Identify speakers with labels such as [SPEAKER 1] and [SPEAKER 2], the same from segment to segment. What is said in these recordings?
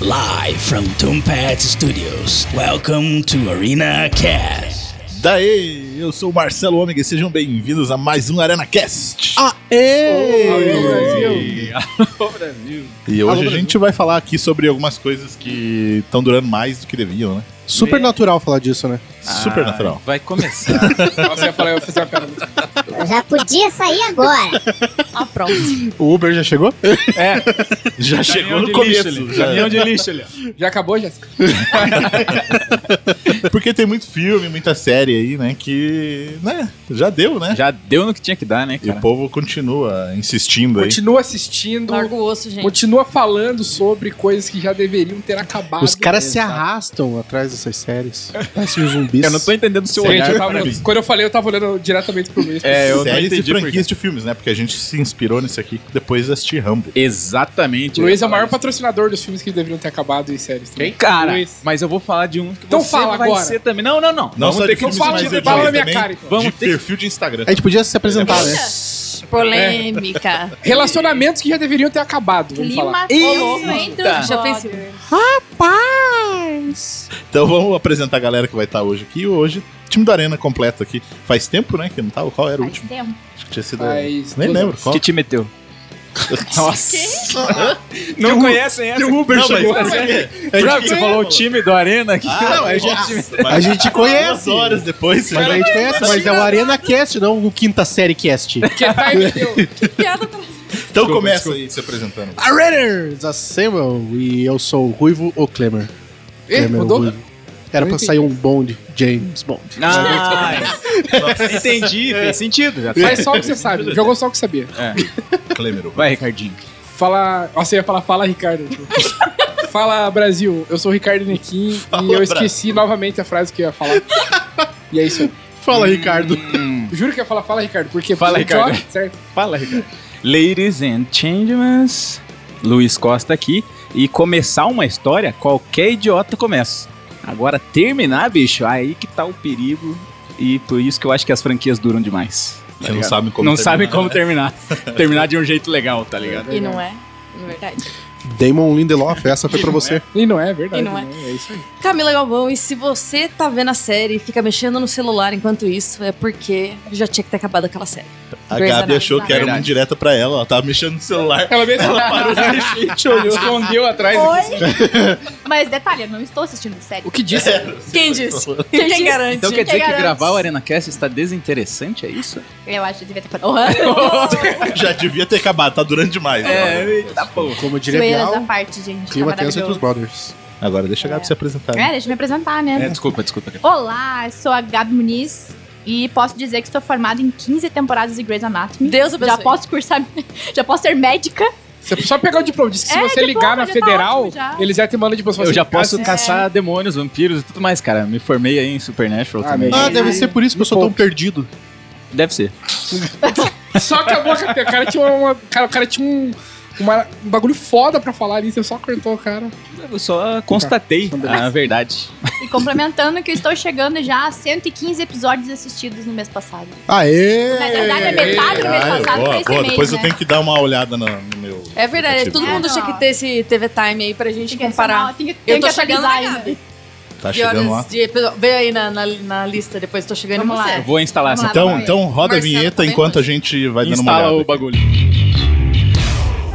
[SPEAKER 1] Live from Tombat Studios. Welcome to Arena Cast.
[SPEAKER 2] Daí, eu sou o Marcelo Ômega e sejam bem-vindos a mais um Arena Cast.
[SPEAKER 3] Alô,
[SPEAKER 2] Aê!
[SPEAKER 3] Brasil! Alô, Brasil!
[SPEAKER 2] E hoje
[SPEAKER 3] Alô,
[SPEAKER 2] a gente vai falar aqui sobre algumas coisas que estão durando mais do que deviam, né?
[SPEAKER 4] Super natural falar disso, né?
[SPEAKER 2] Super natural.
[SPEAKER 3] Ah, Vai começar. Nossa, eu ia falar, eu fiz uma cara muito...
[SPEAKER 5] Eu já podia sair agora.
[SPEAKER 6] Ah, pronto.
[SPEAKER 4] O Uber já chegou?
[SPEAKER 3] É,
[SPEAKER 2] Já chegou
[SPEAKER 3] caminhão
[SPEAKER 2] no
[SPEAKER 3] de
[SPEAKER 2] começo.
[SPEAKER 3] lixo ali.
[SPEAKER 2] já.
[SPEAKER 3] Caminhão de lixo ali. ó. Já acabou, Jéssica?
[SPEAKER 2] Porque tem muito filme, muita série aí, né? Que, né? Já deu, né?
[SPEAKER 7] Já deu no que tinha que dar, né,
[SPEAKER 2] E
[SPEAKER 7] cara?
[SPEAKER 2] o povo continua insistindo aí.
[SPEAKER 3] Continua assistindo,
[SPEAKER 6] Larga o osso, gente.
[SPEAKER 3] continua falando sobre coisas que já deveriam ter acabado.
[SPEAKER 4] Os caras se
[SPEAKER 7] Exato.
[SPEAKER 4] arrastam atrás dessas séries. Parecem uns zumbis.
[SPEAKER 7] Eu não tô entendendo o seu
[SPEAKER 3] Gente,
[SPEAKER 7] olhar.
[SPEAKER 3] eu tava-
[SPEAKER 2] pra mim.
[SPEAKER 3] quando eu falei, eu tava olhando diretamente pro meio.
[SPEAKER 7] É, eu não
[SPEAKER 2] Séries e
[SPEAKER 7] entendi por
[SPEAKER 2] franquias de filmes, né? Porque a gente se inspirou nisso aqui depois de assistir Rambo.
[SPEAKER 7] Exatamente.
[SPEAKER 3] Luiz é o
[SPEAKER 7] Eu ia
[SPEAKER 3] maior
[SPEAKER 7] falar
[SPEAKER 3] patrocinador dos filmes que deveriam ter acabado em séries. também.
[SPEAKER 7] isso. Cara,
[SPEAKER 3] Luiz.
[SPEAKER 7] mas eu vou falar de um que
[SPEAKER 3] Então
[SPEAKER 7] você
[SPEAKER 3] fala
[SPEAKER 7] vai
[SPEAKER 3] agora.
[SPEAKER 7] ser também. Não, não, não.
[SPEAKER 2] Não
[SPEAKER 7] Vamos
[SPEAKER 2] só
[SPEAKER 7] ter
[SPEAKER 2] de
[SPEAKER 7] que
[SPEAKER 2] filmes,
[SPEAKER 3] fala
[SPEAKER 2] mas
[SPEAKER 3] de
[SPEAKER 2] de,
[SPEAKER 3] bala na minha
[SPEAKER 2] também,
[SPEAKER 3] cara,
[SPEAKER 2] de
[SPEAKER 3] então.
[SPEAKER 7] Vamos ter-
[SPEAKER 2] perfil de Instagram.
[SPEAKER 4] A gente podia se apresentar, né?
[SPEAKER 6] Polêmica.
[SPEAKER 8] É.
[SPEAKER 3] Relacionamentos que já deveriam ter acabado, vamos falar.
[SPEAKER 7] Eita.
[SPEAKER 6] Clima tenso entre os
[SPEAKER 7] Já
[SPEAKER 6] fez
[SPEAKER 2] Então vamos apresentar a galera que vai estar hoje aqui. Hoje, time da Arena completo aqui. Faz tempo, né, que não tava? Qual era o
[SPEAKER 6] Faz
[SPEAKER 2] último?
[SPEAKER 6] tempo.
[SPEAKER 2] Acho que tinha sido...
[SPEAKER 3] Faz
[SPEAKER 2] Nem
[SPEAKER 3] duas
[SPEAKER 2] lembro qual.
[SPEAKER 7] Que te meteu? Nossa. Não
[SPEAKER 3] um
[SPEAKER 7] conhecem essa?
[SPEAKER 2] Uber não,
[SPEAKER 7] chegou.
[SPEAKER 2] mas é,
[SPEAKER 7] É que você falou o
[SPEAKER 2] assim.
[SPEAKER 7] time do Arena aqui.
[SPEAKER 2] Ah,
[SPEAKER 4] Não, a gente-
[SPEAKER 2] nossa, mas
[SPEAKER 4] a gente conhece.
[SPEAKER 2] Duas horas depois, né?
[SPEAKER 4] Mas a gente conhece, mas é o Arena Cast, não o Quinta Série Cast.
[SPEAKER 3] Que é time deu?
[SPEAKER 6] Piada tá-
[SPEAKER 2] Então começa aí se apresentando.
[SPEAKER 4] Areners Assemble e eu sou o Ruivo ou Clemer. é
[SPEAKER 3] Ih, mudou?
[SPEAKER 4] Era pra
[SPEAKER 3] entendi.
[SPEAKER 4] sair um Bond, James Bond.
[SPEAKER 7] Ah, entendi, fez sentido. Já
[SPEAKER 3] Faz só o que você sabe. Jogou só o que sabia.
[SPEAKER 2] Clemero.
[SPEAKER 7] Vai, Ricardinho.
[SPEAKER 3] Fala. Nossa, eu ia falar, fala Ricardo. tipo. fala Brasil, eu sou o Ricardo Nequim
[SPEAKER 2] Fala,
[SPEAKER 3] e eu esqueci novamente a frase que eu ia falar. E é isso. aí.
[SPEAKER 4] Fala, Ricardo.
[SPEAKER 3] Juro que eu ia falar, fala Ricardo, porque
[SPEAKER 7] Fala,
[SPEAKER 3] o
[SPEAKER 7] Ricardo.
[SPEAKER 3] Job, certo?
[SPEAKER 7] Fala, Ricardo. Ladies and gentlemen, Luiz Costa aqui. E começar uma história, qualquer idiota começa. Agora, terminar, bicho, aí que tá o perigo. E por isso que eu acho que as franquias duram demais. Tá
[SPEAKER 2] Que não sabem como
[SPEAKER 7] não
[SPEAKER 2] terminar,
[SPEAKER 7] sabem como
[SPEAKER 2] né?
[SPEAKER 7] terminar. terminar de um jeito legal, tá ligado?
[SPEAKER 6] E não é. Na verdade.
[SPEAKER 4] Damon Lindelof, essa foi pra você.
[SPEAKER 3] E não é, é verdade.
[SPEAKER 6] E não é.
[SPEAKER 3] né? É isso aí.
[SPEAKER 6] Camila Galvão, e se você tá vendo a série e fica mexendo no celular enquanto isso, é porque já tinha que ter acabado aquela série.
[SPEAKER 2] A
[SPEAKER 6] Grey's
[SPEAKER 2] Gabi
[SPEAKER 6] Anatomy.
[SPEAKER 2] achou que era uma
[SPEAKER 7] Verdade.
[SPEAKER 2] indireta pra ela. Ela tava mexendo no celular.
[SPEAKER 3] Ela mesmo
[SPEAKER 2] Parou
[SPEAKER 3] É.
[SPEAKER 2] de gente olhou.
[SPEAKER 3] escondeu atrás.
[SPEAKER 6] Mas detalhe, eu não estou assistindo série.
[SPEAKER 3] O que disse?
[SPEAKER 6] Quem disse? Quem,
[SPEAKER 8] disse?
[SPEAKER 6] garante?
[SPEAKER 7] Então quer
[SPEAKER 6] Quem
[SPEAKER 7] dizer que
[SPEAKER 6] garante?
[SPEAKER 7] gravar o ArenaCast está desinteressante, é isso?
[SPEAKER 8] Eu acho que devia ter falado.
[SPEAKER 6] Porra.
[SPEAKER 2] Já devia ter acabado, tá durando demais. né?
[SPEAKER 7] eita porra.
[SPEAKER 4] Como diria
[SPEAKER 8] Zoeiras
[SPEAKER 4] Bial,
[SPEAKER 8] à parte, gente.
[SPEAKER 4] clima
[SPEAKER 8] tá
[SPEAKER 4] tenso entre os
[SPEAKER 8] maravilhoso.
[SPEAKER 4] brothers.
[SPEAKER 2] Agora deixa a Gabi se apresentar.
[SPEAKER 8] É, deixa eu me apresentar,
[SPEAKER 7] É,
[SPEAKER 8] né?
[SPEAKER 7] desculpa, desculpa. cara.
[SPEAKER 8] Olá, eu sou a Gabi Muniz e posso dizer que estou formada em 15 temporadas de Grey's Anatomy.
[SPEAKER 6] Deus
[SPEAKER 8] já
[SPEAKER 6] abençoe.
[SPEAKER 8] posso cursar, já posso ser médica.
[SPEAKER 3] Você só pegar o diploma. Diz que se
[SPEAKER 8] É,
[SPEAKER 3] você
[SPEAKER 8] diploma,
[SPEAKER 3] ligar na
[SPEAKER 8] já tá
[SPEAKER 3] federal,
[SPEAKER 8] ótimo, já.
[SPEAKER 3] eles já te mandam diploma. Você fala
[SPEAKER 7] Eu já
[SPEAKER 3] assim,
[SPEAKER 7] posso
[SPEAKER 3] "Ah,
[SPEAKER 7] caçar demônios, vampiros e tudo mais, cara. Me formei aí em Supernatural
[SPEAKER 3] Ah,
[SPEAKER 7] também.
[SPEAKER 3] meu
[SPEAKER 4] Ah, deve ser por isso que eu sou tão perdido.
[SPEAKER 7] Deve ser.
[SPEAKER 3] Só acabou a boca. O cara tinha, uma, cara, o cara tinha um, uma- um bagulho foda pra falar ali, você só cortou o cara.
[SPEAKER 7] Eu só constatei
[SPEAKER 2] Tá.
[SPEAKER 7] a verdade.
[SPEAKER 8] E complementando que eu estou chegando já a 115 episódios assistidos no mês passado.
[SPEAKER 4] Aê!
[SPEAKER 8] Na verdade, é metade do mês
[SPEAKER 2] Ah,
[SPEAKER 8] passado pra
[SPEAKER 2] boa,
[SPEAKER 8] esse
[SPEAKER 2] boa.
[SPEAKER 8] mês,
[SPEAKER 2] Depois
[SPEAKER 8] né?
[SPEAKER 2] eu tenho que dar uma olhada no, no meu.
[SPEAKER 6] É verdade,
[SPEAKER 2] aplicativo.
[SPEAKER 6] todo
[SPEAKER 8] É,
[SPEAKER 6] mundo
[SPEAKER 8] não.
[SPEAKER 6] tinha que ter esse TV Time aí pra gente
[SPEAKER 8] Tem que
[SPEAKER 6] comparar.
[SPEAKER 8] adicionar, Tem que, tem
[SPEAKER 6] Eu
[SPEAKER 8] que
[SPEAKER 6] tô chegando
[SPEAKER 8] atualizar
[SPEAKER 6] na
[SPEAKER 8] ainda.
[SPEAKER 6] Gabi.
[SPEAKER 2] Tá
[SPEAKER 6] Que
[SPEAKER 2] chegando lá.
[SPEAKER 6] horas de um episódio? Vê aí na, na, na lista depois, tô chegando
[SPEAKER 8] Vamos
[SPEAKER 6] em
[SPEAKER 8] lá.
[SPEAKER 6] você.
[SPEAKER 7] Eu vou instalar
[SPEAKER 8] Vamos
[SPEAKER 7] essa.
[SPEAKER 8] lá,
[SPEAKER 2] Então,
[SPEAKER 8] vamos ver.
[SPEAKER 2] então roda a
[SPEAKER 6] Marcelo,
[SPEAKER 2] vinheta
[SPEAKER 6] tá bem
[SPEAKER 2] enquanto a gente vai dando uma
[SPEAKER 7] Instala
[SPEAKER 2] olhada.
[SPEAKER 7] o
[SPEAKER 2] aqui.
[SPEAKER 7] bagulho.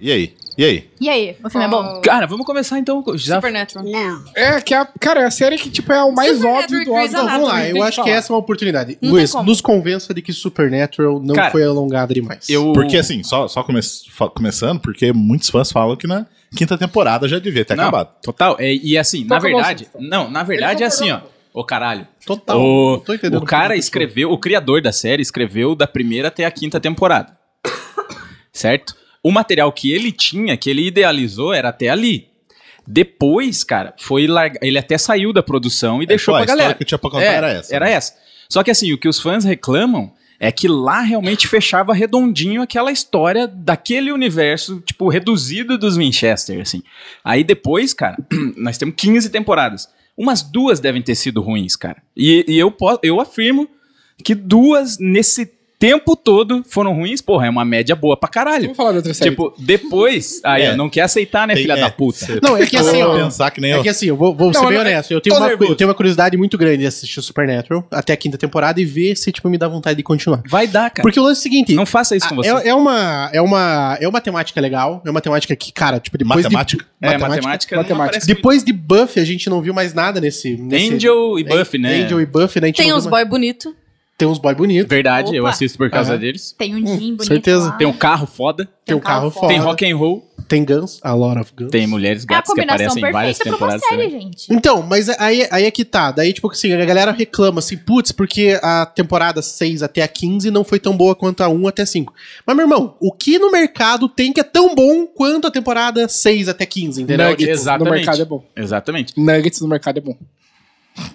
[SPEAKER 2] E aí? E aí?
[SPEAKER 8] E aí, o filme é bom?
[SPEAKER 7] Cara, vamos começar então. Já
[SPEAKER 6] Supernatural.
[SPEAKER 5] Não.
[SPEAKER 3] É, que a, cara, é a série que, tipo, é o mais
[SPEAKER 6] Supernatural
[SPEAKER 3] óbvio
[SPEAKER 6] e
[SPEAKER 3] do Ah,
[SPEAKER 6] Grey's
[SPEAKER 3] óbvio.
[SPEAKER 4] Não, vamos lá, eu acho que essa é uma oportunidade.
[SPEAKER 6] tem
[SPEAKER 4] Luiz,
[SPEAKER 6] como.
[SPEAKER 4] nos convença de que Supernatural não
[SPEAKER 7] Cara,
[SPEAKER 4] foi alongada demais.
[SPEAKER 7] eu.
[SPEAKER 2] Porque assim, só, só come- fa- começando, porque muitos fãs falam que na quinta temporada já devia ter
[SPEAKER 7] Não,
[SPEAKER 2] acabado.
[SPEAKER 7] Total. é- e assim, na
[SPEAKER 3] Toca a bolsa,
[SPEAKER 7] verdade. Não, na verdade é assim, ó. Ô caralho.
[SPEAKER 4] Total.
[SPEAKER 7] O,
[SPEAKER 4] não tô entendendo
[SPEAKER 7] o
[SPEAKER 4] por
[SPEAKER 7] cara
[SPEAKER 4] que
[SPEAKER 7] escreveu, o criador da série escreveu da primeira até a quinta temporada. certo? O material que ele tinha, que ele idealizou, era até ali. Depois, cara, foi larga... ele até saiu da produção
[SPEAKER 4] É,
[SPEAKER 7] e deixou
[SPEAKER 2] Pô,
[SPEAKER 7] pra
[SPEAKER 2] a história
[SPEAKER 7] galera.
[SPEAKER 2] que eu tinha pra contar
[SPEAKER 7] É,
[SPEAKER 2] era essa.
[SPEAKER 7] Era
[SPEAKER 2] né?
[SPEAKER 7] essa. Só que assim, o que os fãs reclamam é que lá realmente fechava redondinho aquela história daquele universo, tipo, reduzido dos Winchester, assim. Aí depois, cara, nós temos 15 temporadas. Umas duas devem ter sido ruins, cara. E, e eu, po- eu afirmo que duas nesse tempo todo foram ruins. Porra, é uma média boa pra caralho.
[SPEAKER 3] Vamos falar de outra série.
[SPEAKER 7] Tipo, depois. Aí,
[SPEAKER 2] É.
[SPEAKER 7] ó, não quer aceitar, né,
[SPEAKER 2] Tem-
[SPEAKER 7] filha
[SPEAKER 2] é,
[SPEAKER 7] da puta?
[SPEAKER 2] cê-
[SPEAKER 4] Não, é que
[SPEAKER 2] Eu
[SPEAKER 4] assim,
[SPEAKER 2] vou
[SPEAKER 4] ó,
[SPEAKER 2] pensar que nem
[SPEAKER 4] É
[SPEAKER 2] eu.
[SPEAKER 4] que assim, eu vou, vou
[SPEAKER 7] Não,
[SPEAKER 4] ser bem
[SPEAKER 7] eu-
[SPEAKER 4] honesto. Eu
[SPEAKER 7] tô
[SPEAKER 4] tenho, uma, cu-
[SPEAKER 7] nervoso.
[SPEAKER 4] eu tenho uma curiosidade muito grande de assistir Supernatural até a quinta temporada e ver se, tipo, me dá vontade de continuar.
[SPEAKER 7] Vai dar, cara.
[SPEAKER 4] Porque o lance é o seguinte.
[SPEAKER 7] Não faça isso com
[SPEAKER 4] a-
[SPEAKER 7] você.
[SPEAKER 4] É, é uma, é, uma, é uma temática legal, é uma temática que, cara, tipo, depois
[SPEAKER 2] Matemática?
[SPEAKER 4] de...
[SPEAKER 7] É, matemática não aparece muito.
[SPEAKER 4] Depois de Buffy, a gente não viu mais nada nesse... nesse
[SPEAKER 7] Angel e Buffy, né?
[SPEAKER 4] é Angel e Buffy, né? a gente
[SPEAKER 6] Tem
[SPEAKER 4] não
[SPEAKER 6] uns
[SPEAKER 4] viu
[SPEAKER 6] boy bonito.
[SPEAKER 4] mais- Tem uns boy bonitos,
[SPEAKER 7] Verdade, eu
[SPEAKER 6] Opa.
[SPEAKER 7] assisto por causa
[SPEAKER 4] Aham.
[SPEAKER 7] deles.
[SPEAKER 8] Tem um gin bonito
[SPEAKER 4] certeza.
[SPEAKER 8] lá.
[SPEAKER 7] Tem um carro foda,
[SPEAKER 4] tem um carro foda,
[SPEAKER 7] tem rock and roll,
[SPEAKER 4] tem Guns, a lot of Guns.
[SPEAKER 7] tem mulheres
[SPEAKER 8] É a
[SPEAKER 7] gatas que
[SPEAKER 8] combinação
[SPEAKER 7] aparecem em várias
[SPEAKER 8] perfeita pra uma
[SPEAKER 7] temporadas.
[SPEAKER 8] série,
[SPEAKER 7] também.
[SPEAKER 8] gente.
[SPEAKER 4] Então, mas aí, aí é que tá. Daí, tipo assim, a galera reclama assim, putz, porque a temporada 6 até a 15 não foi tão boa quanto a 1 até 5. Mas, meu irmão, o que no mercado tem que é tão bom quanto a temporada 6 até 15, entendeu?
[SPEAKER 3] Nuggets
[SPEAKER 7] Exatamente.
[SPEAKER 3] no mercado é bom.
[SPEAKER 7] Exatamente.
[SPEAKER 3] Nuggets no mercado é bom.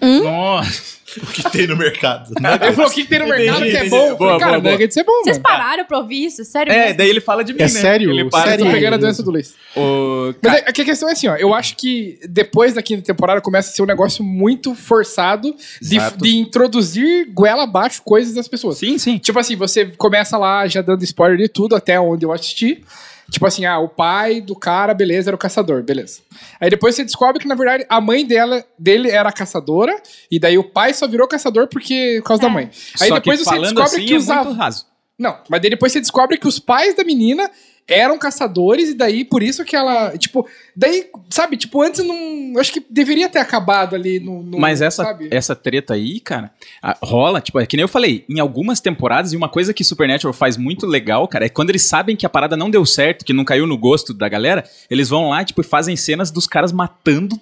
[SPEAKER 8] Hum?
[SPEAKER 7] Nossa.
[SPEAKER 2] O que tem no mercado?
[SPEAKER 3] Ele falou que tem no mercado que é
[SPEAKER 7] entendi.
[SPEAKER 3] bom. Eu falei,
[SPEAKER 7] Boa,
[SPEAKER 3] cara,
[SPEAKER 7] boa, boa.
[SPEAKER 3] Nuggets é bom,
[SPEAKER 8] Vocês
[SPEAKER 3] mano.
[SPEAKER 8] pararam pra ouvir isso? Sério
[SPEAKER 7] tá. É,
[SPEAKER 8] mesmo?
[SPEAKER 7] daí ele fala de mim,
[SPEAKER 4] É
[SPEAKER 7] né?
[SPEAKER 4] sério?
[SPEAKER 7] Ele para
[SPEAKER 4] Sério?
[SPEAKER 3] Tô
[SPEAKER 7] de-
[SPEAKER 3] pegando a doença do Luiz.
[SPEAKER 7] O...
[SPEAKER 3] Mas
[SPEAKER 7] Cara,
[SPEAKER 3] é, é que a questão é assim, ó. Eu acho que depois da quinta temporada começa a ser um negócio muito forçado de,
[SPEAKER 7] Exato.
[SPEAKER 3] de introduzir goela abaixo coisas das pessoas.
[SPEAKER 7] Sim, sim.
[SPEAKER 3] Tipo assim, você começa lá já dando spoiler de tudo até onde eu assisti. Tipo assim, ah, o pai do cara, beleza, era o caçador, beleza. Aí depois você descobre que, na verdade, a mãe dela, dele era caçadora, e daí o pai só virou caçador porque, por causa da mãe. Aí
[SPEAKER 7] Só
[SPEAKER 3] depois
[SPEAKER 7] que
[SPEAKER 3] você
[SPEAKER 7] falando
[SPEAKER 3] descobre
[SPEAKER 7] assim,
[SPEAKER 3] que
[SPEAKER 7] é
[SPEAKER 3] os
[SPEAKER 7] muito
[SPEAKER 3] av-
[SPEAKER 7] raso.
[SPEAKER 3] Não, mas daí depois você descobre que os pais da menina eram caçadores, e daí por isso que ela. Tipo, daí, sabe, tipo, antes não. eu Acho que deveria ter acabado ali no. no-
[SPEAKER 7] Mas essa, é-
[SPEAKER 3] sabe?
[SPEAKER 7] essa treta aí, cara, a- rola, tipo, é que nem eu falei, em algumas temporadas, e uma coisa que Supernatural faz muito legal, cara, é quando eles sabem que a parada não deu certo, que não caiu no gosto da galera, eles vão lá, tipo, e fazem cenas dos caras matando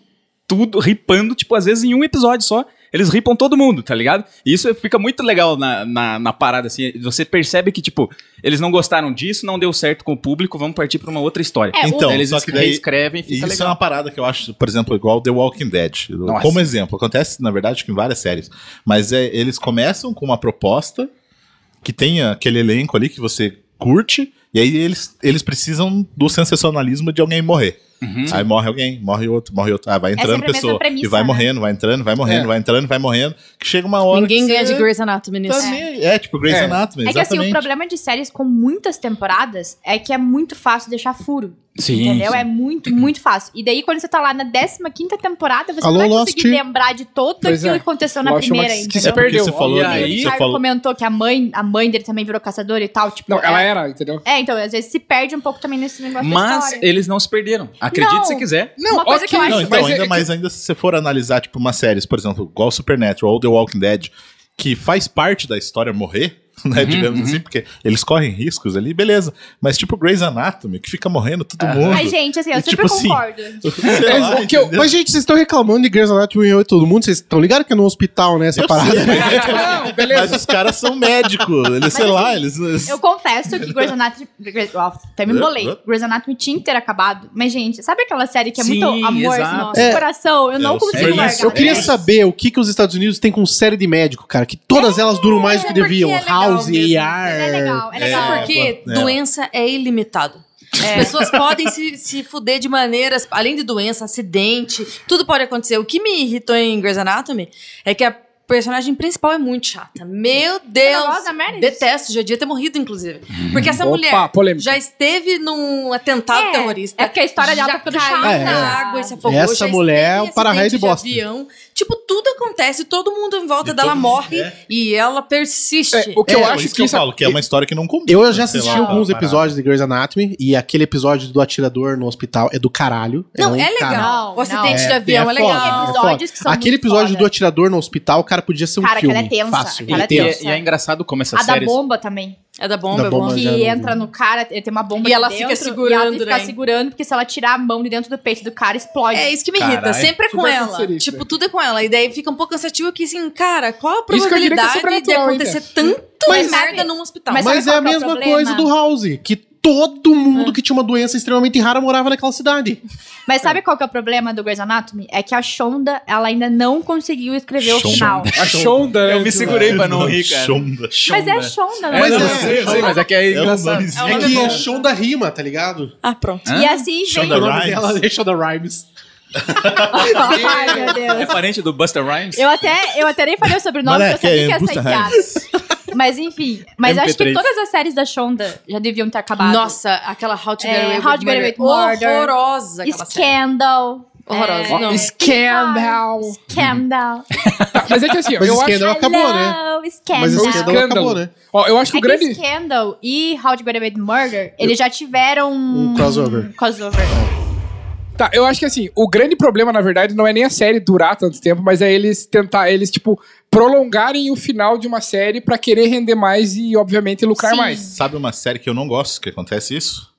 [SPEAKER 7] tudo, ripando, tipo, às vezes em um episódio só. Eles ripam todo mundo, tá ligado? E isso fica muito legal na, na, na parada, assim. Você percebe que, tipo, eles não gostaram disso, não deu certo com o público, vamos partir pra uma outra história.
[SPEAKER 8] É,
[SPEAKER 2] Então,
[SPEAKER 7] Daí eles
[SPEAKER 2] só que daí-
[SPEAKER 7] reescrevem,
[SPEAKER 2] E
[SPEAKER 7] fica
[SPEAKER 2] isso é
[SPEAKER 7] legal.
[SPEAKER 2] uma parada que eu acho, por exemplo, igual The Walking Dead.
[SPEAKER 7] Nossa.
[SPEAKER 2] Como exemplo, acontece, na verdade, que em várias séries. Mas é, eles começam com uma proposta que tem aquele elenco ali que você curte, e aí eles, eles precisam do sensacionalismo de alguém morrer. Aí morre alguém, morre outro, morre outro. Ah, vai entrando
[SPEAKER 8] sempre é a mesma
[SPEAKER 2] pessoa.
[SPEAKER 8] premissa,
[SPEAKER 2] e vai
[SPEAKER 8] né?
[SPEAKER 2] morrendo, vai entrando, vai morrendo,
[SPEAKER 3] É.
[SPEAKER 2] vai entrando, vai morrendo. Que chega uma hora.
[SPEAKER 6] Ninguém
[SPEAKER 2] que
[SPEAKER 6] ganha
[SPEAKER 2] você
[SPEAKER 6] de Grey's Anatomy nisso.
[SPEAKER 2] tá nem- É, tipo Grey's
[SPEAKER 3] É.
[SPEAKER 2] Anatomy,
[SPEAKER 8] É que assim, o
[SPEAKER 2] exatamente.
[SPEAKER 8] problema de séries com muitas temporadas é que é muito fácil deixar furo.
[SPEAKER 7] Sim,
[SPEAKER 8] entendeu?
[SPEAKER 7] sim.
[SPEAKER 8] É muito, muito fácil. E daí, quando você tá lá na 15 temporada, você
[SPEAKER 4] Alô,
[SPEAKER 8] não vai conseguir
[SPEAKER 4] Lost.
[SPEAKER 8] lembrar de todo
[SPEAKER 3] Pois
[SPEAKER 8] aquilo
[SPEAKER 3] é.
[SPEAKER 8] que aconteceu na
[SPEAKER 3] Lost é uma
[SPEAKER 8] primeira,
[SPEAKER 3] que
[SPEAKER 8] entendeu?
[SPEAKER 2] é porque
[SPEAKER 3] perdeu.
[SPEAKER 2] você falou,
[SPEAKER 7] E
[SPEAKER 2] né,
[SPEAKER 7] aí-
[SPEAKER 8] o
[SPEAKER 2] você
[SPEAKER 8] Thiago
[SPEAKER 2] falou,
[SPEAKER 8] comentou que a mãe, a mãe dele também virou caçadora e tal, tipo...
[SPEAKER 3] Não, ela
[SPEAKER 8] é,
[SPEAKER 3] era, entendeu?
[SPEAKER 8] é, então, às vezes se perde um pouco também nesse negócio da
[SPEAKER 7] Mas
[SPEAKER 8] história.
[SPEAKER 7] eles não se perderam. Acredite
[SPEAKER 8] Não.
[SPEAKER 7] se quiser.
[SPEAKER 3] Não,
[SPEAKER 8] Uma coisa que eu
[SPEAKER 3] ok,
[SPEAKER 8] acho-
[SPEAKER 2] Não, então,
[SPEAKER 3] mas é
[SPEAKER 2] ainda,
[SPEAKER 3] que-
[SPEAKER 2] mas ainda se você for analisar, tipo, umas séries, por exemplo, igual Supernatural ou The Walking Dead, que faz parte da história morrer, né, digamos assim, porque eles correm riscos ali, beleza. Mas tipo Grey's Anatomy, que fica morrendo todo mundo.
[SPEAKER 8] Ai, gente, assim, eu
[SPEAKER 2] E,
[SPEAKER 8] sempre
[SPEAKER 2] tipo assim,
[SPEAKER 8] concordo.
[SPEAKER 2] Sei lá,
[SPEAKER 3] o que eu-
[SPEAKER 2] entendeu?
[SPEAKER 4] Mas, gente, vocês estão reclamando de Grey's Anatomy e todo mundo? Vocês estão ligados que é no hospital, né? Essa parada.
[SPEAKER 3] Não, beleza.
[SPEAKER 2] Mas os caras são médicos, eles, sei lá, eles... eles-
[SPEAKER 8] Eu confesso que Grey's Anatomy... Grey's- ó, até me embolei. Grey's Anatomy tinha que ter acabado. Mas, gente, sabe aquela série que é
[SPEAKER 7] Sim,
[SPEAKER 8] muito amor
[SPEAKER 7] exato.
[SPEAKER 8] no nosso
[SPEAKER 4] É.
[SPEAKER 8] coração? Eu
[SPEAKER 2] É,
[SPEAKER 8] não
[SPEAKER 2] o
[SPEAKER 8] consigo
[SPEAKER 2] Super
[SPEAKER 8] largar.
[SPEAKER 2] Nice.
[SPEAKER 4] Eu queria
[SPEAKER 2] É.
[SPEAKER 4] saber o que, que os Estados Unidos têm com série de médico, cara, que todas elas duram mais do que
[SPEAKER 6] é porque
[SPEAKER 4] deviam.
[SPEAKER 6] é legal
[SPEAKER 4] House,
[SPEAKER 6] mesmo.
[SPEAKER 4] AR.
[SPEAKER 8] É legal, é legal.
[SPEAKER 6] Sabe por quê?
[SPEAKER 2] É.
[SPEAKER 6] Doença é ilimitado. As pessoas podem se, se fuder de maneiras, além de doença, acidente, tudo pode acontecer. O que me irritou em Grey's Anatomy é que a personagem principal é muito chata. Meu Deus!
[SPEAKER 8] gosto da Meredith.
[SPEAKER 6] Detesto, já devia ter morrido, inclusive. Porque essa
[SPEAKER 3] Opa,
[SPEAKER 6] mulher
[SPEAKER 3] polêmica.
[SPEAKER 6] já esteve num atentado
[SPEAKER 8] É,
[SPEAKER 6] terrorista.
[SPEAKER 8] é porque a história dela
[SPEAKER 6] já
[SPEAKER 8] tá ficando
[SPEAKER 6] caiu É.
[SPEAKER 8] chata.
[SPEAKER 6] na água e se afogou.
[SPEAKER 4] Essa
[SPEAKER 6] já
[SPEAKER 4] mulher é o
[SPEAKER 6] esteve em
[SPEAKER 4] para-raio
[SPEAKER 6] acidente
[SPEAKER 4] de bosta.
[SPEAKER 6] avião. Tipo, tudo acontece, todo mundo em volta
[SPEAKER 2] E
[SPEAKER 6] dela
[SPEAKER 2] todo-
[SPEAKER 6] morre e ela persiste.
[SPEAKER 3] É, o que eu
[SPEAKER 2] É,
[SPEAKER 3] acho
[SPEAKER 2] isso
[SPEAKER 3] que
[SPEAKER 2] que eu
[SPEAKER 3] isso
[SPEAKER 2] falo, que é uma história que não combina.
[SPEAKER 4] Eu já
[SPEAKER 2] sei
[SPEAKER 4] assisti
[SPEAKER 2] lá,
[SPEAKER 4] alguns
[SPEAKER 2] uma parada.
[SPEAKER 4] episódios de Grey's Anatomy e aquele episódio do atirador no hospital é do caralho.
[SPEAKER 3] Então,
[SPEAKER 6] Não,
[SPEAKER 4] um
[SPEAKER 6] é
[SPEAKER 3] tá, né?
[SPEAKER 4] cara-
[SPEAKER 6] legal.
[SPEAKER 8] Não,
[SPEAKER 6] o acidente
[SPEAKER 8] não.
[SPEAKER 6] de avião é,
[SPEAKER 4] foda,
[SPEAKER 6] legal.
[SPEAKER 4] é
[SPEAKER 8] Episódios
[SPEAKER 4] foda.
[SPEAKER 8] que são
[SPEAKER 4] Aquele
[SPEAKER 8] muito
[SPEAKER 4] episódio
[SPEAKER 8] foda.
[SPEAKER 4] do atirador no hospital, cara, podia ser um
[SPEAKER 8] Cara,
[SPEAKER 4] filme.
[SPEAKER 8] aquela é tensa.
[SPEAKER 4] Fácil.
[SPEAKER 7] E,
[SPEAKER 8] Aquela
[SPEAKER 4] Ele
[SPEAKER 8] é
[SPEAKER 7] tem-
[SPEAKER 8] tensa.
[SPEAKER 4] tenso.
[SPEAKER 7] e é engraçado como essas
[SPEAKER 8] A da
[SPEAKER 7] séries.
[SPEAKER 8] bomba também.
[SPEAKER 6] É da bomba,
[SPEAKER 4] Da
[SPEAKER 6] é bom.
[SPEAKER 4] bomba.
[SPEAKER 8] Que
[SPEAKER 4] já não-
[SPEAKER 8] entra no cara, ele tem uma bomba
[SPEAKER 6] E ela
[SPEAKER 8] de
[SPEAKER 6] fica
[SPEAKER 8] dentro,
[SPEAKER 6] segurando,
[SPEAKER 8] e ela tem que ficar
[SPEAKER 6] né?
[SPEAKER 8] segurando, porque se ela tirar a mão de dentro do peito do cara, explode.
[SPEAKER 6] É isso que me irrita.
[SPEAKER 7] Caralho,
[SPEAKER 6] Sempre é com
[SPEAKER 3] super
[SPEAKER 6] ela.
[SPEAKER 3] cancerista.
[SPEAKER 6] Tipo, tudo é com ela. E daí fica um pouco cansativo que assim, cara, qual a
[SPEAKER 3] que eu diria que é
[SPEAKER 6] probabilidade de
[SPEAKER 3] sobrenatural,
[SPEAKER 6] acontecer tanto
[SPEAKER 8] Mas-
[SPEAKER 6] merda num hospital?
[SPEAKER 8] é. Mas
[SPEAKER 4] Mas,
[SPEAKER 8] sabe
[SPEAKER 4] é
[SPEAKER 8] qual
[SPEAKER 4] a
[SPEAKER 8] que é o
[SPEAKER 4] mesma
[SPEAKER 8] problema?
[SPEAKER 4] coisa do House, que todo mundo que tinha uma doença extremamente rara morava naquela cidade.
[SPEAKER 8] Mas sabe qual que é o problema do Grey's Anatomy? É que a Shonda, ela ainda não conseguiu escrever o
[SPEAKER 2] Shonda.
[SPEAKER 8] final.
[SPEAKER 3] A Shonda. né,
[SPEAKER 7] Eu me
[SPEAKER 3] antes,
[SPEAKER 7] segurei pra não rir, cara.
[SPEAKER 2] Shonda.
[SPEAKER 8] Mas é Shonda, não
[SPEAKER 7] Mas
[SPEAKER 4] Mas
[SPEAKER 7] é,
[SPEAKER 4] é,
[SPEAKER 7] não, sei, eu sei, mas é que é
[SPEAKER 2] É um
[SPEAKER 7] engraçado.
[SPEAKER 2] nomezinho.
[SPEAKER 4] É que é show da rima, tá ligado?
[SPEAKER 6] Ah, pronto.
[SPEAKER 7] Hã?
[SPEAKER 8] E assim
[SPEAKER 2] Shonda
[SPEAKER 4] O
[SPEAKER 8] vem...
[SPEAKER 4] nome
[SPEAKER 2] Rhimes.
[SPEAKER 4] dela é show da Rhymes.
[SPEAKER 8] Ai, meu
[SPEAKER 7] É
[SPEAKER 8] Deus.
[SPEAKER 7] parente do Buster Rhymes?
[SPEAKER 8] Eu até, eu até nem falei o sobrenome,
[SPEAKER 2] Mariah
[SPEAKER 8] porque eu sabia
[SPEAKER 2] Carey,
[SPEAKER 8] que ia
[SPEAKER 2] Busta
[SPEAKER 8] sair é piada. Mas enfim, mas acho que
[SPEAKER 7] MP3.
[SPEAKER 8] todas as séries da Shonda já deviam ter acabado.
[SPEAKER 6] Nossa, aquela How to Get
[SPEAKER 8] É,
[SPEAKER 6] Away
[SPEAKER 8] How
[SPEAKER 6] with
[SPEAKER 8] to Get Away
[SPEAKER 6] Murder.
[SPEAKER 8] with Murder.
[SPEAKER 6] Horrorosa aquela série.
[SPEAKER 8] Scandal. É,
[SPEAKER 6] Horrorosa, não.
[SPEAKER 3] Scandal.
[SPEAKER 8] Scandal.
[SPEAKER 3] Tá, mas é que assim, ó,
[SPEAKER 4] Mas
[SPEAKER 3] eu acho,
[SPEAKER 4] Scandal acabou, né?
[SPEAKER 8] Hello, Scandal.
[SPEAKER 4] Mas
[SPEAKER 3] o
[SPEAKER 4] Scandal acabou,
[SPEAKER 3] escândalo.
[SPEAKER 4] né?
[SPEAKER 3] Ó, eu acho que
[SPEAKER 8] É
[SPEAKER 3] o grande.
[SPEAKER 8] que Scandal e How to Get Away with Murder, eles já tiveram...
[SPEAKER 4] Um crossover.
[SPEAKER 8] crossover.
[SPEAKER 3] Tá, eu acho que assim, o grande problema, na verdade, não é nem a série durar tanto tempo, mas é eles tentar, eles, tipo, prolongarem o final de uma série pra querer render mais e, obviamente, lucrar
[SPEAKER 8] Sim.
[SPEAKER 3] mais.
[SPEAKER 2] Sabe uma série que eu não gosto que acontece isso?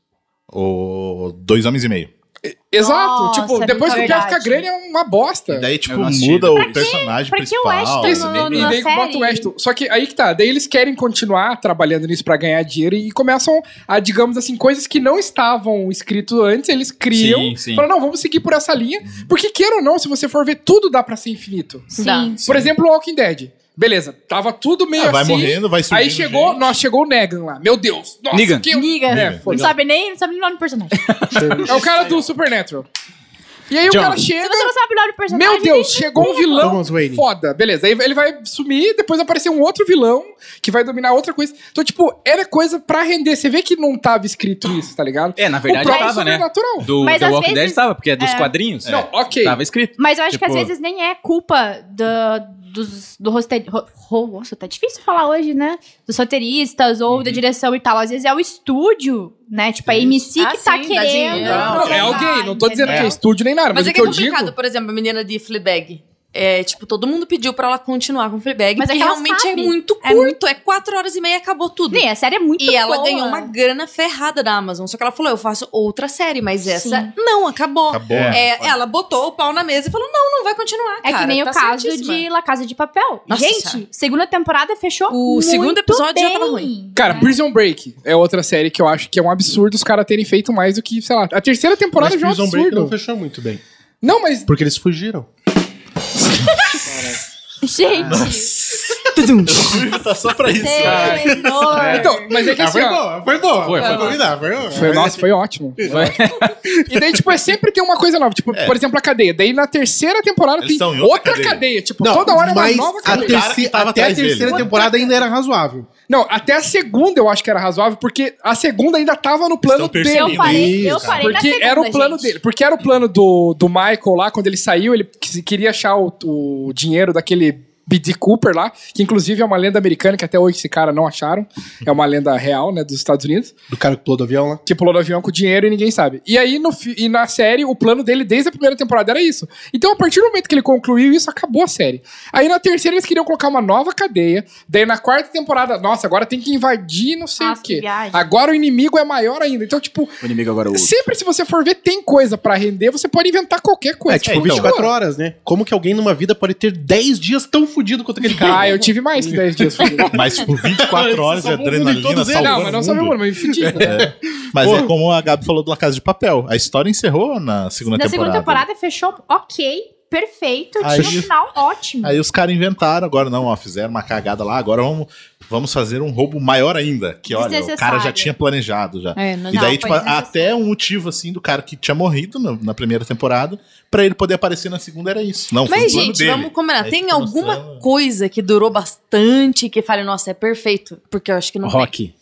[SPEAKER 2] O Dois Homens e Meio.
[SPEAKER 3] Exato.
[SPEAKER 8] Nossa,
[SPEAKER 3] tipo,
[SPEAKER 8] é
[SPEAKER 3] depois que o
[SPEAKER 8] muito
[SPEAKER 3] cara fica
[SPEAKER 8] verdade.
[SPEAKER 3] grande é uma bosta.
[SPEAKER 2] E daí, tipo,
[SPEAKER 7] não assisti.
[SPEAKER 2] muda
[SPEAKER 7] Pra
[SPEAKER 2] o personagem
[SPEAKER 8] pra que o
[SPEAKER 2] principal.
[SPEAKER 8] Ashton
[SPEAKER 2] né?
[SPEAKER 8] não-
[SPEAKER 3] E
[SPEAKER 8] na
[SPEAKER 3] daí bota o
[SPEAKER 8] série.
[SPEAKER 3] Ashton. Só que aí que tá, daí eles querem continuar trabalhando nisso pra ganhar dinheiro e começam a, digamos assim, coisas que não estavam escrito antes, eles criam.
[SPEAKER 7] Sim, sim.
[SPEAKER 3] Falam, não, vamos seguir por essa linha. Porque queira ou não, se você for ver, tudo dá pra ser infinito.
[SPEAKER 8] Sim.
[SPEAKER 3] Por exemplo, o Walking Dead. Beleza, tava tudo meio
[SPEAKER 2] Ah, vai
[SPEAKER 3] assim.
[SPEAKER 2] morrendo, vai subindo.
[SPEAKER 3] Aí chegou,
[SPEAKER 2] gente.
[SPEAKER 3] nossa, chegou o Negan lá. Meu Deus. Nossa,
[SPEAKER 7] Negan.
[SPEAKER 3] que- É,
[SPEAKER 8] Niga.
[SPEAKER 3] foda-se.
[SPEAKER 8] Não sabe nem, não sabe nem o nome do personagem.
[SPEAKER 3] É o cara do Supernatural. E aí
[SPEAKER 7] John.
[SPEAKER 3] o cara
[SPEAKER 8] Se
[SPEAKER 3] chega.
[SPEAKER 8] você não sabe o nome do personagem...
[SPEAKER 3] Meu Deus, chegou um vilão
[SPEAKER 4] Thomas Wayne.
[SPEAKER 3] foda. Beleza, aí ele vai sumir, depois vai aparecer um outro vilão que vai dominar outra coisa. Então, tipo, era coisa pra render. Você vê que não tava escrito isso, tá ligado?
[SPEAKER 7] É, na verdade
[SPEAKER 3] o próprio
[SPEAKER 7] tava, né?
[SPEAKER 3] Sobrenatural.
[SPEAKER 7] Do
[SPEAKER 8] Mas
[SPEAKER 7] The
[SPEAKER 8] às
[SPEAKER 7] Walking Dead
[SPEAKER 8] vezes-
[SPEAKER 7] tava, porque é dos quadrinhos.
[SPEAKER 3] Não,
[SPEAKER 7] É.
[SPEAKER 3] ok.
[SPEAKER 7] Tava escrito.
[SPEAKER 8] Mas eu acho que às
[SPEAKER 7] Tipo-
[SPEAKER 8] vezes nem é culpa do, dos, do roteirista. Nossa, tá difícil falar hoje, né? Dos roteiristas ou
[SPEAKER 3] Uhum.
[SPEAKER 8] da direção e tal. Às vezes é o estúdio, né? Tipo, a MC
[SPEAKER 6] Ah,
[SPEAKER 8] que tá
[SPEAKER 6] sim, dá
[SPEAKER 8] querendo.
[SPEAKER 6] dinheiro.
[SPEAKER 3] Não, é
[SPEAKER 8] prolongar,
[SPEAKER 3] alguém, não tô dizendo que é
[SPEAKER 8] entendeu?
[SPEAKER 3] estúdio nem nada,
[SPEAKER 6] Mas
[SPEAKER 3] mas,
[SPEAKER 6] é
[SPEAKER 3] o
[SPEAKER 6] que
[SPEAKER 3] que
[SPEAKER 6] é
[SPEAKER 3] eu digo.
[SPEAKER 6] complicado, por exemplo, a menina de Fleabag. É, tipo, todo mundo pediu pra ela continuar com Fleabag,
[SPEAKER 8] Mas é
[SPEAKER 6] porque
[SPEAKER 8] que ela
[SPEAKER 6] realmente
[SPEAKER 8] sabe.
[SPEAKER 6] é muito
[SPEAKER 8] É
[SPEAKER 6] curto, é quatro horas e meia e acabou tudo.
[SPEAKER 8] Nem, a série é muito
[SPEAKER 6] E ela
[SPEAKER 8] boa.
[SPEAKER 6] ganhou uma grana ferrada da Amazon. Só que ela falou: eu faço outra série, mas essa
[SPEAKER 8] Sim.
[SPEAKER 6] não, acabou.
[SPEAKER 2] Acabou.
[SPEAKER 6] É, ela botou o pau na mesa e falou: não, não vai continuar.
[SPEAKER 8] É
[SPEAKER 6] cara,
[SPEAKER 8] que nem
[SPEAKER 6] tá
[SPEAKER 8] o caso
[SPEAKER 6] certíssima."
[SPEAKER 8] de La Casa de Papel.
[SPEAKER 6] Nossa
[SPEAKER 8] Gente,
[SPEAKER 6] Senhora.
[SPEAKER 8] segunda temporada fechou.
[SPEAKER 6] O
[SPEAKER 8] muito
[SPEAKER 6] segundo episódio já tava
[SPEAKER 8] bem.
[SPEAKER 6] ruim.
[SPEAKER 3] Cara, Prison Break é outra série que eu acho que é um absurdo os caras terem feito mais do que, sei lá. A terceira temporada
[SPEAKER 4] Mas
[SPEAKER 3] já é um
[SPEAKER 4] Prison Break
[SPEAKER 3] absurdo.
[SPEAKER 4] não fechou muito bem.
[SPEAKER 3] Não, mas.
[SPEAKER 4] Porque eles fugiram.
[SPEAKER 8] Gente,
[SPEAKER 2] O Júlio tá só pra isso.
[SPEAKER 8] Taylor.
[SPEAKER 3] Então, mas é que assim, ó,
[SPEAKER 4] boa, Ah, foi boa.
[SPEAKER 7] Foi, foi boa.
[SPEAKER 4] convidar, foi boa.
[SPEAKER 3] foi, nossa, é foi ótimo.
[SPEAKER 7] Foi.
[SPEAKER 3] E daí, tipo, é sempre tem uma coisa nova. Tipo, por exemplo, a cadeia. Daí na terceira temporada
[SPEAKER 2] Eles
[SPEAKER 3] tem
[SPEAKER 2] estão em
[SPEAKER 3] outra,
[SPEAKER 2] outra
[SPEAKER 3] cadeia.
[SPEAKER 2] cadeia.
[SPEAKER 3] Tipo, toda hora é uma nova
[SPEAKER 4] a
[SPEAKER 3] cadeia.
[SPEAKER 2] terceira-
[SPEAKER 4] terci-
[SPEAKER 2] que tava
[SPEAKER 4] até a
[SPEAKER 2] atrás dele.
[SPEAKER 4] terceira temporada ainda era razoável.
[SPEAKER 3] Não, até a segunda eu acho que era razoável, porque a segunda ainda tava no plano
[SPEAKER 2] Estão
[SPEAKER 3] dele.
[SPEAKER 8] eu parei, eu
[SPEAKER 3] É.
[SPEAKER 4] Isso,
[SPEAKER 8] parei na
[SPEAKER 3] Porque
[SPEAKER 8] segunda,
[SPEAKER 3] era o plano
[SPEAKER 8] gente.
[SPEAKER 3] dele. Porque era o plano do, do Michael lá, quando ele saiu, ele que- queria achar o, o dinheiro daquele B.D. Cooper lá, que inclusive é uma lenda americana, que até hoje esse cara não acharam. É uma lenda real, né, dos Estados Unidos.
[SPEAKER 4] Do cara que pulou do avião lá.
[SPEAKER 3] Que pulou no avião com dinheiro e ninguém sabe. E aí, no, fi- e na série, o plano dele desde a primeira temporada era isso. Então, a partir do momento que ele concluiu isso, acabou a série. Aí, na terceira, eles queriam colocar uma nova cadeia. Daí, na quarta temporada, nossa, agora tem que invadir não sei
[SPEAKER 8] Nossa,
[SPEAKER 3] o
[SPEAKER 8] que
[SPEAKER 3] quê.
[SPEAKER 8] viagem.
[SPEAKER 3] Agora o inimigo é maior ainda. Então, tipo,
[SPEAKER 7] O inimigo agora é o outro.
[SPEAKER 3] Sempre se você for ver, tem coisa pra render, você pode inventar qualquer coisa.
[SPEAKER 4] É, tipo,
[SPEAKER 2] então.
[SPEAKER 4] 24 horas, né? Como que alguém numa vida pode ter 10 dias tão fudido quanto aquele cara?
[SPEAKER 3] Ah, eu tive mais que 10 dias. fudido.
[SPEAKER 2] Mas, tipo, 24 horas de
[SPEAKER 4] Salvou o mundo em
[SPEAKER 2] adrenalina
[SPEAKER 4] todos eles.
[SPEAKER 2] salvando
[SPEAKER 3] não, mas não
[SPEAKER 2] o
[SPEAKER 3] só meu
[SPEAKER 2] mundo.
[SPEAKER 3] mundo, mas me fudi.
[SPEAKER 2] Mas é como a Gabi falou do La Casa de Papel. A história encerrou na segunda
[SPEAKER 8] Na
[SPEAKER 2] temporada.
[SPEAKER 8] segunda temporada fechou ok, perfeito,
[SPEAKER 2] Aí-
[SPEAKER 8] tinha um final ótimo.
[SPEAKER 2] Aí os caras inventaram, agora não, ó, fizeram uma cagada lá, agora vamos vamos fazer um roubo maior ainda. Que olha, o cara já
[SPEAKER 8] Desnecessário.
[SPEAKER 2] tinha planejado já.
[SPEAKER 6] É, não-
[SPEAKER 2] E daí,
[SPEAKER 6] não,
[SPEAKER 2] tipo,
[SPEAKER 6] foi desnecessário.
[SPEAKER 2] até um motivo, assim, do cara que tinha morrido na, na primeira temporada, pra ele poder aparecer na segunda era isso.
[SPEAKER 3] um
[SPEAKER 2] Não, foi
[SPEAKER 6] Mas,
[SPEAKER 2] o plano
[SPEAKER 6] gente,
[SPEAKER 2] dele.
[SPEAKER 6] vamos
[SPEAKER 3] É
[SPEAKER 6] combinar.
[SPEAKER 2] Aí
[SPEAKER 3] tá
[SPEAKER 6] Tem
[SPEAKER 2] fica
[SPEAKER 6] alguma
[SPEAKER 2] mostrando-
[SPEAKER 6] coisa que durou bastante que fale, nossa, é perfeito? Porque eu acho que não tem.
[SPEAKER 7] Rock.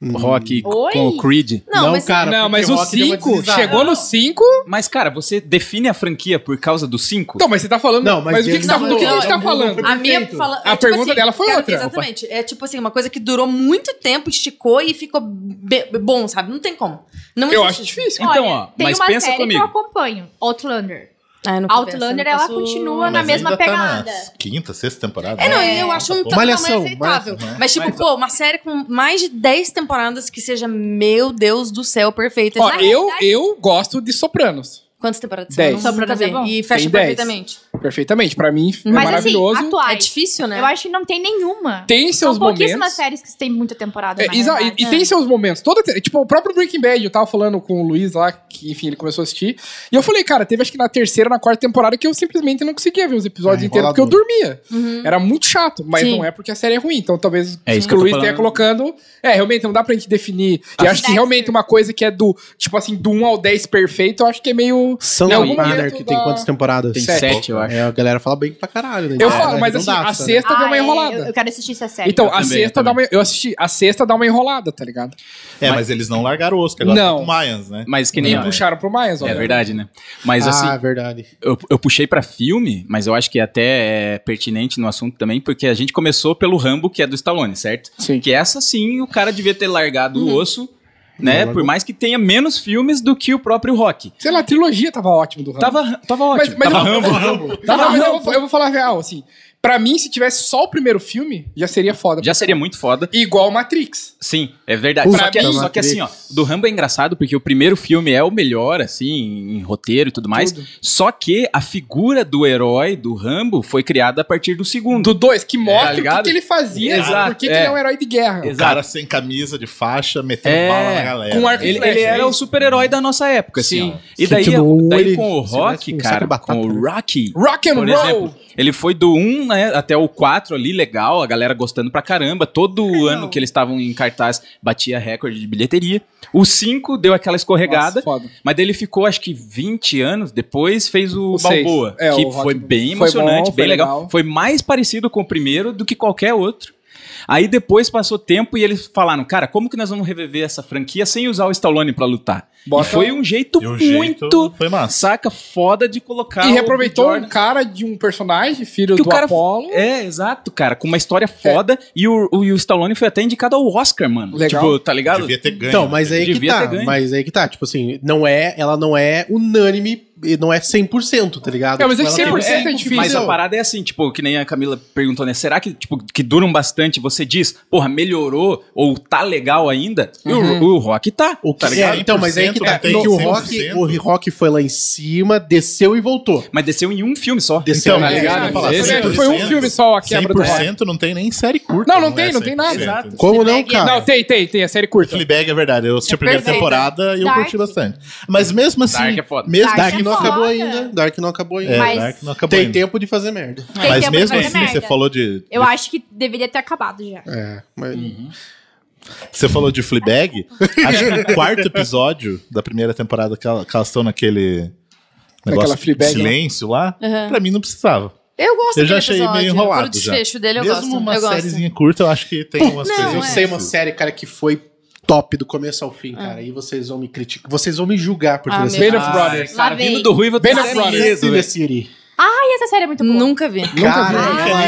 [SPEAKER 7] Rock
[SPEAKER 8] Oi?
[SPEAKER 7] com o Creed.
[SPEAKER 6] Não, mas
[SPEAKER 4] cara.
[SPEAKER 3] Não, mas
[SPEAKER 4] porque
[SPEAKER 3] o
[SPEAKER 4] rock deu uma
[SPEAKER 3] 5,
[SPEAKER 4] deslizada.
[SPEAKER 3] chegou no 5.
[SPEAKER 7] Mas, cara, você define a franquia por causa do 5?
[SPEAKER 3] Então, mas você tá falando.
[SPEAKER 4] Não, mas
[SPEAKER 3] mas o que,
[SPEAKER 4] ele
[SPEAKER 3] que, você tá-
[SPEAKER 6] não
[SPEAKER 3] do que, que a
[SPEAKER 6] falou.
[SPEAKER 3] gente tá falando?
[SPEAKER 6] A minha fala, é
[SPEAKER 3] A pergunta dela foi
[SPEAKER 6] quero-
[SPEAKER 3] outra.
[SPEAKER 6] Exatamente. É tipo assim, uma coisa que durou muito tempo, esticou e ficou be- bom, sabe? Não tem como. Não
[SPEAKER 3] Eu
[SPEAKER 6] existe
[SPEAKER 3] acho
[SPEAKER 6] isso.
[SPEAKER 3] difícil.
[SPEAKER 7] Então,
[SPEAKER 8] Olha,
[SPEAKER 7] ó,
[SPEAKER 8] tem
[SPEAKER 7] mas
[SPEAKER 8] uma
[SPEAKER 7] pensa
[SPEAKER 8] série
[SPEAKER 7] comigo.
[SPEAKER 8] que eu acompanho, Outlander.
[SPEAKER 6] Ah, eu não converso,
[SPEAKER 8] Outlander,
[SPEAKER 6] eu não
[SPEAKER 8] ela
[SPEAKER 6] posso-
[SPEAKER 8] continua na
[SPEAKER 2] Mas
[SPEAKER 8] mesma
[SPEAKER 2] ainda
[SPEAKER 8] pegada.
[SPEAKER 2] Tá na quinta, sexta temporada.
[SPEAKER 6] É, não,
[SPEAKER 2] né?
[SPEAKER 6] eu
[SPEAKER 3] Então,
[SPEAKER 6] acho um tanto
[SPEAKER 4] Malhação,
[SPEAKER 6] aceitável.
[SPEAKER 2] malhação, né?
[SPEAKER 6] Mas, tipo,
[SPEAKER 7] Mas-
[SPEAKER 6] pô, uma série com mais de 10 temporadas que seja, meu Deus do céu, perfeita.
[SPEAKER 3] Ó,
[SPEAKER 6] Na
[SPEAKER 3] eu,
[SPEAKER 6] realidade,
[SPEAKER 3] eu gosto de Sopranos.
[SPEAKER 6] Quantas temporadas
[SPEAKER 3] Dez.
[SPEAKER 6] são? Eu nunca
[SPEAKER 8] Sopranos é
[SPEAKER 6] vi.
[SPEAKER 8] bom.
[SPEAKER 6] E fecha
[SPEAKER 3] Tem dez.
[SPEAKER 6] perfeitamente.
[SPEAKER 3] Perfeitamente. Pra mim, é
[SPEAKER 8] Mas
[SPEAKER 3] maravilhoso.
[SPEAKER 8] assim, atuais.
[SPEAKER 6] É difícil, né?
[SPEAKER 8] Eu acho que não tem nenhuma.
[SPEAKER 3] tem seus
[SPEAKER 8] São pouquíssimas
[SPEAKER 3] momentos.
[SPEAKER 8] séries que tem muita temporada.
[SPEAKER 3] É,
[SPEAKER 8] na
[SPEAKER 3] exa- e,
[SPEAKER 8] realidade.
[SPEAKER 3] e tem seus momentos. Toda, te- tipo, o próprio Breaking Bad, eu tava falando com o Luiz lá, que enfim, ele começou a assistir. E eu falei, cara, teve acho que na terceira, na quarta temporada que eu simplesmente não conseguia ver os episódios
[SPEAKER 7] Ah,
[SPEAKER 4] É,
[SPEAKER 3] inteiros porque eu dormia.
[SPEAKER 8] Uhum.
[SPEAKER 3] Era muito chato, mas
[SPEAKER 6] Sim.
[SPEAKER 3] não é porque a série é ruim. Então talvez
[SPEAKER 7] É isso
[SPEAKER 3] o
[SPEAKER 7] que eu tô
[SPEAKER 3] Luiz tenha
[SPEAKER 7] falando.
[SPEAKER 3] colocando. É, realmente não dá pra gente definir. E eu acho que
[SPEAKER 8] Dexter.
[SPEAKER 3] realmente uma coisa que é do, tipo assim, do 1 ao 10 perfeito, eu acho que é meio.
[SPEAKER 4] São
[SPEAKER 3] Em algum
[SPEAKER 4] Banner,
[SPEAKER 3] momento
[SPEAKER 4] que tem
[SPEAKER 3] da-
[SPEAKER 4] quantas temporadas?
[SPEAKER 7] Tem
[SPEAKER 3] Sete.
[SPEAKER 7] sete, eu acho.
[SPEAKER 4] É, a galera fala bem pra caralho, né?
[SPEAKER 3] Eu
[SPEAKER 4] É,
[SPEAKER 3] falo, mas assim,
[SPEAKER 4] arredondaça,
[SPEAKER 3] a
[SPEAKER 4] né?
[SPEAKER 3] sexta deu
[SPEAKER 8] Ah,
[SPEAKER 3] uma
[SPEAKER 8] é,
[SPEAKER 3] enrolada.
[SPEAKER 8] eu, eu quero assistir essa série.
[SPEAKER 3] Então,
[SPEAKER 7] Eu
[SPEAKER 3] a
[SPEAKER 7] também,
[SPEAKER 3] sexta
[SPEAKER 7] eu
[SPEAKER 3] dá uma. Eu assisti, a sexta dá uma enrolada, tá ligado?
[SPEAKER 2] É, mas eles não largaram o Oscar, agora
[SPEAKER 3] Não.
[SPEAKER 2] tá com o Mayans, né?
[SPEAKER 7] Mas que
[SPEAKER 3] E
[SPEAKER 7] nem. ó,
[SPEAKER 3] puxaram pro Myers,
[SPEAKER 7] É
[SPEAKER 3] olha.
[SPEAKER 7] verdade, né? Mas assim,
[SPEAKER 4] ah, verdade.
[SPEAKER 7] eu, eu puxei pra filme, mas eu acho que até é pertinente no assunto também, porque a gente começou pelo Rambo, que é do Stallone, certo?
[SPEAKER 3] Sim.
[SPEAKER 7] Que essa sim, o cara devia ter largado o osso, né?
[SPEAKER 4] Não,
[SPEAKER 7] Por mais que tenha menos filmes do que o próprio Rock.
[SPEAKER 3] Sei lá, a trilogia tava ótimo do Rambo.
[SPEAKER 7] Tava, tava ótimo.
[SPEAKER 3] Uhum. mas
[SPEAKER 7] tava
[SPEAKER 3] eu-
[SPEAKER 7] Rambo.
[SPEAKER 3] Não, mas eu, vou- eu vou falar a real, assim. Pra mim, se tivesse só o primeiro filme, já seria foda.
[SPEAKER 7] Já seria muito foda.
[SPEAKER 3] Igual Matrix.
[SPEAKER 7] Sim, é verdade.
[SPEAKER 4] Puta
[SPEAKER 7] Só que,
[SPEAKER 4] que
[SPEAKER 7] só que assim, ó, do Rambo é engraçado porque o primeiro filme é o melhor, assim, em roteiro e tudo mais.
[SPEAKER 3] Tudo.
[SPEAKER 7] Só que a figura do herói do Rambo foi criada a partir do segundo.
[SPEAKER 3] Do dois que
[SPEAKER 7] tá
[SPEAKER 3] mostra o que
[SPEAKER 7] ligado?
[SPEAKER 3] que, ele fazia,
[SPEAKER 7] Exato,
[SPEAKER 3] por que, que
[SPEAKER 7] é.
[SPEAKER 3] ele é um herói de guerra.
[SPEAKER 2] O
[SPEAKER 7] Exato.
[SPEAKER 2] cara sem camisa, de faixa, metendo
[SPEAKER 7] É,
[SPEAKER 2] bala na galera. né?
[SPEAKER 3] com arco e
[SPEAKER 7] Ele,
[SPEAKER 3] flecha,
[SPEAKER 7] ele
[SPEAKER 3] é
[SPEAKER 7] era
[SPEAKER 3] isso.
[SPEAKER 7] o super-herói da nossa época, assim.
[SPEAKER 3] Sim.
[SPEAKER 7] ó. E daí,
[SPEAKER 4] Que no
[SPEAKER 7] daí
[SPEAKER 4] ele-
[SPEAKER 7] com o
[SPEAKER 4] se tivesse
[SPEAKER 7] Rock,
[SPEAKER 4] um saco
[SPEAKER 7] cara,
[SPEAKER 4] de batata,
[SPEAKER 7] com o
[SPEAKER 4] né?
[SPEAKER 7] Rocky,
[SPEAKER 3] Rock and
[SPEAKER 7] por
[SPEAKER 3] roll!
[SPEAKER 7] exemplo, ele foi do 1 né, até o 4 ali, legal, a galera gostando pra caramba. Todo ano que eles estavam em cartaz, batia recorde de bilheteria. O 5 deu aquela escorregada,
[SPEAKER 3] Nossa, foda.
[SPEAKER 7] mas daí ele ficou, acho que 20 anos depois, fez o,
[SPEAKER 3] O seis.
[SPEAKER 7] Balboa,
[SPEAKER 3] É,
[SPEAKER 7] que
[SPEAKER 3] o Rock
[SPEAKER 7] foi
[SPEAKER 3] Balboa.
[SPEAKER 7] bem
[SPEAKER 3] Foi
[SPEAKER 7] emocionante,
[SPEAKER 3] bom,
[SPEAKER 7] bem
[SPEAKER 3] foi
[SPEAKER 7] legal.
[SPEAKER 3] legal.
[SPEAKER 7] Foi mais parecido com o primeiro do que qualquer outro. Aí depois passou tempo e eles falaram, cara, como que nós vamos reviver essa franquia sem usar o Stallone pra lutar?
[SPEAKER 3] Bota-
[SPEAKER 7] E foi um jeito
[SPEAKER 2] E o
[SPEAKER 7] muito,
[SPEAKER 2] jeito foi massa.
[SPEAKER 7] saca, foda de colocar
[SPEAKER 3] E
[SPEAKER 7] o
[SPEAKER 3] reaproveitou
[SPEAKER 7] Jordan.
[SPEAKER 3] um cara de um personagem, filho
[SPEAKER 7] Que o
[SPEAKER 3] do
[SPEAKER 7] cara-
[SPEAKER 3] Apollo.
[SPEAKER 7] É, exato, cara, com uma história foda. E, o, o, e o Stallone foi até indicado ao Oscar, mano.
[SPEAKER 3] Legal.
[SPEAKER 7] Tipo, tá ligado?
[SPEAKER 2] Devia ter ganho. né?
[SPEAKER 4] Então, mas aí que
[SPEAKER 7] Devia ter
[SPEAKER 4] tá.
[SPEAKER 7] ganho.
[SPEAKER 4] Mas aí que tá. Tipo assim, não é, ela não é unânime e não é 100%, tá ligado?
[SPEAKER 3] É, mas é
[SPEAKER 4] Tipo,
[SPEAKER 3] que
[SPEAKER 4] ela tem
[SPEAKER 3] 100% é
[SPEAKER 4] um
[SPEAKER 3] difícil.
[SPEAKER 7] Mas
[SPEAKER 4] conflito.
[SPEAKER 7] a parada é assim, tipo, que nem a Camila perguntou, né? Será que, tipo, que duram bastante? Você diz, porra, melhorou ou tá legal ainda? E o, o Rock tá.
[SPEAKER 4] O que,
[SPEAKER 2] Tá ligado?
[SPEAKER 4] é, então, mas aí que
[SPEAKER 2] 100%
[SPEAKER 4] tá.
[SPEAKER 2] tem
[SPEAKER 4] que o
[SPEAKER 2] 100%.
[SPEAKER 4] rock, o rock foi lá em cima, desceu e voltou.
[SPEAKER 7] Mas desceu em um filme só.
[SPEAKER 4] Desceu,
[SPEAKER 2] Então,
[SPEAKER 4] tá
[SPEAKER 2] é,
[SPEAKER 4] ligado?
[SPEAKER 2] eu ia falar,
[SPEAKER 7] Esse-
[SPEAKER 2] 100%,
[SPEAKER 3] né? foi um filme só, a quebra do
[SPEAKER 2] 100% não tem nem série curta. é
[SPEAKER 3] Não, não tem, não tem nada.
[SPEAKER 2] Exato.
[SPEAKER 4] Como não, cara?
[SPEAKER 3] Não, tem, tem, tem. A série curta.
[SPEAKER 2] Fleabag é verdade, eu assisti a primeira
[SPEAKER 6] perfeito.
[SPEAKER 2] temporada e eu
[SPEAKER 8] Dark.
[SPEAKER 2] curti bastante. Mas mesmo assim,
[SPEAKER 7] Dark é foda.
[SPEAKER 2] mesmo
[SPEAKER 4] Dark
[SPEAKER 8] é
[SPEAKER 4] não
[SPEAKER 8] foda.
[SPEAKER 4] acabou ainda. Dark não acabou ainda.
[SPEAKER 2] É,
[SPEAKER 8] Mas
[SPEAKER 2] Dark não acabou
[SPEAKER 4] Tem
[SPEAKER 2] ainda.
[SPEAKER 4] tempo de fazer merda.
[SPEAKER 8] Tem
[SPEAKER 2] Mas
[SPEAKER 8] tempo
[SPEAKER 2] mesmo
[SPEAKER 8] pra fazer
[SPEAKER 2] assim, você
[SPEAKER 8] merda.
[SPEAKER 2] falou de
[SPEAKER 8] Eu acho que deveria ter acabado já.
[SPEAKER 4] É, mas.
[SPEAKER 8] Uhum.
[SPEAKER 2] Você falou de Fleabag. Acho que o quarto episódio da primeira temporada que, ela- que elas estão naquele negócio de
[SPEAKER 3] Fleabag, né?
[SPEAKER 2] silêncio lá,
[SPEAKER 6] Aham.
[SPEAKER 2] pra mim não precisava.
[SPEAKER 6] Eu gosto
[SPEAKER 2] Eu já
[SPEAKER 6] daquele
[SPEAKER 2] achei
[SPEAKER 6] episódio.
[SPEAKER 2] meio
[SPEAKER 6] Por
[SPEAKER 2] enrolado
[SPEAKER 6] o
[SPEAKER 2] já.
[SPEAKER 6] desfecho dele, eu
[SPEAKER 2] Mesmo
[SPEAKER 6] gosto.
[SPEAKER 2] uma
[SPEAKER 6] eu gosto.
[SPEAKER 2] sériezinha curta, eu acho que tem umas coisas.
[SPEAKER 4] Eu
[SPEAKER 6] é.
[SPEAKER 4] sei uma série, cara, que foi top do começo ao fim,
[SPEAKER 8] Ah.
[SPEAKER 4] cara. E vocês vão me criticar. Vocês vão me julgar por ter
[SPEAKER 6] Ah,
[SPEAKER 4] assistido
[SPEAKER 3] Band
[SPEAKER 4] essa
[SPEAKER 3] of Brothers.
[SPEAKER 7] Cara,
[SPEAKER 8] Lá vem.
[SPEAKER 7] vindo do Ruiva
[SPEAKER 3] Band
[SPEAKER 7] do
[SPEAKER 3] of Brothers.
[SPEAKER 7] Beleza,
[SPEAKER 4] série.
[SPEAKER 7] velho.
[SPEAKER 4] Sex and the City.
[SPEAKER 8] E essa série é muito boa.
[SPEAKER 6] Tipo, Nunca vi.
[SPEAKER 4] Cara, ela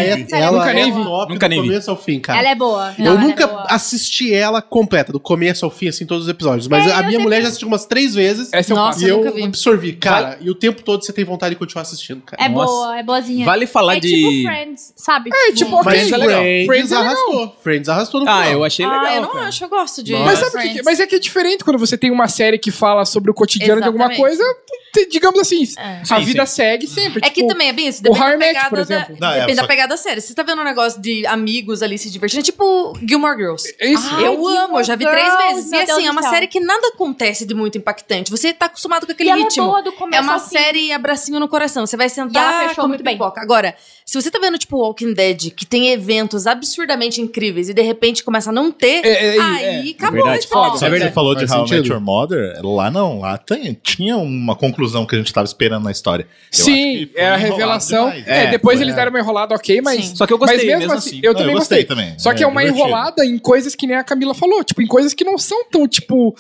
[SPEAKER 4] é, ela
[SPEAKER 3] Nunca
[SPEAKER 4] é
[SPEAKER 3] nem vi.
[SPEAKER 4] top
[SPEAKER 7] Nunca
[SPEAKER 4] do
[SPEAKER 7] nem vi.
[SPEAKER 4] começo ao fim, cara.
[SPEAKER 8] Ela é boa.
[SPEAKER 4] Eu
[SPEAKER 8] Não, ela é
[SPEAKER 4] nunca
[SPEAKER 8] boa.
[SPEAKER 4] assisti ela completa, do começo ao fim, assim, todos os episódios. Mas a
[SPEAKER 8] É, eu
[SPEAKER 4] minha
[SPEAKER 8] sempre-
[SPEAKER 4] mulher já assistiu umas três vezes.
[SPEAKER 3] Essa é o
[SPEAKER 8] Ah,
[SPEAKER 6] Nossa,
[SPEAKER 4] e
[SPEAKER 6] eu
[SPEAKER 4] eu
[SPEAKER 6] nunca vi.
[SPEAKER 4] absorvi, cara. E o tempo todo você tem vontade de continuar assistindo, cara.
[SPEAKER 8] É
[SPEAKER 7] Nossa.
[SPEAKER 8] boa, é boazinha.
[SPEAKER 7] Vale falar
[SPEAKER 8] é
[SPEAKER 7] de.
[SPEAKER 8] tipo Friends, sabe? É,
[SPEAKER 3] tipo, ok.
[SPEAKER 4] Mas
[SPEAKER 7] Friends é legal.
[SPEAKER 4] Friends,
[SPEAKER 3] Friends é legal.
[SPEAKER 4] arrastou. Friends arrastou no
[SPEAKER 7] Ah,
[SPEAKER 4] final.
[SPEAKER 7] eu achei
[SPEAKER 6] Ah,
[SPEAKER 7] legal.
[SPEAKER 6] eu não
[SPEAKER 7] cara.
[SPEAKER 6] acho, eu gosto de.
[SPEAKER 3] Mas,
[SPEAKER 6] de
[SPEAKER 3] sabe o que,
[SPEAKER 6] Friends.
[SPEAKER 3] mas é que é diferente quando você tem uma série que fala sobre o cotidiano de alguma
[SPEAKER 6] Exatamente.
[SPEAKER 3] coisa, te- digamos assim,
[SPEAKER 6] É.
[SPEAKER 3] a
[SPEAKER 7] Sim,
[SPEAKER 3] vida segue sempre.
[SPEAKER 6] É que
[SPEAKER 3] tipo,
[SPEAKER 6] também é bem isso. Depende
[SPEAKER 3] O Harmet,
[SPEAKER 6] da pegada
[SPEAKER 3] por
[SPEAKER 6] da,
[SPEAKER 3] exemplo.
[SPEAKER 2] Não, é,
[SPEAKER 6] depende
[SPEAKER 2] só-
[SPEAKER 6] da pegada séria. Você tá vendo um negócio de amigos ali se divertindo, é tipo Gilmore Girls.
[SPEAKER 3] É Isso.
[SPEAKER 8] Ai,
[SPEAKER 6] Ah, eu amo, eu já vi três
[SPEAKER 8] Girls,
[SPEAKER 6] vezes. E
[SPEAKER 8] meu Deus
[SPEAKER 6] assim,
[SPEAKER 8] do
[SPEAKER 6] é uma
[SPEAKER 8] céu.
[SPEAKER 6] série que nada acontece de muito impactante. Você tá acostumado com
[SPEAKER 8] E
[SPEAKER 6] aquele
[SPEAKER 8] ela é
[SPEAKER 6] ritmo.
[SPEAKER 8] boa do começo
[SPEAKER 6] É uma
[SPEAKER 8] ao fim.
[SPEAKER 6] série abracinho no coração. Você vai
[SPEAKER 8] E ela
[SPEAKER 6] sentar
[SPEAKER 8] fechou
[SPEAKER 6] comer
[SPEAKER 8] muito bem.
[SPEAKER 6] pipoca. Agora, se você tá vendo, tipo, Walking Dead, que tem eventos absurdamente incríveis e de repente começa a não ter,
[SPEAKER 3] É, é, é.
[SPEAKER 6] aí acabou a
[SPEAKER 7] Verdade.
[SPEAKER 2] Sabe
[SPEAKER 6] história.
[SPEAKER 2] o que você
[SPEAKER 4] verdade.
[SPEAKER 2] falou de
[SPEAKER 4] Faz
[SPEAKER 2] How I Met
[SPEAKER 4] sentido.
[SPEAKER 2] Your Mother? Lá não, lá tem- tinha uma conclusão que a gente tava esperando na história. Eu acho
[SPEAKER 3] Sim,
[SPEAKER 2] que foi um
[SPEAKER 3] era a
[SPEAKER 2] enrolado
[SPEAKER 3] revelação.
[SPEAKER 2] demais.
[SPEAKER 3] É,
[SPEAKER 7] É,
[SPEAKER 3] depois
[SPEAKER 2] foi,
[SPEAKER 3] eles
[SPEAKER 2] é.
[SPEAKER 3] deram uma enrolada, ok, mas.
[SPEAKER 6] Sim.
[SPEAKER 7] Só que eu gostei,
[SPEAKER 3] mas mesmo,
[SPEAKER 7] mesmo
[SPEAKER 3] assim,
[SPEAKER 7] assim.
[SPEAKER 3] eu
[SPEAKER 2] Não,
[SPEAKER 3] também
[SPEAKER 2] eu
[SPEAKER 3] gostei.
[SPEAKER 2] gostei também.
[SPEAKER 3] Só que é,
[SPEAKER 2] É,
[SPEAKER 3] uma
[SPEAKER 2] divertido.
[SPEAKER 3] enrolada em coisas que nem a Camila falou, tipo, em coisas que não são tão, tipo.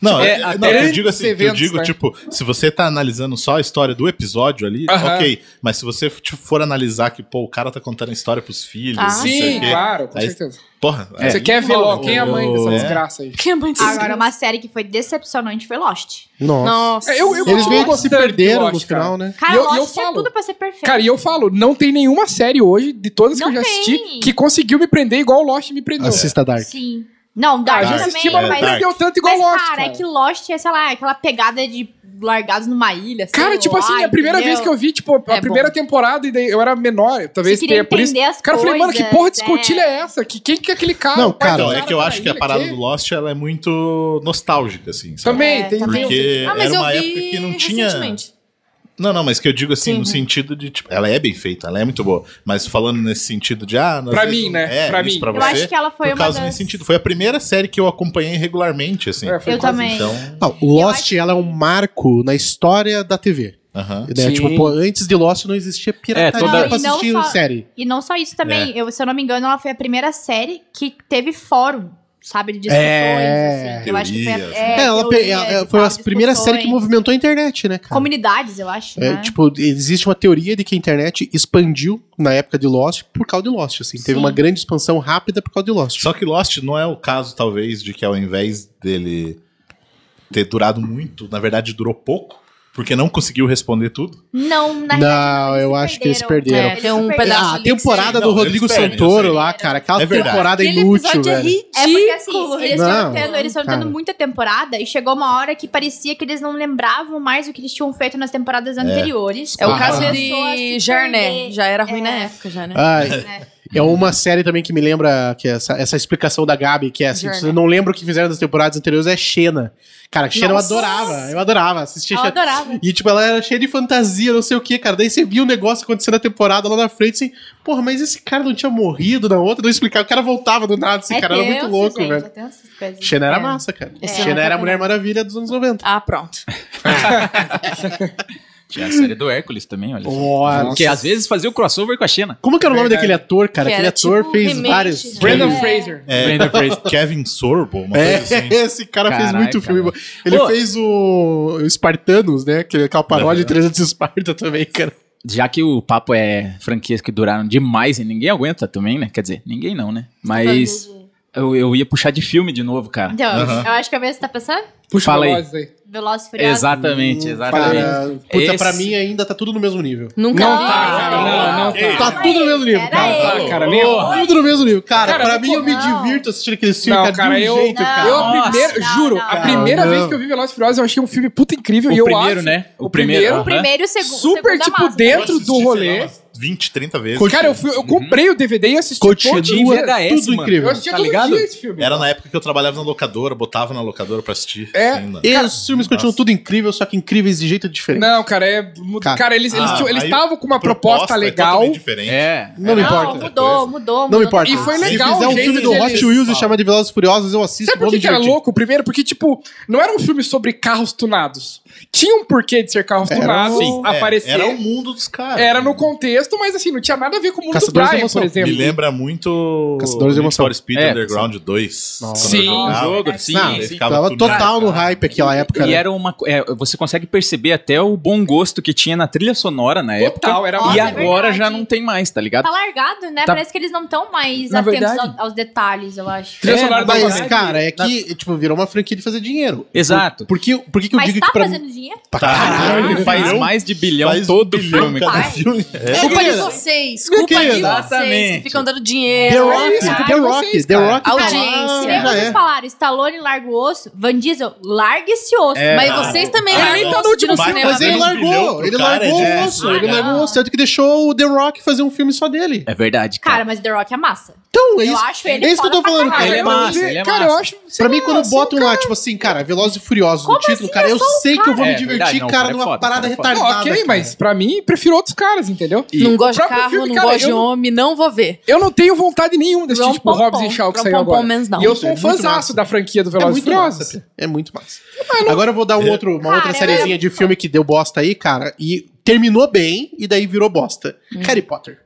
[SPEAKER 2] Não,
[SPEAKER 7] É,
[SPEAKER 2] é,
[SPEAKER 7] até
[SPEAKER 2] não, eu
[SPEAKER 3] antes
[SPEAKER 2] digo assim, eu
[SPEAKER 3] eventos,
[SPEAKER 2] digo,
[SPEAKER 3] né?
[SPEAKER 2] tipo, se você tá analisando só a história do episódio ali,
[SPEAKER 3] Aham.
[SPEAKER 2] ok. Mas se você f- tipo, for analisar que, pô, o cara tá contando a história pros filhos,
[SPEAKER 6] Ah,
[SPEAKER 2] não sei
[SPEAKER 3] Sim,
[SPEAKER 2] o quê.
[SPEAKER 3] claro, com
[SPEAKER 2] Aí-
[SPEAKER 3] certeza.
[SPEAKER 2] Porra,
[SPEAKER 7] É.
[SPEAKER 2] aí
[SPEAKER 3] Você quer ver
[SPEAKER 2] rola,
[SPEAKER 3] logo quem é a mãe dessa
[SPEAKER 2] é.
[SPEAKER 3] desgraça aí?
[SPEAKER 6] Que é muito
[SPEAKER 8] Agora, uma série que foi decepcionante foi Lost.
[SPEAKER 4] Nossa.
[SPEAKER 6] Nossa.
[SPEAKER 3] Eu- eu-
[SPEAKER 4] Eles meio que se
[SPEAKER 3] gostando de
[SPEAKER 4] perderam no
[SPEAKER 3] Lost,
[SPEAKER 4] final, né?
[SPEAKER 8] Cara,
[SPEAKER 3] E eu- e eu
[SPEAKER 8] Lost tinha
[SPEAKER 3] falo.
[SPEAKER 8] tudo pra ser perfeito.
[SPEAKER 3] Cara, e eu falo, não tem nenhuma série hoje, de todas
[SPEAKER 8] um- Não
[SPEAKER 3] que eu já assisti,
[SPEAKER 8] tem.
[SPEAKER 3] que conseguiu me prender igual o Lost me prendeu.
[SPEAKER 4] Assista Dark.
[SPEAKER 8] Sim. Não,
[SPEAKER 3] Ah,
[SPEAKER 8] Dark
[SPEAKER 3] já
[SPEAKER 2] Dark,
[SPEAKER 8] também,
[SPEAKER 3] assisti,
[SPEAKER 2] é,
[SPEAKER 3] mas não me
[SPEAKER 8] mas...
[SPEAKER 2] Dark.
[SPEAKER 3] prendeu tanto igual
[SPEAKER 8] Mas,
[SPEAKER 3] Lost,
[SPEAKER 8] cara, é que Lost é, sei lá, aquela pegada de largados numa ilha. sei
[SPEAKER 3] Cara, tipo
[SPEAKER 8] lá,
[SPEAKER 3] assim, a primeira
[SPEAKER 8] é entendeu?
[SPEAKER 3] vez que eu vi, tipo, a
[SPEAKER 6] É
[SPEAKER 3] primeira temporada, e daí eu era menor, talvez
[SPEAKER 8] Você queria
[SPEAKER 3] tenha por isso.
[SPEAKER 8] entender as
[SPEAKER 3] Cara, eu falei, mano, que
[SPEAKER 8] coisas,
[SPEAKER 3] porra de escotilha
[SPEAKER 8] é.
[SPEAKER 3] é essa? Que, quem que é aquele cara?
[SPEAKER 4] Não,
[SPEAKER 3] O pai
[SPEAKER 4] cara,
[SPEAKER 3] do
[SPEAKER 2] Então, é que eu acho que a
[SPEAKER 3] na
[SPEAKER 2] parada
[SPEAKER 3] ilha,
[SPEAKER 2] do Lost ela é muito nostálgica, assim. sabe?
[SPEAKER 3] Também,
[SPEAKER 8] É,
[SPEAKER 3] tem, tem-
[SPEAKER 8] também.
[SPEAKER 2] Porque
[SPEAKER 6] Ah, mas
[SPEAKER 2] era
[SPEAKER 6] eu
[SPEAKER 2] uma época
[SPEAKER 6] vi
[SPEAKER 2] que não tinha.
[SPEAKER 6] recentemente.
[SPEAKER 2] Não, não, mas que eu digo assim,
[SPEAKER 8] Uhum.
[SPEAKER 2] no sentido de, tipo, ela é bem feita, ela é muito boa. Mas falando nesse sentido de, ah, às
[SPEAKER 3] Pra
[SPEAKER 2] vezes
[SPEAKER 3] mim,
[SPEAKER 2] não-
[SPEAKER 3] né?
[SPEAKER 2] É,
[SPEAKER 3] Pra
[SPEAKER 2] isso
[SPEAKER 3] mim.
[SPEAKER 2] pra
[SPEAKER 8] Eu
[SPEAKER 2] você.
[SPEAKER 8] acho que ela foi
[SPEAKER 2] por
[SPEAKER 8] uma
[SPEAKER 2] causa
[SPEAKER 8] das-
[SPEAKER 2] nesse sentido. Foi a primeira série que eu acompanhei regularmente, assim.
[SPEAKER 3] É, foi
[SPEAKER 8] Eu quase também. isso.
[SPEAKER 2] Então,
[SPEAKER 4] Não, o Lost, ela é um marco na história da TV.
[SPEAKER 2] aham.
[SPEAKER 4] né?
[SPEAKER 3] Sim.
[SPEAKER 4] Tipo, pô, antes de Lost não existia pirataria
[SPEAKER 7] É, toda-
[SPEAKER 4] pra
[SPEAKER 8] E não
[SPEAKER 4] assistir
[SPEAKER 8] só-
[SPEAKER 4] série.
[SPEAKER 8] E não só isso também. Eu, se eu não me engano, ela foi a primeira série que teve fórum, sabe? De discussões,
[SPEAKER 4] É.
[SPEAKER 8] assim. Eu acho que foi a,
[SPEAKER 2] Teorias,
[SPEAKER 8] é,
[SPEAKER 4] É, ela, pe-
[SPEAKER 8] teorias
[SPEAKER 4] ela-
[SPEAKER 8] e
[SPEAKER 4] foi
[SPEAKER 8] tal,
[SPEAKER 4] a primeira
[SPEAKER 8] discussões.
[SPEAKER 4] série que movimentou a internet, né, cara?
[SPEAKER 8] Comunidades, eu acho,
[SPEAKER 4] É,
[SPEAKER 8] né?
[SPEAKER 4] Tipo, existe uma teoria de que a internet expandiu na época de Lost por causa de Lost, assim. Teve
[SPEAKER 8] Sim.
[SPEAKER 4] uma grande expansão rápida por causa de Lost.
[SPEAKER 2] Só que Lost não é o caso, talvez, de que ao invés dele ter durado muito, na verdade durou pouco, porque não conseguiu responder tudo.
[SPEAKER 8] Não, na
[SPEAKER 4] Não,
[SPEAKER 8] realidade,
[SPEAKER 4] eu
[SPEAKER 8] se
[SPEAKER 4] acho que eles perderam.
[SPEAKER 8] perderam.
[SPEAKER 6] É, tem um
[SPEAKER 8] Eles
[SPEAKER 4] É,
[SPEAKER 6] pedaço
[SPEAKER 4] a
[SPEAKER 6] ali que
[SPEAKER 2] você-
[SPEAKER 4] temporada do
[SPEAKER 2] Não,
[SPEAKER 4] Rodrigo
[SPEAKER 2] eles perdem,
[SPEAKER 4] Santoro
[SPEAKER 2] eu sei.
[SPEAKER 4] lá, cara, aquela
[SPEAKER 2] É verdade.
[SPEAKER 4] temporada
[SPEAKER 6] Aquele
[SPEAKER 4] inútil,
[SPEAKER 6] episódio é
[SPEAKER 4] velho.
[SPEAKER 6] ridículo.
[SPEAKER 8] É porque assim, eles
[SPEAKER 4] Não,
[SPEAKER 8] foram tendo, eles foram
[SPEAKER 4] cara.
[SPEAKER 8] tendo muita temporada e chegou uma hora que parecia que eles não lembravam mais o que eles tinham feito nas temporadas anteriores.
[SPEAKER 6] É o
[SPEAKER 4] Ah.
[SPEAKER 6] caso
[SPEAKER 8] Começou a
[SPEAKER 6] de
[SPEAKER 8] se
[SPEAKER 6] Jarné.
[SPEAKER 8] perder.
[SPEAKER 6] Já era ruim
[SPEAKER 8] É.
[SPEAKER 6] na época, já, né?
[SPEAKER 4] Ai, é uma série também que me lembra que é essa, essa explicação da Gabi, que é assim,
[SPEAKER 6] Journey.
[SPEAKER 4] você não lembra o que fizeram nas temporadas anteriores, é Xena. Cara, Xena
[SPEAKER 6] Nossa.
[SPEAKER 4] eu adorava, eu adorava assistir
[SPEAKER 6] Eu
[SPEAKER 4] Xena.
[SPEAKER 6] adorava.
[SPEAKER 4] E, tipo, ela era cheia de fantasia, não sei o que, cara. Daí você via um negócio acontecendo na temporada lá na frente, assim, porra, mas esse cara não tinha morrido na outra, não explicava. O cara voltava do nada, assim, cara, era muito
[SPEAKER 8] É tenso,
[SPEAKER 4] louco,
[SPEAKER 8] gente,
[SPEAKER 4] velho.
[SPEAKER 8] é tenso essas coisas.
[SPEAKER 4] Xena era
[SPEAKER 6] É.
[SPEAKER 4] massa, cara.
[SPEAKER 6] Esse eu
[SPEAKER 4] Xena
[SPEAKER 6] não
[SPEAKER 4] era a
[SPEAKER 6] acompanhei.
[SPEAKER 4] Mulher Maravilha dos anos 90.
[SPEAKER 6] Ah, pronto.
[SPEAKER 7] Tinha a série do Hércules também, olha. só.
[SPEAKER 4] Nossa.
[SPEAKER 7] Porque às vezes fazia o crossover com a Xena.
[SPEAKER 4] Como que era o nome
[SPEAKER 3] Verdade.
[SPEAKER 4] daquele ator, cara?
[SPEAKER 6] Que
[SPEAKER 4] Aquele
[SPEAKER 6] era
[SPEAKER 4] ator
[SPEAKER 6] tipo
[SPEAKER 4] fez
[SPEAKER 6] remake,
[SPEAKER 4] vários.
[SPEAKER 6] né?
[SPEAKER 3] Brandon
[SPEAKER 6] É.
[SPEAKER 3] Fraser.
[SPEAKER 7] Brandon Fraser.
[SPEAKER 2] Kevin Sorbo, uma
[SPEAKER 4] É,
[SPEAKER 2] coisa assim.
[SPEAKER 4] esse cara fez
[SPEAKER 7] Caraca,
[SPEAKER 4] muito filme.
[SPEAKER 7] velho.
[SPEAKER 4] Ele
[SPEAKER 7] Pô.
[SPEAKER 4] fez o Espartanos, né? Que- Aquela paródia de 300 Esparta também, cara.
[SPEAKER 7] Já que o papo é franquias que duraram demais e ninguém aguenta também, né? Quer dizer, ninguém não, né?
[SPEAKER 8] tá
[SPEAKER 7] Mas eu, eu ia puxar de filme de novo, cara.
[SPEAKER 8] Então,
[SPEAKER 2] Aham.
[SPEAKER 8] eu acho que a vez você tá pensando?
[SPEAKER 3] Puxa
[SPEAKER 7] Fala aí.
[SPEAKER 3] Velozes aí.
[SPEAKER 8] Velozes e Furiosos.
[SPEAKER 7] Exatamente, exatamente.
[SPEAKER 4] Cara, puta, pra
[SPEAKER 7] Esse-
[SPEAKER 4] mim ainda tá tudo no mesmo nível.
[SPEAKER 6] Nunca
[SPEAKER 3] Não
[SPEAKER 6] vi.
[SPEAKER 3] tá,
[SPEAKER 8] Ah,
[SPEAKER 3] cara, não, não tá.
[SPEAKER 4] Tá tudo no mesmo nível.
[SPEAKER 8] Pera
[SPEAKER 4] cara.
[SPEAKER 8] aí.
[SPEAKER 3] Ah, cara, nem
[SPEAKER 4] Tudo no mesmo nível. Cara,
[SPEAKER 3] Cara,
[SPEAKER 4] pra
[SPEAKER 3] eu
[SPEAKER 4] mim eu me
[SPEAKER 8] não.
[SPEAKER 4] divirto assistindo aqueles
[SPEAKER 3] Não,
[SPEAKER 4] filmes, cara,
[SPEAKER 3] cara,
[SPEAKER 4] de um
[SPEAKER 3] eu-
[SPEAKER 4] jeito, cara.
[SPEAKER 3] Eu, a
[SPEAKER 7] Nossa,
[SPEAKER 3] primeira,
[SPEAKER 8] não,
[SPEAKER 3] juro,
[SPEAKER 8] não,
[SPEAKER 3] a
[SPEAKER 8] não.
[SPEAKER 3] primeira
[SPEAKER 4] Não.
[SPEAKER 3] vez que eu vi Velozes e Furiosos, eu achei um filme puta incrível. e
[SPEAKER 7] O
[SPEAKER 3] eu
[SPEAKER 7] primeiro,
[SPEAKER 3] acho
[SPEAKER 7] né? O
[SPEAKER 3] o primeiro,
[SPEAKER 7] primeiro.
[SPEAKER 8] O primeiro e o segundo.
[SPEAKER 3] super,
[SPEAKER 8] segundo é
[SPEAKER 3] tipo,
[SPEAKER 8] massa.
[SPEAKER 2] Eu
[SPEAKER 3] dentro
[SPEAKER 2] assisti,
[SPEAKER 3] do
[SPEAKER 2] sei lá,
[SPEAKER 3] rolê.
[SPEAKER 2] umas 20, 30 vezes.
[SPEAKER 3] Cara, eu, fui- eu comprei o DVD e assisti todo
[SPEAKER 7] Continua
[SPEAKER 3] dia.
[SPEAKER 7] VHS,
[SPEAKER 4] Tudo
[SPEAKER 7] mano.
[SPEAKER 4] incrível.
[SPEAKER 3] Eu assistia
[SPEAKER 7] tá
[SPEAKER 3] todo
[SPEAKER 7] ligado?
[SPEAKER 3] dia esse filme.
[SPEAKER 2] Era na época que eu trabalhava na locadora, botava na locadora pra assistir.
[SPEAKER 3] É.
[SPEAKER 2] Ainda.
[SPEAKER 4] E os filmes continuam tudo incrível, só que incríveis de jeito diferente.
[SPEAKER 3] Não, cara, é. Cara,
[SPEAKER 4] Cara,
[SPEAKER 3] eles
[SPEAKER 2] Ah,
[SPEAKER 3] estavam eles
[SPEAKER 2] aí
[SPEAKER 3] estavam com uma proposta,
[SPEAKER 2] é
[SPEAKER 3] legal.
[SPEAKER 2] totalmente diferente.
[SPEAKER 7] É.
[SPEAKER 4] Não, me
[SPEAKER 8] Não,
[SPEAKER 4] importa.
[SPEAKER 8] mudou,
[SPEAKER 4] Não,
[SPEAKER 8] mudou, mudou.
[SPEAKER 4] me importa.
[SPEAKER 3] E foi
[SPEAKER 4] Se
[SPEAKER 3] legal
[SPEAKER 4] fizer
[SPEAKER 3] o
[SPEAKER 4] um
[SPEAKER 3] jeito
[SPEAKER 4] filme do
[SPEAKER 3] deles.
[SPEAKER 4] Hot Wheels e chamar de Velozes e Furiosos, eu assisto.
[SPEAKER 3] Sabe
[SPEAKER 4] vou
[SPEAKER 3] por que,
[SPEAKER 4] me
[SPEAKER 3] que era
[SPEAKER 4] divertir.
[SPEAKER 3] louco? Primeiro, porque, tipo, não era um filme sobre carros tunados. Tinha um porquê de ser carros tunados
[SPEAKER 2] Sim, é,
[SPEAKER 3] aparecer.
[SPEAKER 2] Era o mundo dos caras.
[SPEAKER 3] Era no contexto, mas assim, não tinha nada a ver com o mundo
[SPEAKER 4] Caçadores de
[SPEAKER 3] do Brian,
[SPEAKER 4] emoção.
[SPEAKER 3] por
[SPEAKER 2] Me
[SPEAKER 3] exemplo.
[SPEAKER 2] lembra muito.
[SPEAKER 4] Caçadores de
[SPEAKER 2] Need
[SPEAKER 4] emoção.
[SPEAKER 2] for Speed
[SPEAKER 7] É,
[SPEAKER 2] Underground 2. quando
[SPEAKER 3] Sim.
[SPEAKER 2] eu jogava.
[SPEAKER 7] Um jogo, sim,
[SPEAKER 4] Não,
[SPEAKER 7] sim.
[SPEAKER 2] Ele ficava
[SPEAKER 4] Tava
[SPEAKER 2] tudo-
[SPEAKER 4] total no
[SPEAKER 2] Cara,
[SPEAKER 4] hype aquela época.
[SPEAKER 7] E
[SPEAKER 4] né?
[SPEAKER 7] era uma. co- é, você consegue perceber até o bom gosto que tinha na trilha sonora na época.
[SPEAKER 3] Total, era
[SPEAKER 8] Nossa,
[SPEAKER 7] e
[SPEAKER 8] é
[SPEAKER 7] agora
[SPEAKER 8] verdade.
[SPEAKER 7] já não tem mais, tá ligado?
[SPEAKER 8] Tá largado, né?
[SPEAKER 7] Tá-
[SPEAKER 8] Parece que eles não estão mais
[SPEAKER 7] Na
[SPEAKER 8] atentos
[SPEAKER 7] verdade-
[SPEAKER 8] ao- aos detalhes, eu acho.
[SPEAKER 3] Trilha
[SPEAKER 7] É,
[SPEAKER 3] sonora da
[SPEAKER 4] Mas,
[SPEAKER 3] Barbie.
[SPEAKER 4] cara, é que, tipo, virou uma franquia de fazer dinheiro.
[SPEAKER 7] Exato.
[SPEAKER 4] Por que, por que, que eu
[SPEAKER 8] Mas
[SPEAKER 4] digo
[SPEAKER 8] tá
[SPEAKER 4] que pra mim.
[SPEAKER 8] fazendo dinheiro?
[SPEAKER 2] Tá.
[SPEAKER 7] Ele faz um
[SPEAKER 2] Bilhão.
[SPEAKER 7] mais de bilhão
[SPEAKER 2] Faz um
[SPEAKER 7] todo
[SPEAKER 2] bilhão
[SPEAKER 7] filme.
[SPEAKER 2] cada
[SPEAKER 8] Faz.
[SPEAKER 2] filme. É.
[SPEAKER 4] Porque
[SPEAKER 6] culpa de
[SPEAKER 4] querida.
[SPEAKER 3] É
[SPEAKER 6] vocês. Culpa de vocês que
[SPEAKER 7] Exatamente.
[SPEAKER 6] ficam dando
[SPEAKER 4] The
[SPEAKER 6] dinheiro. né?
[SPEAKER 4] Rock,
[SPEAKER 3] isso,
[SPEAKER 4] The
[SPEAKER 3] cara,
[SPEAKER 4] Rock,
[SPEAKER 3] vocês,
[SPEAKER 4] The
[SPEAKER 3] cara.
[SPEAKER 4] Rock. tá lá,
[SPEAKER 6] Audiência.
[SPEAKER 8] Que nem
[SPEAKER 4] já
[SPEAKER 8] vocês
[SPEAKER 4] é.
[SPEAKER 8] falaram, Stallone larga o osso, Van Diesel larga esse osso.
[SPEAKER 7] É.
[SPEAKER 6] Mas vocês também
[SPEAKER 4] Ah,
[SPEAKER 6] largam
[SPEAKER 4] ele tá
[SPEAKER 6] o
[SPEAKER 4] no
[SPEAKER 6] osso de ir no
[SPEAKER 4] último filme,
[SPEAKER 6] cinema.
[SPEAKER 4] mas ele
[SPEAKER 6] ver.
[SPEAKER 2] mesmo. Bilhão
[SPEAKER 4] largou,
[SPEAKER 2] pro
[SPEAKER 4] ele
[SPEAKER 2] cara
[SPEAKER 4] largou
[SPEAKER 2] é
[SPEAKER 4] o
[SPEAKER 2] de-
[SPEAKER 4] osso, ele
[SPEAKER 6] Ah,
[SPEAKER 4] largou
[SPEAKER 6] não.
[SPEAKER 4] o osso, tanto que deixou o The Rock fazer um filme só dele.
[SPEAKER 7] É verdade, cara.
[SPEAKER 8] Cara, mas The Rock é massa.
[SPEAKER 4] Então, é
[SPEAKER 8] Eu
[SPEAKER 4] isso,
[SPEAKER 8] acho ele
[SPEAKER 4] é isso que eu tô
[SPEAKER 8] foda pra
[SPEAKER 4] falando, cara,
[SPEAKER 3] Ah,
[SPEAKER 4] ele é
[SPEAKER 3] eu-
[SPEAKER 4] massa.
[SPEAKER 7] ele é
[SPEAKER 3] cara,
[SPEAKER 7] massa.
[SPEAKER 3] eu acho. sei
[SPEAKER 4] Pra mim,
[SPEAKER 3] lá,
[SPEAKER 4] quando
[SPEAKER 3] assim,
[SPEAKER 4] botam lá, tipo assim, cara, Velozes e Furiosos no
[SPEAKER 8] Como
[SPEAKER 4] título,
[SPEAKER 8] assim?
[SPEAKER 4] cara, eu
[SPEAKER 8] Eu sou um
[SPEAKER 4] sei que eu vou
[SPEAKER 7] cara.
[SPEAKER 4] me
[SPEAKER 7] É verdade,
[SPEAKER 4] divertir,
[SPEAKER 7] não, o
[SPEAKER 4] cara,
[SPEAKER 7] cara é
[SPEAKER 4] numa
[SPEAKER 7] foda, o cara
[SPEAKER 4] parada
[SPEAKER 7] é foda.
[SPEAKER 3] Não,
[SPEAKER 4] retardada.
[SPEAKER 3] ok,
[SPEAKER 4] cara.
[SPEAKER 3] mas pra mim, prefiro outros caras, entendeu?
[SPEAKER 6] Não gosto
[SPEAKER 3] O
[SPEAKER 6] de
[SPEAKER 3] próprio
[SPEAKER 6] carro,
[SPEAKER 3] filme,
[SPEAKER 6] não
[SPEAKER 3] cara,
[SPEAKER 6] gosto de um-
[SPEAKER 3] eu não-
[SPEAKER 6] homem, não vou ver.
[SPEAKER 3] Eu não tenho vontade nenhuma de assistir,
[SPEAKER 6] Rom
[SPEAKER 3] tipo,
[SPEAKER 6] pom pom,
[SPEAKER 3] Hobbs e Shaw que
[SPEAKER 6] rom
[SPEAKER 3] saiu
[SPEAKER 6] pom pom
[SPEAKER 3] agora.
[SPEAKER 6] menos não.
[SPEAKER 3] E eu sou um
[SPEAKER 4] É muito
[SPEAKER 3] fãzaço
[SPEAKER 4] massa.
[SPEAKER 3] da franquia do
[SPEAKER 4] É
[SPEAKER 3] Velozes e
[SPEAKER 4] muito
[SPEAKER 3] Furiosos.
[SPEAKER 4] massa. É muito massa. Agora eu vou dar
[SPEAKER 3] É.
[SPEAKER 4] um outro, uma outra
[SPEAKER 8] Cara,
[SPEAKER 4] sériezinha de filme que deu bosta aí, cara, e terminou bem e daí virou bosta. Harry Potter.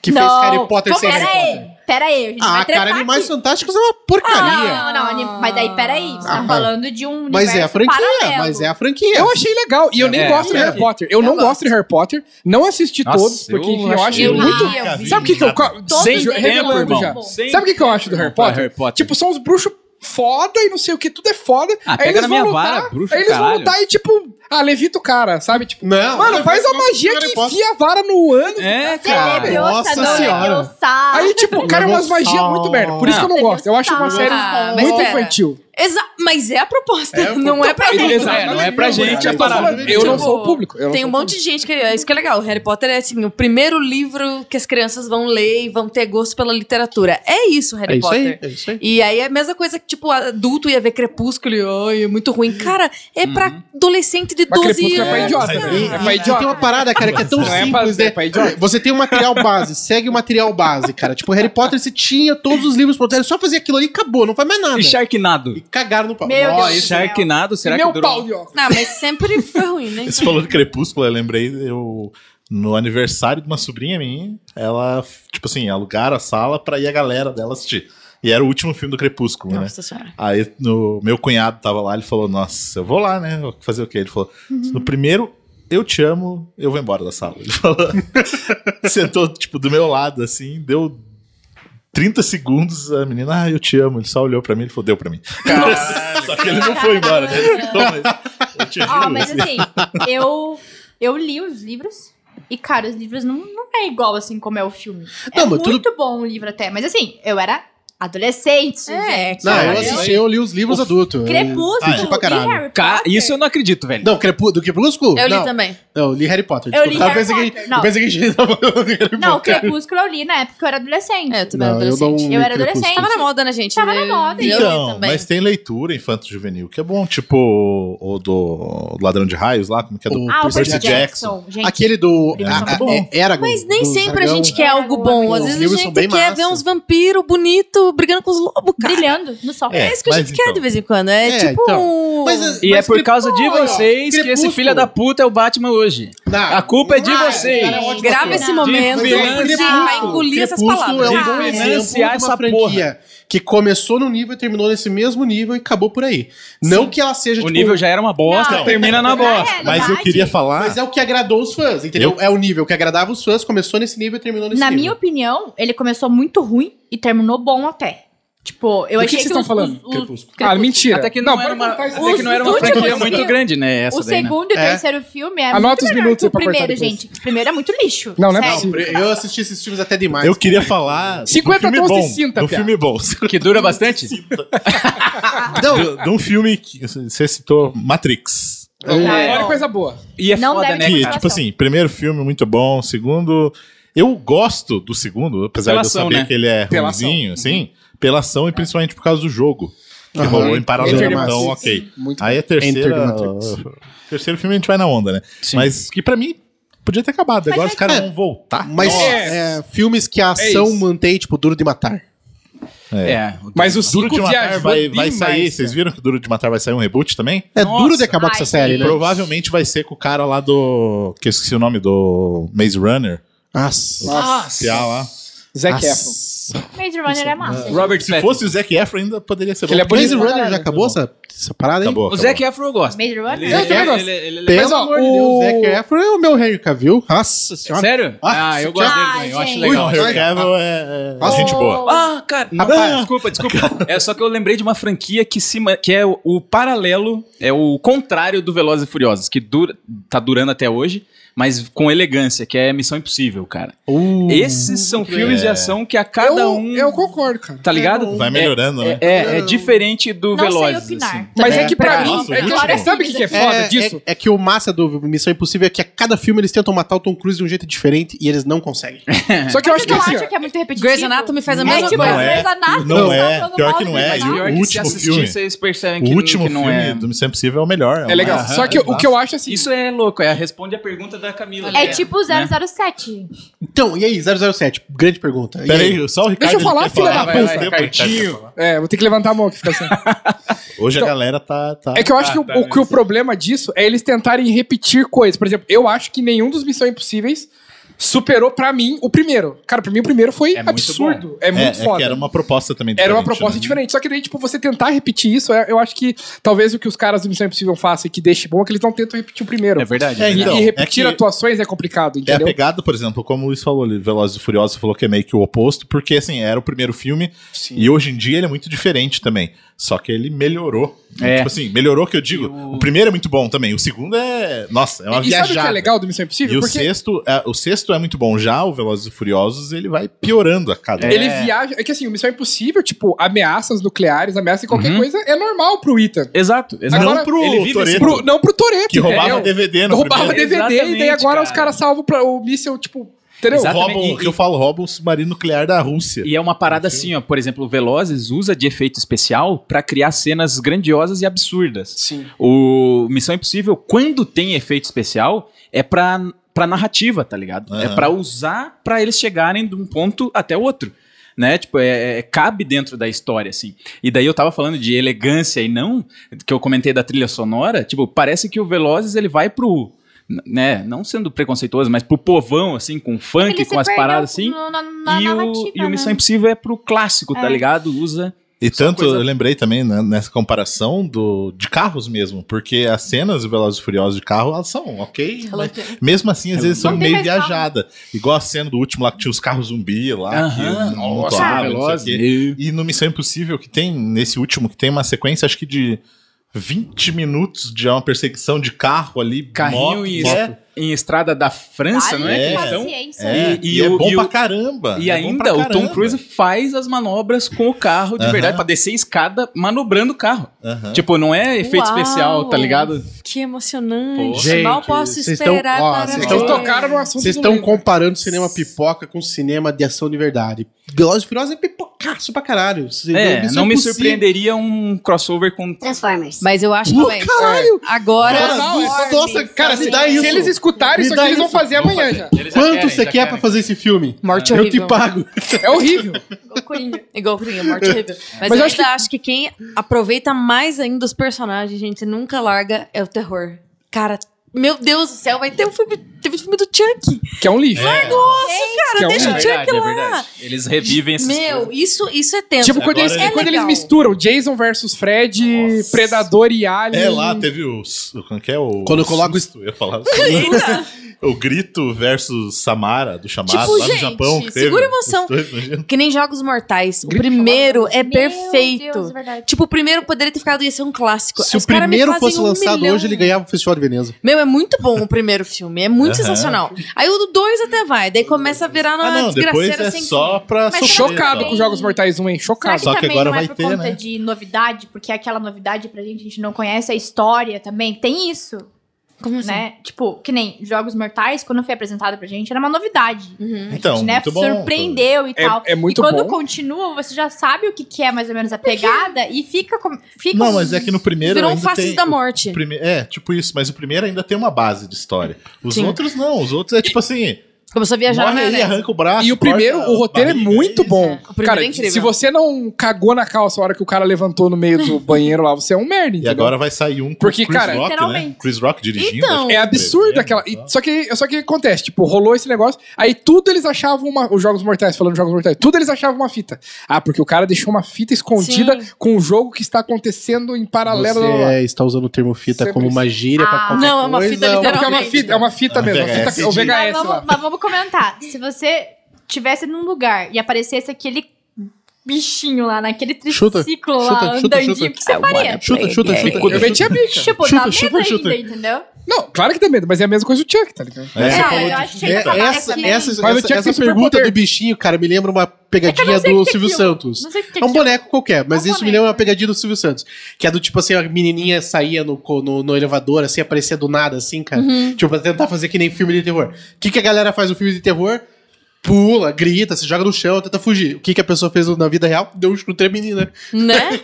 [SPEAKER 4] Que fez Harry Potter
[SPEAKER 8] Então,
[SPEAKER 4] sem Harry
[SPEAKER 8] pera
[SPEAKER 4] Potter.
[SPEAKER 8] aí, Pera aí, a gente
[SPEAKER 4] Ah,
[SPEAKER 8] vai
[SPEAKER 4] cara,
[SPEAKER 8] trepar
[SPEAKER 4] Animais
[SPEAKER 8] aqui.
[SPEAKER 4] Fantásticos é uma porcaria.
[SPEAKER 8] Não, não, não, anim- mas daí, peraí, você tá
[SPEAKER 4] Ah,
[SPEAKER 8] falando de um
[SPEAKER 4] mas é a
[SPEAKER 8] universo
[SPEAKER 4] franquia,
[SPEAKER 8] paralelo.
[SPEAKER 4] mas é a franquia.
[SPEAKER 3] Eu achei legal, e eu nem
[SPEAKER 7] É,
[SPEAKER 3] gosto de
[SPEAKER 4] é.
[SPEAKER 3] Harry Potter. Eu, não gosto. de Harry Potter, não assisti
[SPEAKER 7] Nossa,
[SPEAKER 3] todos, porque
[SPEAKER 7] eu
[SPEAKER 3] enfim, eu
[SPEAKER 7] acho
[SPEAKER 3] acho
[SPEAKER 7] que eu
[SPEAKER 6] li,
[SPEAKER 3] muito.
[SPEAKER 6] eu
[SPEAKER 2] vi.
[SPEAKER 3] Sabe o que, que eu.
[SPEAKER 6] Todos
[SPEAKER 3] Sem-
[SPEAKER 6] tempo,
[SPEAKER 3] revelando
[SPEAKER 6] irmão.
[SPEAKER 3] já.
[SPEAKER 7] Sem
[SPEAKER 3] Sabe o que, que eu acho do Harry
[SPEAKER 7] pra
[SPEAKER 3] Potter?
[SPEAKER 7] É Harry Potter.
[SPEAKER 3] Tipo, são os bruxos foda e não sei o que, tudo é foda.
[SPEAKER 7] Ah,
[SPEAKER 3] aí
[SPEAKER 7] pega
[SPEAKER 3] eles
[SPEAKER 7] na
[SPEAKER 3] vão
[SPEAKER 7] minha
[SPEAKER 3] lutar,
[SPEAKER 7] vara, bruxo,
[SPEAKER 3] aí eles vão
[SPEAKER 7] caralho.
[SPEAKER 3] lutar e tipo, ah, levita o cara, sabe? Tipo,
[SPEAKER 4] Não,
[SPEAKER 3] mano,
[SPEAKER 4] eu
[SPEAKER 3] faz a
[SPEAKER 4] gosto do
[SPEAKER 3] magia
[SPEAKER 4] Harry
[SPEAKER 3] que
[SPEAKER 4] Potter.
[SPEAKER 3] enfia a vara no ânus.
[SPEAKER 7] É,
[SPEAKER 8] Você é
[SPEAKER 7] cara.
[SPEAKER 8] leviosa,
[SPEAKER 4] Nossa
[SPEAKER 8] não
[SPEAKER 4] senhora.
[SPEAKER 8] leviosa.
[SPEAKER 4] Ah.
[SPEAKER 3] Aí, tipo, cara, é umas
[SPEAKER 4] Nossa.
[SPEAKER 3] magias muito merda. Por isso que eu não
[SPEAKER 8] Ah,
[SPEAKER 3] gosto. Eu acho uma
[SPEAKER 8] ah,
[SPEAKER 3] série
[SPEAKER 6] mas
[SPEAKER 3] muito
[SPEAKER 6] pera.
[SPEAKER 3] infantil.
[SPEAKER 6] Exa- mas é a proposta,
[SPEAKER 4] É,
[SPEAKER 6] não é pra gente.
[SPEAKER 7] Exato, não é pra gente,
[SPEAKER 3] Eu
[SPEAKER 7] é
[SPEAKER 3] tô
[SPEAKER 7] parada.
[SPEAKER 3] falando, Eu não
[SPEAKER 6] Tipo,
[SPEAKER 3] sou o público. eu não
[SPEAKER 6] Tem um
[SPEAKER 3] sou o
[SPEAKER 6] monte de gente que. é Isso que é legal. Harry Potter é assim, o primeiro livro que as crianças vão ler e vão ter gosto pela literatura. É isso, Harry
[SPEAKER 4] É isso
[SPEAKER 6] Potter.
[SPEAKER 4] aí, é isso aí.
[SPEAKER 6] E aí é a mesma coisa que, tipo, adulto ia ver Crepúsculo e, ai, é muito ruim. Cara, é pra adolescente de
[SPEAKER 3] Uhum. Mas
[SPEAKER 6] 12
[SPEAKER 3] Crepúsculo
[SPEAKER 6] anos.
[SPEAKER 3] é pra idiota,
[SPEAKER 6] cara.
[SPEAKER 3] né?
[SPEAKER 4] E,
[SPEAKER 3] É pra
[SPEAKER 4] e- e
[SPEAKER 3] idiota.
[SPEAKER 4] tem uma parada, cara, que é tão
[SPEAKER 3] Não é pra-
[SPEAKER 4] simples,
[SPEAKER 3] é
[SPEAKER 4] né?
[SPEAKER 3] pra idiota.
[SPEAKER 4] Você tem um material base, segue o material base, cara. Tipo, Harry Potter, você tinha todos os livros prontos, era só fazer aquilo ali e acabou, não faz mais nada.
[SPEAKER 7] E Sharknado.
[SPEAKER 4] E cagaram no pau.
[SPEAKER 8] Meu
[SPEAKER 7] Ó,
[SPEAKER 8] Deus
[SPEAKER 7] e
[SPEAKER 8] do céu.
[SPEAKER 7] Sharknado,
[SPEAKER 3] público.
[SPEAKER 7] será que
[SPEAKER 3] Meu
[SPEAKER 7] durou?
[SPEAKER 3] pau de óculos.
[SPEAKER 6] Não, mas sempre foi ruim, né?
[SPEAKER 2] Você falou de Crepúsculo, eu lembrei, eu, no aniversário de uma sobrinha minha, ela, tipo assim, alugaram a sala pra ir a galera dela assistir. E era o último filme do Crepúsculo, né?
[SPEAKER 6] Nossa senhora.
[SPEAKER 2] Aí no, meu cunhado tava lá, ele falou, nossa, eu vou lá, né? Vou Fazer o quê? Ele falou,
[SPEAKER 6] Uhum.
[SPEAKER 2] no primeiro, eu te amo, eu vou embora da sala. Ele falou, sentou, tipo, do meu lado, assim, deu 30 segundos, a menina, ah, eu te amo. Ele só olhou pra mim, ele falou, deu pra mim. só que ele não foi embora, né? Ele ficou, mas, eu
[SPEAKER 6] Ah,
[SPEAKER 2] te
[SPEAKER 8] Ó,
[SPEAKER 2] juro,
[SPEAKER 8] mas
[SPEAKER 2] assim.
[SPEAKER 8] assim, eu, eu li os livros. E, cara, os livros não, não é igual assim como é o filme. É
[SPEAKER 4] Não, mas tudo-
[SPEAKER 8] muito bom o livro até. Mas assim, eu era adolescente.
[SPEAKER 6] É,
[SPEAKER 8] gente.
[SPEAKER 4] Não,
[SPEAKER 6] cara.
[SPEAKER 4] eu assisti, eu li os livros adulto.
[SPEAKER 8] Crepúsculo
[SPEAKER 4] Ah, é. pra
[SPEAKER 8] e
[SPEAKER 4] caralho.
[SPEAKER 8] Harry
[SPEAKER 7] Cara,
[SPEAKER 8] Potter.
[SPEAKER 7] isso eu não acredito, velho.
[SPEAKER 4] Não, Crepú, do Crepúsculo?
[SPEAKER 6] Eu li
[SPEAKER 4] não,
[SPEAKER 6] também.
[SPEAKER 4] Não, eu li Harry Potter.
[SPEAKER 8] Eu
[SPEAKER 4] desculpa.
[SPEAKER 8] li
[SPEAKER 4] Tá,
[SPEAKER 8] Harry
[SPEAKER 4] pensei que-
[SPEAKER 8] Potter, não.
[SPEAKER 4] Eu pensei que a gente tava falando de Harry
[SPEAKER 8] Não,
[SPEAKER 4] Potter.
[SPEAKER 8] Crepúsculo eu li na época que eu era adolescente.
[SPEAKER 6] É, eu também era
[SPEAKER 4] Não, eu não
[SPEAKER 6] adolescente.
[SPEAKER 4] li
[SPEAKER 8] Eu era
[SPEAKER 4] Crepúsculo.
[SPEAKER 8] adolescente.
[SPEAKER 6] Tava na moda, né, gente?
[SPEAKER 8] Tava na
[SPEAKER 6] Eu-
[SPEAKER 8] moda,
[SPEAKER 6] eu li
[SPEAKER 2] Então,
[SPEAKER 6] também.
[SPEAKER 2] mas tem leitura infanto-juvenil, que é bom, tipo o, o do Ladrão de Raios lá, como que é do
[SPEAKER 4] O
[SPEAKER 8] Ah, o
[SPEAKER 2] Percy Jackson.
[SPEAKER 8] gente.
[SPEAKER 4] Aquele do.
[SPEAKER 8] Eles
[SPEAKER 4] a-
[SPEAKER 8] são
[SPEAKER 4] a-
[SPEAKER 8] bons.
[SPEAKER 4] é- Eragon,
[SPEAKER 6] Mas nem
[SPEAKER 4] do
[SPEAKER 6] sempre a
[SPEAKER 4] dragão.
[SPEAKER 6] gente quer
[SPEAKER 8] Ah,
[SPEAKER 6] algo bom. Às
[SPEAKER 4] Os
[SPEAKER 6] vezes a
[SPEAKER 4] livros são
[SPEAKER 6] gente
[SPEAKER 4] bem
[SPEAKER 6] quer
[SPEAKER 4] massa.
[SPEAKER 6] ver uns vampiros bonitos brigando com os lobos, cara.
[SPEAKER 8] Brilhando no sol.
[SPEAKER 6] É isso que a
[SPEAKER 2] mas
[SPEAKER 6] gente quer
[SPEAKER 2] então.
[SPEAKER 6] de vez em quando. É,
[SPEAKER 4] É,
[SPEAKER 6] tipo
[SPEAKER 4] então.
[SPEAKER 6] um...
[SPEAKER 4] Mas-
[SPEAKER 7] E é por
[SPEAKER 4] Crepú-
[SPEAKER 7] causa de vocês que esse
[SPEAKER 4] Crepúsculo.
[SPEAKER 7] filho da puta é o Batman hoje.
[SPEAKER 4] Não.
[SPEAKER 7] A culpa é de
[SPEAKER 4] Ah,
[SPEAKER 7] vocês.
[SPEAKER 4] cara, é ótimo
[SPEAKER 6] Grava
[SPEAKER 4] ator.
[SPEAKER 6] esse momento
[SPEAKER 7] Diferenciar.
[SPEAKER 6] pra engolir essas
[SPEAKER 4] um Crepúsculo
[SPEAKER 6] palavras.
[SPEAKER 4] É um
[SPEAKER 7] Ah,
[SPEAKER 4] bom
[SPEAKER 7] é.
[SPEAKER 4] exemplo de
[SPEAKER 7] Financiar
[SPEAKER 4] uma
[SPEAKER 7] essa
[SPEAKER 4] franquia que começou num nível e terminou nesse mesmo nível e acabou por aí. Não que ela seja tipo,
[SPEAKER 7] O nível já era uma
[SPEAKER 6] Ah,
[SPEAKER 7] bosta,
[SPEAKER 8] Não.
[SPEAKER 7] termina
[SPEAKER 4] é,
[SPEAKER 7] na
[SPEAKER 8] Na
[SPEAKER 7] bosta.
[SPEAKER 2] Então, Mas eu queria falar.
[SPEAKER 4] Mas é o que agradou os fãs, entendeu? É o nível que agradava os fãs, começou nesse nível e terminou nesse
[SPEAKER 8] Na minha
[SPEAKER 4] nível.
[SPEAKER 8] opinião, ele começou muito ruim e terminou bom até. Tipo,
[SPEAKER 3] Do
[SPEAKER 8] eu
[SPEAKER 3] que
[SPEAKER 8] achei
[SPEAKER 3] que vocês estão
[SPEAKER 8] os-
[SPEAKER 3] falando?
[SPEAKER 8] os- os-
[SPEAKER 4] Crepúsculo.
[SPEAKER 3] Ah, mentira. um
[SPEAKER 7] Até que não,
[SPEAKER 3] pode
[SPEAKER 7] era uma,
[SPEAKER 3] contar isso
[SPEAKER 7] até que não era uma
[SPEAKER 8] Os últimos
[SPEAKER 7] franquia muito
[SPEAKER 8] filmes.
[SPEAKER 7] grande, né? Essa
[SPEAKER 8] O
[SPEAKER 7] daí, né?
[SPEAKER 8] segundo e o
[SPEAKER 4] É.
[SPEAKER 8] terceiro filme é
[SPEAKER 3] Anota
[SPEAKER 8] muito
[SPEAKER 3] os
[SPEAKER 8] melhor
[SPEAKER 3] minutos
[SPEAKER 8] que o
[SPEAKER 3] aí pra cortar
[SPEAKER 8] primeiro,
[SPEAKER 3] depois.
[SPEAKER 8] gente. O primeiro é muito lixo.
[SPEAKER 3] Não, não é
[SPEAKER 8] sério.
[SPEAKER 3] possível.
[SPEAKER 4] Eu assisti esses filmes até demais.
[SPEAKER 2] Eu queria falar. de
[SPEAKER 3] 50
[SPEAKER 2] filme
[SPEAKER 3] tons de
[SPEAKER 2] bom,
[SPEAKER 3] cinta,
[SPEAKER 2] de um
[SPEAKER 3] piada.
[SPEAKER 2] filme bom.
[SPEAKER 7] Que dura bastante?
[SPEAKER 4] Não,
[SPEAKER 2] De, de um filme que você citou Matrix.
[SPEAKER 3] Olha que coisa boa.
[SPEAKER 7] E é
[SPEAKER 8] Não
[SPEAKER 7] foda,
[SPEAKER 8] deve
[SPEAKER 7] né,
[SPEAKER 8] ter
[SPEAKER 2] Que,
[SPEAKER 7] cara?
[SPEAKER 8] continuação.
[SPEAKER 2] tipo assim, primeiro filme muito bom, segundo. Eu gosto do segundo, apesar
[SPEAKER 7] Pelação,
[SPEAKER 2] de eu saber
[SPEAKER 7] né?
[SPEAKER 2] que ele é
[SPEAKER 3] Pelação.
[SPEAKER 2] ruimzinho, assim, pela ação
[SPEAKER 3] É.
[SPEAKER 2] e principalmente por causa do jogo. Que
[SPEAKER 4] Aham.
[SPEAKER 2] rolou em paralelo,
[SPEAKER 4] Enter the
[SPEAKER 2] então
[SPEAKER 4] Matrix.
[SPEAKER 2] ok.
[SPEAKER 3] Muito
[SPEAKER 2] Aí a
[SPEAKER 4] Enter the
[SPEAKER 2] terceira.
[SPEAKER 4] Matrix.
[SPEAKER 2] terceiro filme a gente vai na onda, né?
[SPEAKER 7] Sim.
[SPEAKER 2] Mas que pra mim podia ter acabado. Agora os caras
[SPEAKER 4] é.
[SPEAKER 2] vão voltar.
[SPEAKER 4] mas
[SPEAKER 3] Nossa.
[SPEAKER 4] é, filmes que a ação
[SPEAKER 3] isso.
[SPEAKER 4] mantém, tipo, duro de matar.
[SPEAKER 7] É.
[SPEAKER 3] Mas o
[SPEAKER 2] Duro
[SPEAKER 3] cinco
[SPEAKER 2] de Matar
[SPEAKER 3] viajou
[SPEAKER 2] vai, vai
[SPEAKER 3] demais,
[SPEAKER 2] sair.
[SPEAKER 3] cara.
[SPEAKER 2] Vocês viram que Duro de Matar vai sair um reboot também?
[SPEAKER 4] É
[SPEAKER 7] Nossa.
[SPEAKER 4] duro de acabar com essa
[SPEAKER 8] Ai,
[SPEAKER 4] série,
[SPEAKER 8] sim.
[SPEAKER 4] né?
[SPEAKER 2] Provavelmente vai ser com o cara lá do. Que eu esqueci o nome do Maze Runner.
[SPEAKER 4] Nossa.
[SPEAKER 3] Ah,
[SPEAKER 7] Ah,
[SPEAKER 2] Nossa. Lá.
[SPEAKER 3] Zac
[SPEAKER 4] Nossa.
[SPEAKER 3] Efron.
[SPEAKER 4] massa.
[SPEAKER 8] Maze Runner é massa. gente.
[SPEAKER 7] Robert
[SPEAKER 2] Se
[SPEAKER 7] Smith.
[SPEAKER 2] fosse o Zac Efron, ainda poderia ser bom.
[SPEAKER 3] Ele é
[SPEAKER 4] Maze
[SPEAKER 3] bonito pra
[SPEAKER 4] Runner
[SPEAKER 3] caralho,
[SPEAKER 4] já acabou essa, essa parada, hein?
[SPEAKER 2] Acabou,
[SPEAKER 7] O
[SPEAKER 2] acabou.
[SPEAKER 7] Zac Efron eu gosto.
[SPEAKER 8] Maze Runner?
[SPEAKER 7] Ele-
[SPEAKER 3] Eu também
[SPEAKER 7] ele-
[SPEAKER 3] gosto.
[SPEAKER 7] ele- ele- ele-
[SPEAKER 4] Pelo
[SPEAKER 3] Mas, ó,
[SPEAKER 4] amor de Deus,
[SPEAKER 3] o-
[SPEAKER 4] o Zac Efron é o meu Henry Cavill. Nossa senhora.
[SPEAKER 7] Sério?
[SPEAKER 4] Ah,
[SPEAKER 7] Ah, eu gosto dele, também, eu
[SPEAKER 8] Ah,
[SPEAKER 7] acho
[SPEAKER 8] gente.
[SPEAKER 2] Não,
[SPEAKER 7] legal.
[SPEAKER 2] o Henry Cavill é... é
[SPEAKER 4] Nossa.
[SPEAKER 2] gente boa.
[SPEAKER 7] Ah, cara, não,
[SPEAKER 4] Rapaz.
[SPEAKER 7] desculpa, desculpa. É só que eu lembrei de uma franquia que, se, ma- que é o, o paralelo, é o contrário do Velozes e Furiosos, que dura, tá durando até hoje, mas com elegância, que é Missão Impossível, cara.
[SPEAKER 2] Hum.
[SPEAKER 4] Uh,
[SPEAKER 7] Esses
[SPEAKER 2] É.
[SPEAKER 7] são filmes de ação que a cada
[SPEAKER 3] eu,
[SPEAKER 7] um.
[SPEAKER 3] Eu concordo, cara.
[SPEAKER 7] tá ligado?
[SPEAKER 2] Vai melhorando,
[SPEAKER 7] É,
[SPEAKER 2] né?
[SPEAKER 7] é- é diferente do
[SPEAKER 8] um. Não sei
[SPEAKER 7] Velozes.
[SPEAKER 8] opinar.
[SPEAKER 7] assim.
[SPEAKER 3] Mas é,
[SPEAKER 8] É,
[SPEAKER 3] que pra
[SPEAKER 8] pra
[SPEAKER 3] mim.
[SPEAKER 2] mim,
[SPEAKER 3] é que-
[SPEAKER 2] claro.
[SPEAKER 3] sabe o que, que é
[SPEAKER 4] É,
[SPEAKER 3] foda
[SPEAKER 4] é-
[SPEAKER 3] disso?
[SPEAKER 4] É, que o massa do Missão Impossível é que a cada filme eles tentam matar o Tom Cruise de um jeito diferente e eles não conseguem.
[SPEAKER 3] Só que eu acho que
[SPEAKER 8] não
[SPEAKER 3] assim.
[SPEAKER 8] acha
[SPEAKER 3] ó,
[SPEAKER 8] que é muito repetitivo?
[SPEAKER 6] Grey's Anatomy faz a
[SPEAKER 8] É
[SPEAKER 6] mesma
[SPEAKER 8] tipo
[SPEAKER 6] coisa.
[SPEAKER 2] Não é.
[SPEAKER 8] Grey's Anatomy.
[SPEAKER 2] Não
[SPEAKER 8] tá
[SPEAKER 2] é,
[SPEAKER 8] falando
[SPEAKER 2] pior
[SPEAKER 8] mal
[SPEAKER 2] que
[SPEAKER 8] do
[SPEAKER 2] não é,
[SPEAKER 8] Grey's
[SPEAKER 2] e
[SPEAKER 8] Anatomy.
[SPEAKER 7] Pior
[SPEAKER 2] O
[SPEAKER 7] que se
[SPEAKER 2] último
[SPEAKER 7] assistir,
[SPEAKER 2] filme.
[SPEAKER 7] vocês percebem que,
[SPEAKER 2] O último
[SPEAKER 7] que não
[SPEAKER 2] filme
[SPEAKER 7] é.
[SPEAKER 2] do Missão Impossível é o melhor.
[SPEAKER 3] É legal.
[SPEAKER 2] uma-
[SPEAKER 3] Só que o que eu acho assim.
[SPEAKER 7] Isso é louco, é, responde a pergunta da Camila.
[SPEAKER 8] É
[SPEAKER 7] né?
[SPEAKER 8] tipo
[SPEAKER 7] Né?
[SPEAKER 8] 007.
[SPEAKER 4] Então, e aí, 007? Grande pergunta. E
[SPEAKER 2] Pera
[SPEAKER 4] aí?
[SPEAKER 2] aí, só o Ricardo.
[SPEAKER 3] Deixa eu falar,
[SPEAKER 2] ele quer
[SPEAKER 3] filha
[SPEAKER 2] Vai,
[SPEAKER 3] da
[SPEAKER 2] vai,
[SPEAKER 3] puta,
[SPEAKER 2] vai,
[SPEAKER 7] tá
[SPEAKER 2] Ricardinho.
[SPEAKER 3] É, vou ter que levantar a mão que fica assim.
[SPEAKER 2] Hoje a galera tá... tá-
[SPEAKER 3] É que eu acho que, o, o, que o problema disso é eles tentarem repetir coisas. Por exemplo, eu acho que nenhum dos Missão Impossíveis superou pra mim o primeiro. Cara, pra mim o primeiro foi
[SPEAKER 7] É muito
[SPEAKER 3] absurdo. É
[SPEAKER 2] É,
[SPEAKER 3] muito
[SPEAKER 2] é
[SPEAKER 3] foda.
[SPEAKER 2] que era uma proposta também
[SPEAKER 3] Era uma
[SPEAKER 2] né?
[SPEAKER 3] proposta diferente. Só que daí, tipo, você tentar repetir isso, é- eu acho que talvez o que os caras do Missão Impossível façam e que deixe bom é que eles não tentam repetir o primeiro.
[SPEAKER 7] É verdade.
[SPEAKER 2] É,
[SPEAKER 7] né?
[SPEAKER 3] E-
[SPEAKER 2] então,
[SPEAKER 3] e repetir
[SPEAKER 2] é que-
[SPEAKER 3] atuações é
[SPEAKER 2] É
[SPEAKER 3] complicado,
[SPEAKER 2] a
[SPEAKER 3] entendeu?
[SPEAKER 2] pegada, por exemplo, como o Luiz falou ali, Velozes e Furiosos falou que é meio que o oposto, porque assim, era o primeiro filme e hoje em dia ele é muito diferente também. Só que ele melhorou.
[SPEAKER 7] É.
[SPEAKER 2] Tipo assim, melhorou que eu digo. O... primeiro é muito bom também, o segundo é, nossa, é uma
[SPEAKER 3] e sabe o que é
[SPEAKER 2] viajada.
[SPEAKER 3] legal do
[SPEAKER 2] E
[SPEAKER 3] Missão Impossível?
[SPEAKER 2] o sexto, é, o sexto é muito bom já, o Velozes e Furiosos, ele vai piorando a cada.
[SPEAKER 7] É.
[SPEAKER 3] Ele viaja. É que assim, o Missão Impossível, tipo, ameaças nucleares, ameaça em qualquer
[SPEAKER 7] Uhum.
[SPEAKER 3] coisa, é normal pro Ethan.
[SPEAKER 7] Exato, exato.
[SPEAKER 3] Agora,
[SPEAKER 2] pro
[SPEAKER 7] ele vive
[SPEAKER 2] Toretto.
[SPEAKER 7] esse-
[SPEAKER 3] Pro- não pro Toreto.
[SPEAKER 2] Que roubava DVD no
[SPEAKER 3] É, Roubava
[SPEAKER 2] primeiro.
[SPEAKER 3] DVD e daí
[SPEAKER 7] Exatamente,
[SPEAKER 3] agora os
[SPEAKER 7] cara.
[SPEAKER 3] caras salvam pra- o míssil, tipo. Entendeu?
[SPEAKER 7] Exato.
[SPEAKER 2] Roubam,
[SPEAKER 7] Exatamente.
[SPEAKER 2] o que eu falo, roubam o submarino nuclear da Rússia.
[SPEAKER 7] E é uma parada assim, ó, por exemplo, o Velozes usa de efeito especial pra criar cenas grandiosas e absurdas.
[SPEAKER 3] Sim.
[SPEAKER 7] O Missão Impossível, quando tem efeito especial, é pra, pra narrativa, tá ligado? É
[SPEAKER 2] Aham.
[SPEAKER 7] pra usar pra eles chegarem de um ponto até o outro. Né? Tipo, é, é- cabe dentro da história, assim. E daí eu tava falando de elegância e não, que eu comentei da trilha sonora, tipo, parece que o Velozes ele vai pro. Né, não sendo preconceituoso, mas pro povão, assim, com funk,
[SPEAKER 8] Ele se
[SPEAKER 7] com as
[SPEAKER 8] perdeu
[SPEAKER 7] paradas assim.
[SPEAKER 8] no- na- na
[SPEAKER 7] e, o,
[SPEAKER 8] narrativa,
[SPEAKER 7] e o
[SPEAKER 8] né?
[SPEAKER 7] Missão Impossível é pro clássico, tá
[SPEAKER 8] É.
[SPEAKER 7] ligado? Usa.
[SPEAKER 2] E
[SPEAKER 7] Só
[SPEAKER 2] tanto,
[SPEAKER 7] é coisa-
[SPEAKER 2] eu lembrei também né, nessa comparação do, de carros mesmo, porque as cenas do Velozes e Furiosos de carro, elas são ok, mas mesmo assim, às vezes são
[SPEAKER 8] Não tem
[SPEAKER 2] meio
[SPEAKER 8] mais carro.
[SPEAKER 2] viajadas. Igual a cena do último lá que tinha os carros zumbi lá, que
[SPEAKER 7] Aham,
[SPEAKER 2] não atuavam, né? não sei o quê.
[SPEAKER 7] Meu.
[SPEAKER 2] E no Missão Impossível, que tem, nesse último, que tem uma sequência, acho que de 20 minutos de uma perseguição de carro ali,
[SPEAKER 7] Carrinho
[SPEAKER 2] moto,
[SPEAKER 7] e
[SPEAKER 2] moto.
[SPEAKER 7] é. em estrada da França,
[SPEAKER 8] Vale
[SPEAKER 7] não é?
[SPEAKER 2] É.
[SPEAKER 7] que
[SPEAKER 8] a
[SPEAKER 7] estão?
[SPEAKER 8] paciência. né?
[SPEAKER 2] É,
[SPEAKER 7] E-
[SPEAKER 2] e,
[SPEAKER 7] e
[SPEAKER 2] é
[SPEAKER 7] o-
[SPEAKER 2] bom
[SPEAKER 7] e
[SPEAKER 2] pra
[SPEAKER 7] o-
[SPEAKER 2] caramba.
[SPEAKER 7] E
[SPEAKER 2] é bom pra
[SPEAKER 7] ainda o Tom
[SPEAKER 2] caramba.
[SPEAKER 7] Cruise faz as manobras com o carro de
[SPEAKER 2] Aham.
[SPEAKER 7] verdade, pra descer a escada manobrando o carro.
[SPEAKER 2] Aham.
[SPEAKER 7] Tipo, não é efeito
[SPEAKER 6] Uau.
[SPEAKER 7] especial, tá ligado?
[SPEAKER 6] Que emocionante.
[SPEAKER 7] Pô.
[SPEAKER 6] Mal
[SPEAKER 4] Gente,
[SPEAKER 6] posso
[SPEAKER 4] vocês estão-
[SPEAKER 6] esperar
[SPEAKER 4] ó,
[SPEAKER 6] para
[SPEAKER 4] vocês
[SPEAKER 6] ver.
[SPEAKER 3] Vocês tocaram no assunto
[SPEAKER 4] Vocês
[SPEAKER 3] do
[SPEAKER 4] estão
[SPEAKER 3] livro.
[SPEAKER 4] comparando cinema pipoca com cinema de ação de verdade. Velozes e Furiosos é pipocaço pra caralho. Vocês-
[SPEAKER 7] É,
[SPEAKER 4] Missão
[SPEAKER 7] não me
[SPEAKER 4] Impossível-
[SPEAKER 7] surpreenderia um crossover com.
[SPEAKER 5] Transformers.
[SPEAKER 6] Mas eu acho
[SPEAKER 4] Pô,
[SPEAKER 6] também.
[SPEAKER 4] Uh,
[SPEAKER 6] é,
[SPEAKER 4] caralho!
[SPEAKER 6] Agora.
[SPEAKER 4] Cara,
[SPEAKER 3] Total,
[SPEAKER 6] Ford,
[SPEAKER 4] nossa, cara, se
[SPEAKER 6] sabe?
[SPEAKER 4] dá é isso.
[SPEAKER 3] Se eles escutarem
[SPEAKER 4] Me
[SPEAKER 3] isso
[SPEAKER 4] dá
[SPEAKER 3] aqui, eles vão
[SPEAKER 4] isso.
[SPEAKER 3] fazer amanhã já.
[SPEAKER 4] Quanto você quer pra fazer esse filme?
[SPEAKER 6] Morte
[SPEAKER 4] Eu te
[SPEAKER 6] horrível.
[SPEAKER 4] pago.
[SPEAKER 3] É horrível.
[SPEAKER 6] Igual Coringa. Igual Coringa, morte horrível. tipo. Mas,
[SPEAKER 3] Mas eu
[SPEAKER 6] eu
[SPEAKER 3] acho
[SPEAKER 6] ainda acho que quem aproveita mais ainda os personagens, gente, nunca larga, é o terror. Cara, meu Deus do céu, vai ter um filme. Teve um filme do Chuck.
[SPEAKER 3] Que é um lixo.
[SPEAKER 6] Nossa, cara,
[SPEAKER 3] que é um
[SPEAKER 6] deixa o
[SPEAKER 3] lixo.
[SPEAKER 6] Chuck lá.
[SPEAKER 7] Eles revivem esses.
[SPEAKER 6] Meu, isso, isso é tenso.
[SPEAKER 3] Tipo, quando, eles,
[SPEAKER 6] é
[SPEAKER 3] quando eles
[SPEAKER 6] legal.
[SPEAKER 3] misturam Jason versus Fred, Predador e Alien.
[SPEAKER 2] É lá, teve os. Como que é o.
[SPEAKER 4] Quando eu coloco
[SPEAKER 2] isso. Eu ia falar. o- o grito versus Samara, do chamado,
[SPEAKER 6] Tipo,
[SPEAKER 2] lá
[SPEAKER 6] gente,
[SPEAKER 2] no Japão. que teve
[SPEAKER 6] segura a emoção.
[SPEAKER 2] os dois, imagina.
[SPEAKER 6] Que nem Jogos Mortais. O primeiro é
[SPEAKER 8] Meu
[SPEAKER 6] perfeito.
[SPEAKER 8] Deus, é verdade.
[SPEAKER 6] Tipo, o primeiro poderia ter ficado, ia ser um clássico.
[SPEAKER 4] Se
[SPEAKER 6] Os
[SPEAKER 4] o
[SPEAKER 6] cara me
[SPEAKER 4] primeiro
[SPEAKER 6] fazem
[SPEAKER 4] fosse
[SPEAKER 6] um
[SPEAKER 4] lançado
[SPEAKER 6] milhão.
[SPEAKER 4] hoje, ele ganhava o Festival de Veneza.
[SPEAKER 6] Meu, é muito bom o primeiro filme. É
[SPEAKER 2] Aham.
[SPEAKER 6] muito sensacional. Aí o do dois até vai. Daí começa a virar
[SPEAKER 2] Ah,
[SPEAKER 6] uma
[SPEAKER 2] não, depois
[SPEAKER 6] desgraceira assim
[SPEAKER 2] é
[SPEAKER 6] sem
[SPEAKER 2] só pra
[SPEAKER 8] Mas
[SPEAKER 2] sofrer,
[SPEAKER 3] Chocado
[SPEAKER 2] só.
[SPEAKER 3] com Jogos Mortais 1, hein?
[SPEAKER 8] Será
[SPEAKER 3] Chocado.
[SPEAKER 8] que
[SPEAKER 2] Só que
[SPEAKER 8] também
[SPEAKER 2] agora
[SPEAKER 8] não é
[SPEAKER 2] vai
[SPEAKER 8] por
[SPEAKER 2] ter,
[SPEAKER 8] conta
[SPEAKER 2] né?
[SPEAKER 8] de novidade, porque é aquela novidade pra gente, a gente não conhece a história também. Tem isso,
[SPEAKER 6] fim. Como assim?
[SPEAKER 8] né? Tipo, que nem Jogos Mortais, quando foi apresentado pra gente, era uma novidade.
[SPEAKER 6] Uhum.
[SPEAKER 2] Então,
[SPEAKER 8] né?
[SPEAKER 2] muito bom.
[SPEAKER 8] Surpreendeu e
[SPEAKER 3] É-
[SPEAKER 8] tal.
[SPEAKER 3] é muito
[SPEAKER 8] e quando
[SPEAKER 3] bom.
[SPEAKER 8] continua, você já sabe o que, que é mais ou menos a pegada e fica com. Fica
[SPEAKER 2] Não, mas é que no primeiro.
[SPEAKER 6] Virou um
[SPEAKER 2] ainda
[SPEAKER 6] Faces
[SPEAKER 2] tem
[SPEAKER 6] da
[SPEAKER 2] o
[SPEAKER 6] Morte.
[SPEAKER 2] prime- É, tipo isso, mas o primeiro ainda tem uma base de história. Os
[SPEAKER 6] Sim.
[SPEAKER 2] outros não, os outros é tipo assim.
[SPEAKER 6] Começou a viajar
[SPEAKER 2] Olha,
[SPEAKER 6] na
[SPEAKER 2] ele
[SPEAKER 6] maionese.
[SPEAKER 2] arranca o braço.
[SPEAKER 3] E o primeiro,
[SPEAKER 2] corta
[SPEAKER 3] o roteiro é
[SPEAKER 2] barriga.
[SPEAKER 3] muito bom.
[SPEAKER 6] O primeiro
[SPEAKER 3] Cara,
[SPEAKER 6] é incrível.
[SPEAKER 3] se você não cagou na calça a hora que o cara levantou no meio do banheiro lá, você é um merda,
[SPEAKER 2] E
[SPEAKER 3] entendeu?
[SPEAKER 2] agora vai sair um com
[SPEAKER 3] Porque,
[SPEAKER 2] o Chris
[SPEAKER 3] cara,
[SPEAKER 2] Rock, né?
[SPEAKER 8] literalmente.
[SPEAKER 2] Chris Rock dirigindo.
[SPEAKER 6] Então.
[SPEAKER 2] acho que
[SPEAKER 3] É absurdo
[SPEAKER 2] Primeiro,
[SPEAKER 3] aquela. e-
[SPEAKER 2] tá?
[SPEAKER 3] só que só que acontece, tipo, rolou esse negócio, aí tudo eles achavam uma. Os Jogos Mortais, falando de Jogos Mortais, tudo eles achavam uma fita. Ah, porque o cara deixou uma fita escondida
[SPEAKER 6] Sim.
[SPEAKER 3] com o jogo que está acontecendo em paralelo. Ah, blá, blá,
[SPEAKER 2] é
[SPEAKER 3] blá.
[SPEAKER 4] Você está usando o termo fita
[SPEAKER 3] Sempre
[SPEAKER 4] como uma gíria pra
[SPEAKER 8] Ah,
[SPEAKER 4] qualquer
[SPEAKER 6] não, é uma
[SPEAKER 4] coisa,
[SPEAKER 6] fita
[SPEAKER 4] ou-
[SPEAKER 3] É porque é uma
[SPEAKER 6] Literalmente.
[SPEAKER 3] fita, é uma fita
[SPEAKER 2] Ah,
[SPEAKER 3] mesmo, uma
[SPEAKER 2] VHS,
[SPEAKER 3] fita, o é
[SPEAKER 2] de-
[SPEAKER 8] Mas
[SPEAKER 3] VHS lá.
[SPEAKER 8] vamos, mas vamos comentar. Se você tivesse num lugar e aparecesse aquele bichinho lá, naquele
[SPEAKER 4] Chuta,
[SPEAKER 8] triciclo lá,
[SPEAKER 4] chuta, chuta,
[SPEAKER 8] andandinho,
[SPEAKER 4] chuta. É
[SPEAKER 8] o que você faria? É,
[SPEAKER 4] Chuta, chuta, chuta.
[SPEAKER 3] Eu meti a bica.
[SPEAKER 8] Tipo,
[SPEAKER 4] Chuta,
[SPEAKER 8] dá medo
[SPEAKER 4] chuta,
[SPEAKER 8] ainda,
[SPEAKER 4] chuta.
[SPEAKER 8] entendeu?
[SPEAKER 3] Não, claro que dá medo, mas é a mesma coisa do Chuck, tá ligado?
[SPEAKER 2] É, você
[SPEAKER 8] É,
[SPEAKER 2] falou
[SPEAKER 8] eu
[SPEAKER 2] de
[SPEAKER 8] acho que
[SPEAKER 4] É,
[SPEAKER 8] ele tá
[SPEAKER 4] essa
[SPEAKER 8] falando
[SPEAKER 4] essa,
[SPEAKER 8] também.
[SPEAKER 3] Mas o
[SPEAKER 4] essa,
[SPEAKER 3] Chuck
[SPEAKER 4] essa
[SPEAKER 3] tem super
[SPEAKER 4] pergunta
[SPEAKER 3] poder.
[SPEAKER 4] do bichinho, cara, me lembra uma pegadinha
[SPEAKER 8] não sei o
[SPEAKER 4] do
[SPEAKER 8] que é
[SPEAKER 4] Silvio
[SPEAKER 8] aquilo.
[SPEAKER 4] Santos.
[SPEAKER 8] Não sei o que é
[SPEAKER 4] É um
[SPEAKER 8] aquilo.
[SPEAKER 4] boneco qualquer, mas
[SPEAKER 8] É
[SPEAKER 4] isso
[SPEAKER 8] um
[SPEAKER 4] me
[SPEAKER 8] boneco.
[SPEAKER 4] lembra uma pegadinha do Silvio Santos. Que é do tipo assim, a menininha saía no, co- no, no elevador, assim, aparecia do nada, assim, cara.
[SPEAKER 6] Uhum.
[SPEAKER 4] Tipo, pra tentar fazer que nem filme de terror. O que, que a galera faz no filme de terror? Pula, grita, se joga no chão, tenta fugir. O que, que a pessoa fez na vida real? Deu um chute na menina.
[SPEAKER 6] Né?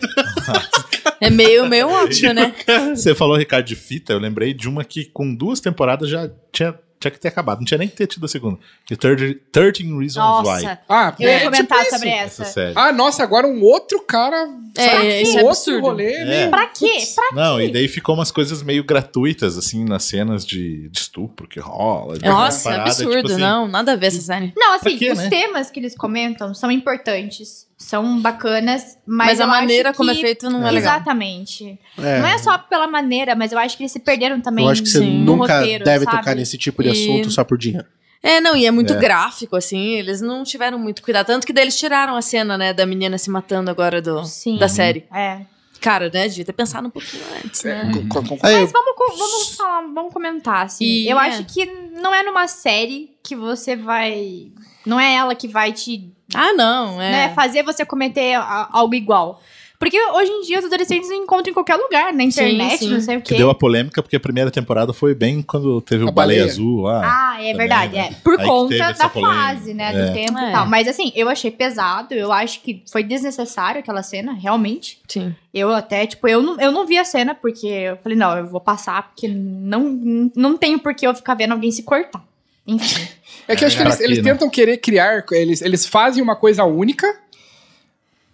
[SPEAKER 6] é meio, meio ótimo, né?
[SPEAKER 2] Você falou, Ricardo, de fita, eu lembrei de uma que com duas temporadas já tinha, tinha que ter acabado. Não tinha nem que ter tido a segunda. Que 30, 13 Reasons Why.
[SPEAKER 8] Nossa,
[SPEAKER 3] Ah,
[SPEAKER 8] eu
[SPEAKER 3] é
[SPEAKER 8] ia
[SPEAKER 3] tipo
[SPEAKER 8] comentar
[SPEAKER 3] isso.
[SPEAKER 8] sobre essa.
[SPEAKER 2] Essa série.
[SPEAKER 3] Ah, nossa, agora um outro cara.
[SPEAKER 6] É,
[SPEAKER 3] sabe?
[SPEAKER 6] isso
[SPEAKER 3] um
[SPEAKER 6] é
[SPEAKER 3] outro
[SPEAKER 6] absurdo.
[SPEAKER 3] rolê. né?
[SPEAKER 2] É.
[SPEAKER 3] meio-
[SPEAKER 8] Pra quê? Pra
[SPEAKER 2] Não, e daí ficou umas coisas meio gratuitas, assim, nas cenas de, de estupro que rola. de
[SPEAKER 6] Nossa,
[SPEAKER 2] né?
[SPEAKER 6] é
[SPEAKER 2] parada,
[SPEAKER 6] absurdo,
[SPEAKER 2] tipo assim,
[SPEAKER 6] não. Nada a ver essa série.
[SPEAKER 8] Não, assim,
[SPEAKER 2] Pra quê,
[SPEAKER 8] os
[SPEAKER 2] né?
[SPEAKER 8] temas que eles comentam são importantes, são bacanas, mas,
[SPEAKER 6] Mas, a
[SPEAKER 8] eu
[SPEAKER 6] maneira
[SPEAKER 8] acho
[SPEAKER 6] como é
[SPEAKER 8] que-
[SPEAKER 6] feito não é legal.
[SPEAKER 8] Exatamente.
[SPEAKER 4] É.
[SPEAKER 8] Não é só pela maneira, mas eu acho que eles se perderam também
[SPEAKER 4] Eu acho que você
[SPEAKER 6] sim.
[SPEAKER 8] no
[SPEAKER 4] nunca
[SPEAKER 8] roteiro,
[SPEAKER 4] deve
[SPEAKER 8] sabe?
[SPEAKER 4] tocar nesse tipo de
[SPEAKER 6] um E-
[SPEAKER 4] assunto só por dinheiro.
[SPEAKER 6] É, não, e é muito
[SPEAKER 2] É.
[SPEAKER 6] gráfico, assim. Eles não tiveram muito cuidado. Tanto que daí eles tiraram a cena, né, da menina se matando agora do,
[SPEAKER 8] Sim.
[SPEAKER 6] da série.
[SPEAKER 8] É.
[SPEAKER 6] Cara, né, devia ter pensado um pouquinho antes, né?
[SPEAKER 3] Com- com- com-
[SPEAKER 4] Aí eu-
[SPEAKER 8] Mas vamos, co- vamos falar, vamos comentar, assim.
[SPEAKER 6] E-
[SPEAKER 8] eu
[SPEAKER 6] é.
[SPEAKER 8] acho que não é numa série que você vai... Não é ela que vai te
[SPEAKER 6] Ah, não, é.
[SPEAKER 8] né, fazer você cometer a- algo igual. Porque hoje em dia os adolescentes encontram em qualquer lugar, na internet,
[SPEAKER 6] sim.
[SPEAKER 8] não sei o
[SPEAKER 2] Que
[SPEAKER 8] quê.
[SPEAKER 2] deu a polêmica, porque a primeira temporada foi bem quando teve
[SPEAKER 3] A
[SPEAKER 2] o Baleia,
[SPEAKER 3] baleia.
[SPEAKER 2] Azul lá.
[SPEAKER 8] Ah, é
[SPEAKER 2] também,
[SPEAKER 8] verdade,
[SPEAKER 2] né?
[SPEAKER 8] é. Por
[SPEAKER 2] Aí que teve
[SPEAKER 8] conta
[SPEAKER 2] essa
[SPEAKER 8] da
[SPEAKER 2] polêmica.
[SPEAKER 8] fase, né, do
[SPEAKER 2] É.
[SPEAKER 8] tempo
[SPEAKER 6] É.
[SPEAKER 8] e tal. Mas assim, eu achei pesado, eu acho que foi desnecessário aquela cena, realmente.
[SPEAKER 6] Sim.
[SPEAKER 8] Eu até, tipo, eu não, eu não vi a cena porque eu falei, não, eu vou passar porque não, não tenho por que eu ficar vendo alguém se cortar. Enfim.
[SPEAKER 3] É que eu acho que
[SPEAKER 2] Pra
[SPEAKER 3] eles,
[SPEAKER 2] quê,
[SPEAKER 3] eles
[SPEAKER 2] né?
[SPEAKER 3] tentam querer criar, eles, eles fazem uma coisa única.